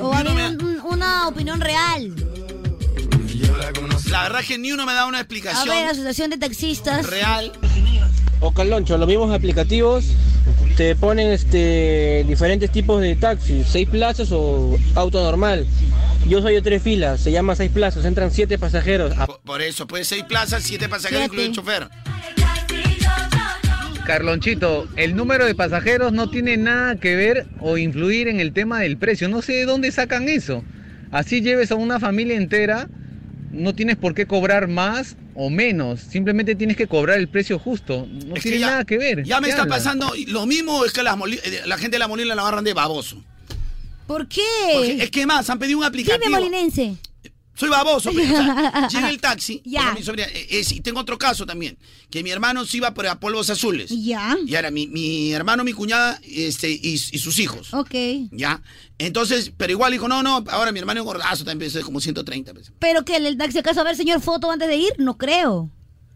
Speaker 1: O alguien- un- una opinión real.
Speaker 9: La verdad es que ni uno me da una
Speaker 1: A
Speaker 9: explicación.
Speaker 1: ver, asociación de taxistas.
Speaker 9: Real.
Speaker 10: O Carloncho, los mismos aplicativos te ponen este diferentes tipos de taxis, seis plazas o auto normal. Yo soy de tres filas, se llama seis plazas, entran siete pasajeros. A-
Speaker 9: Por eso, puede seis plazas, siete pasajeros, incluido el chofer.
Speaker 2: Carlonchito, el número de pasajeros no tiene nada que ver o influir en el tema del precio. No sé de dónde sacan eso. Así lleves a una familia entera, no tienes por qué cobrar más o menos. Simplemente tienes que cobrar el precio justo. No tiene
Speaker 9: ya-
Speaker 2: nada que ver.
Speaker 9: Ya me
Speaker 2: ¿Qué
Speaker 9: está
Speaker 2: hablas?
Speaker 9: pasando lo mismo es que las moli- eh, la gente de la Molina la agarran de baboso.
Speaker 1: ¿Por qué?
Speaker 9: es que más, han pedido un aplicativo.
Speaker 1: Dime, molinense.
Speaker 9: Soy baboso. pero, o sea, llega el taxi.
Speaker 1: Ya.
Speaker 9: con mi sobrina, eh, es- y tengo otro caso también. Que mi hermano se iba para Polvos Azules.
Speaker 1: Ya.
Speaker 9: Y ahora mi, mi hermano, mi cuñada este, y, y sus hijos.
Speaker 1: Ok.
Speaker 9: ¿Ya? Entonces, pero igual dijo, no, no, ahora mi hermano es gordazo, también pesa como 130. pues.
Speaker 1: Pero que el taxi acaso a ver, señor, foto antes de ir, no creo.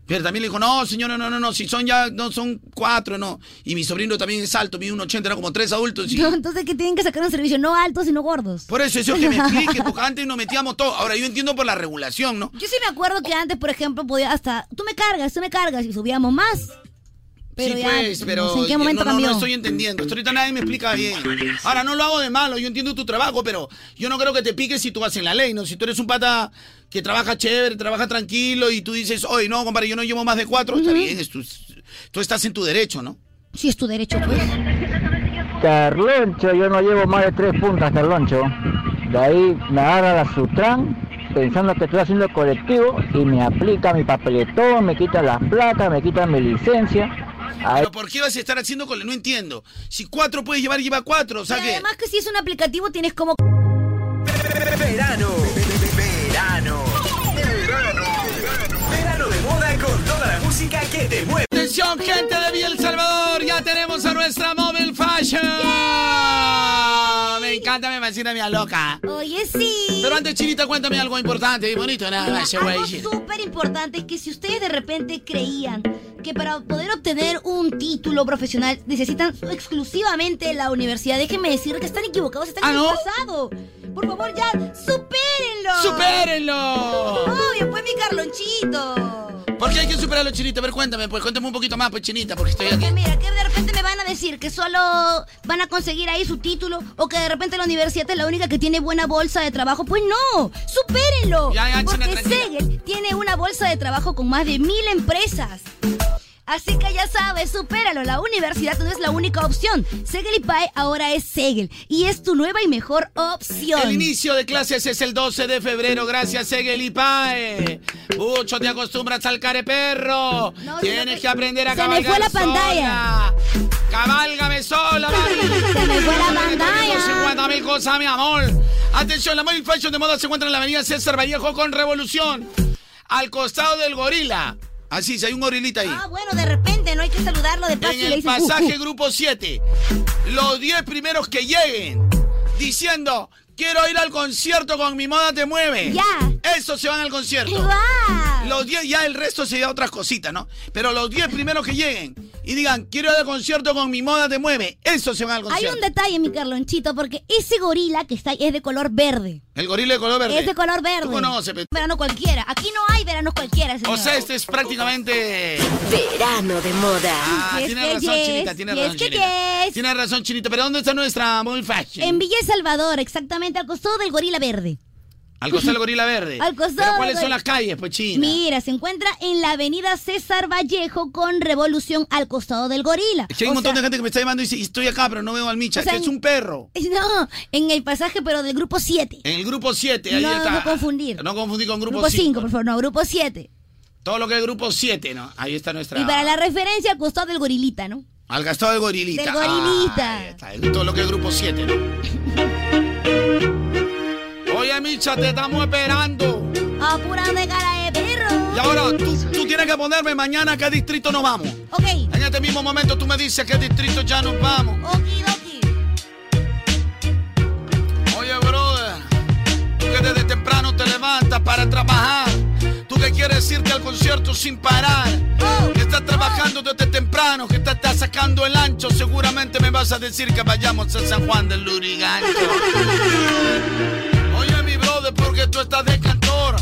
Speaker 9: Pero también le dijo, no, señor, no, no, no, no, si son ya, no, son cuatro, no. Y mi sobrino también es alto, mide un 80, era como tres adultos. Y...
Speaker 1: No, entonces que tienen que sacar un servicio, no altos, sino gordos.
Speaker 9: Por eso, eso es que me explique, porque antes nos metíamos todo. Ahora, yo entiendo por la regulación, ¿no?
Speaker 1: Yo sí me acuerdo que antes, por ejemplo, podía hasta, tú me cargas, tú me cargas, y subíamos más. Pero
Speaker 9: sí,
Speaker 1: ya,
Speaker 9: pues,
Speaker 1: no
Speaker 9: pero
Speaker 1: sé en qué momento
Speaker 9: no, no,
Speaker 1: cambió.
Speaker 9: no estoy entendiendo. Hasta ahorita nadie me explica bien. Ahora, no lo hago de malo, yo entiendo tu trabajo, pero yo no creo que te piques si tú vas en la ley, ¿no? Si tú eres un pata que trabaja chévere, trabaja tranquilo y tú dices, oye, no, compadre, yo no llevo más de cuatro, está bien, es tu- tú estás en tu derecho, ¿no?
Speaker 1: Sí, es tu derecho, pues.
Speaker 2: Carloncho, yo no llevo más de tres puntas, Carloncho. De ahí me agarra la Sutran pensando que estoy haciendo colectivo y me aplica mi papeletón, me quita las placas, me quita mi licencia. Ahí
Speaker 9: Pero ¿por qué vas a estar haciendo con No entiendo. Si cuatro puedes llevar, lleva cuatro. O sea
Speaker 1: Y
Speaker 9: que.
Speaker 1: además que si es un aplicativo tienes como...
Speaker 27: Verano. Verano. Verano. Verano de moda con toda la música que te mueve.
Speaker 9: Atención, gente de Villa El Salvador, ya tenemos a nuestra Mobile Fashion. Me encanta, me fascina, mi loca.
Speaker 1: Oye, sí.
Speaker 9: Pero antes, Chinita, cuéntame algo importante y bonito, nada
Speaker 1: Mira,
Speaker 9: más, ese güey.
Speaker 1: algo súper importante es que si ustedes de repente creían que para poder obtener un título profesional necesitan exclusivamente la universidad, déjenme decirles que están equivocados, están
Speaker 9: ¿Ah, no?
Speaker 1: equivocados. Por favor, ya, supérenlo.
Speaker 9: ¡Supérenlo!
Speaker 1: Obvio, pues mi Carlonchito.
Speaker 9: ¿Por qué hay que superarlo, Chinita? A ver, cuéntame, pues cuéntame un poquito más, pues, Chinita, porque estoy aquí.
Speaker 1: Porque mira, que de repente me van a decir que solo van a conseguir ahí su título o que de repente la universidad es la única que tiene buena bolsa de trabajo. Pues no, supérenlo. porque Segel tiene una bolsa de trabajo con más de mil empresas. Así que ya sabes, supéralo. La universidad no es la única opción. Segel y Pai ahora es Segel y es tu nueva y mejor opción.
Speaker 9: El inicio de clases es el 12 de febrero, gracias Segel y Pae. Mucho te acostumbras al careperro. Tienes que aprender a
Speaker 1: se me
Speaker 9: cabalgar
Speaker 1: fue la
Speaker 9: sola.
Speaker 1: pantalla.
Speaker 9: Cabálgame sola, mami.
Speaker 1: Se me fue la pantalla.
Speaker 9: 50 mil cosas, mi amor. Atención, la Mobile Fashion de moda se encuentra en la avenida César Vallejo con Revolución. Al costado del gorila. Así, si hay un gorilita ahí.
Speaker 1: Ah, bueno, de repente no hay que saludarlo de paso y
Speaker 9: En
Speaker 1: le
Speaker 9: el
Speaker 1: dices, "Uh,
Speaker 9: pasaje
Speaker 1: uh".
Speaker 9: grupo 7, los 10 primeros que lleguen diciendo, quiero ir al concierto con mi moda te mueve.
Speaker 1: Ya.
Speaker 9: Esos se van al concierto. Los 10, ya el resto se da otras cositas, ¿no? Pero los 10 primeros que lleguen y digan, quiero ir al concierto con mi moda te mueve, esos se van al
Speaker 1: Hay
Speaker 9: concierto.
Speaker 1: un detalle, mi Carlonchito, porque ese gorila que está ahí es de color verde.
Speaker 9: El gorila de color verde.
Speaker 1: Es de color verde.
Speaker 9: Tú conoces, pe-
Speaker 1: Verano cualquiera. Aquí no hay verano cualquiera, señor.
Speaker 9: O sea, este es prácticamente...
Speaker 1: Verano de moda.
Speaker 9: Ah,
Speaker 1: Yes,
Speaker 9: tiene
Speaker 1: que
Speaker 9: razón,
Speaker 1: yes,
Speaker 9: Chinita, tiene
Speaker 1: yes,
Speaker 9: razón,
Speaker 1: que
Speaker 9: Chinita. Tiene razón, Chinita. Pero ¿dónde está nuestra Mobile Fashion?
Speaker 1: En Villa El Salvador, exactamente al costado del gorila verde.
Speaker 9: Al costado del gorila verde.
Speaker 1: Al costado
Speaker 9: ¿Pero
Speaker 1: del
Speaker 9: cuáles son
Speaker 1: gorila.
Speaker 9: las calles, pues, China?
Speaker 1: Mira, se encuentra en la avenida César Vallejo con Revolución al costado del gorila.
Speaker 9: Es que hay un montón de gente que me está llamando y dice, estoy acá, pero no veo al Micha,
Speaker 1: o sea,
Speaker 9: que es
Speaker 1: en-
Speaker 9: un perro.
Speaker 1: No, en el pasaje, pero del grupo 7.
Speaker 9: En el grupo 7, ahí
Speaker 1: No,
Speaker 9: está.
Speaker 1: no confundir.
Speaker 9: No confundí con grupo
Speaker 1: Grupo 5,
Speaker 9: 5.
Speaker 1: por favor, no, grupo 7.
Speaker 9: Todo lo que es grupo 7, ¿no? Ahí está nuestra...
Speaker 1: Y para la referencia, al costado del gorilita, ¿no?
Speaker 9: Al gastado de gorilita.
Speaker 1: Del gorilita.
Speaker 9: Ah, ahí está, el- todo lo que es grupo 7, ¿no? Oye, Micha, te estamos esperando.
Speaker 1: Apurando de cara de perro.
Speaker 9: Y ahora, tú, tú tienes que ponerme mañana a qué distrito nos vamos.
Speaker 1: Ok.
Speaker 9: En este mismo momento tú me dices a qué distrito ya nos vamos. Oye, brother, tú que desde temprano te levantas para trabajar. Tú que quieres irte al concierto sin parar.
Speaker 1: Oh,
Speaker 9: Que estás trabajando desde temprano, que te estás sacando el ancho. Seguramente me vas a decir que vayamos a San Juan del Lurigancho. Oye, mi brother, porque tú estás de cantor.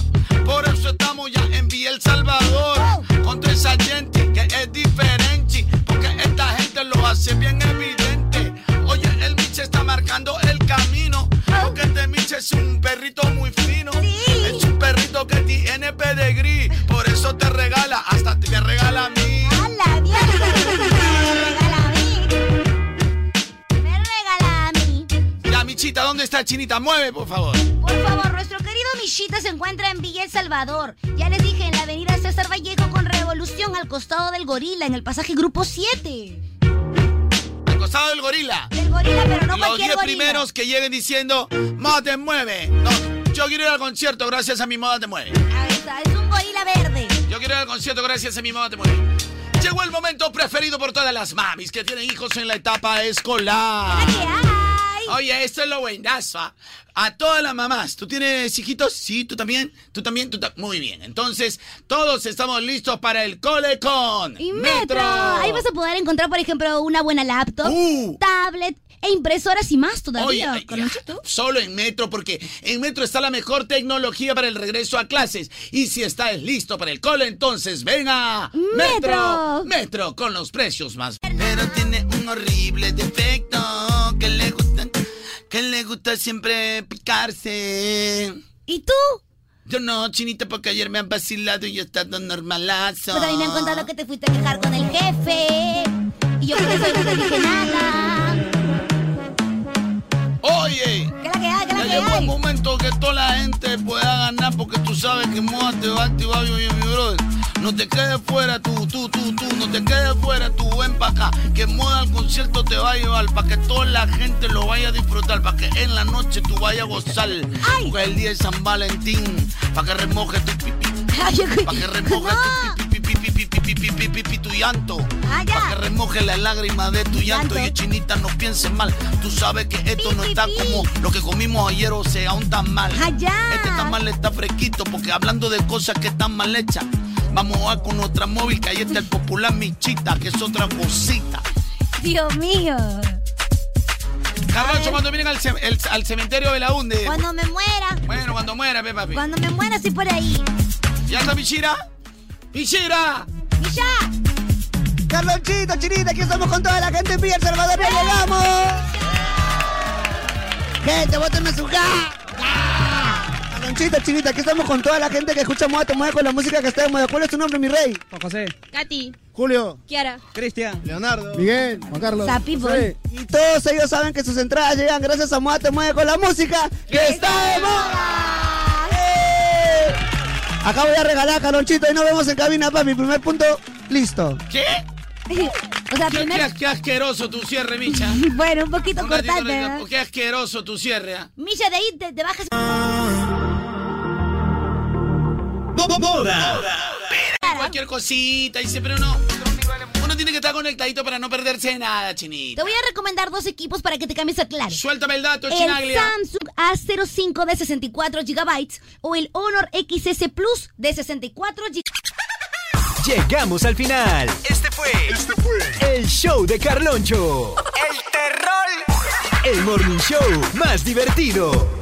Speaker 9: Por eso estamos ya en Villa El Salvador. Contra esa gente que es diferente. Porque esta gente lo hace bien evidente. Oye, el Miche está marcando el camino. Porque este Miche es un perrito muy fino. Es un perrito que tiene pedigrí. Por eso te regala, hasta te me regala a mí.
Speaker 1: ¡Hala, regala a mí.
Speaker 9: Ya, Michita, ¿dónde está Chinita? Mueve, por favor.
Speaker 1: Por favor, nuestro querido Michita se encuentra en Villa El Salvador. Ya les dije, en la avenida César Vallejo con Revolución al costado del gorila, en el pasaje Grupo 7.
Speaker 9: Al costado del gorila.
Speaker 1: Del gorila, pero no
Speaker 9: Los
Speaker 1: cualquier
Speaker 9: 10
Speaker 1: gorila.
Speaker 9: primeros que lleguen diciendo, ¡Mate, mueve! No,
Speaker 12: Yo quiero ir al concierto gracias a mi moda te mueve.
Speaker 1: Ahí está, es un gorila verde.
Speaker 12: Yo quiero ir al concierto gracias a mi moda te mueve. Llegó el momento preferido por todas las mamis que tienen hijos en la etapa escolar. Oye, esto es lo buenazo. ¿ah? A todas las mamás. ¿Tú tienes hijitos? Sí, tú también. Tú también, tú ta- Muy bien. Entonces, todos estamos listos para el cole con
Speaker 1: Y Metro. Ahí vas a poder encontrar, por ejemplo, una buena laptop, tablet e impresoras y más todavía.
Speaker 12: Oye, ay, ya, solo en Metro, porque en Metro está la mejor tecnología para el regreso a clases. Y si estás listo para el cole, entonces venga Metro. Metro, con los precios más.
Speaker 9: Pero tiene un horrible defecto que le gusta, que le gusta siempre picarse.
Speaker 1: ¿Y tú?
Speaker 9: Yo no, chinita, porque ayer me han vacilado y yo he estado normalazo.
Speaker 1: Pues a mí me han contado que te fuiste a quejar con el jefe. Y yo por eso no te dije nada.
Speaker 9: Oye,
Speaker 1: ya
Speaker 9: llegó el momento que toda la gente pueda ganar porque tú sabes que moda te va a activar, yo, yo, mi brother. No te quedes fuera tú, tú, tú, tú, no te quedes fuera tú, ven pa' acá, que moda al concierto te va a llevar, para que toda la gente lo vaya a disfrutar, para que en la noche tú vayas a gozar, porque el día de San Valentín, para que remoje tu pipí, para que remoje pipi, tu llanto.
Speaker 1: Ah,
Speaker 9: Para que remoje la lágrima de tu llanto. Y chinita, no pienses mal. Tú sabes que esto no está como lo que comimos ayer, o sea, un tamal. Este tamal está fresquito porque hablando de cosas que están mal hechas. Vamos a con otra móvil, que ahí está el popular Michita, que es otra cosita.
Speaker 1: Dios mío.
Speaker 12: Carlos, cuando vienen al, ce- el- al cementerio de la UNDE.
Speaker 1: Cuando me muera.
Speaker 12: Bueno, cuando muera, ve, papi.
Speaker 1: Cuando me muera, estoy por ahí.
Speaker 12: ¿Ya está Michira? ¡Michira!
Speaker 1: ¡Michira!
Speaker 2: Carlonchito, Chinita, aquí estamos con toda la gente en Villa El Salvador, ya llegamos. Gente, bótenme su ja. Carlonchito, Chinita, aquí estamos con toda la gente que escucha Moda Te Mueve con la música que está de moda. ¿Cuál es tu nombre, mi rey? Juan José.
Speaker 36: Katy,
Speaker 2: Julio.
Speaker 36: Kiara.
Speaker 2: Cristian. Leonardo. Miguel. Juan Carlos.
Speaker 36: Zapi,
Speaker 2: José. Y todos ellos saben que sus entradas llegan gracias a Moda Te Mueve con la música que está de moda. ¡Eh! Acabo de regalar, Carlonchito, y nos vemos en cabina, papi. Primer punto, listo.
Speaker 12: ¿Qué?
Speaker 1: O sea,
Speaker 12: ¿Qué,
Speaker 1: primero-
Speaker 12: qué as- qué asqueroso tu cierre, Micha.
Speaker 1: Bueno, un poquito
Speaker 12: Un ratito,
Speaker 1: cortante. ¿eh?
Speaker 12: ratito,
Speaker 1: ¿verdad?
Speaker 12: Qué asqueroso tu cierre, ¿ah?
Speaker 1: Milla, de ahí te, te bajas.
Speaker 12: Cualquier cosita, y siempre uno. Uno tiene que estar conectadito para no perderse de nada,
Speaker 1: Te
Speaker 12: chinita.
Speaker 1: voy a recomendar dos equipos para que te cambies a Claro.
Speaker 12: Suéltame el dato,
Speaker 1: El
Speaker 12: Chinaglia.
Speaker 1: Samsung A05 de 64 GB o el Honor XS Plus de 64 GB.
Speaker 3: Llegamos al final. Este fue. El show de Carloncho. El terror. El morning show más divertido.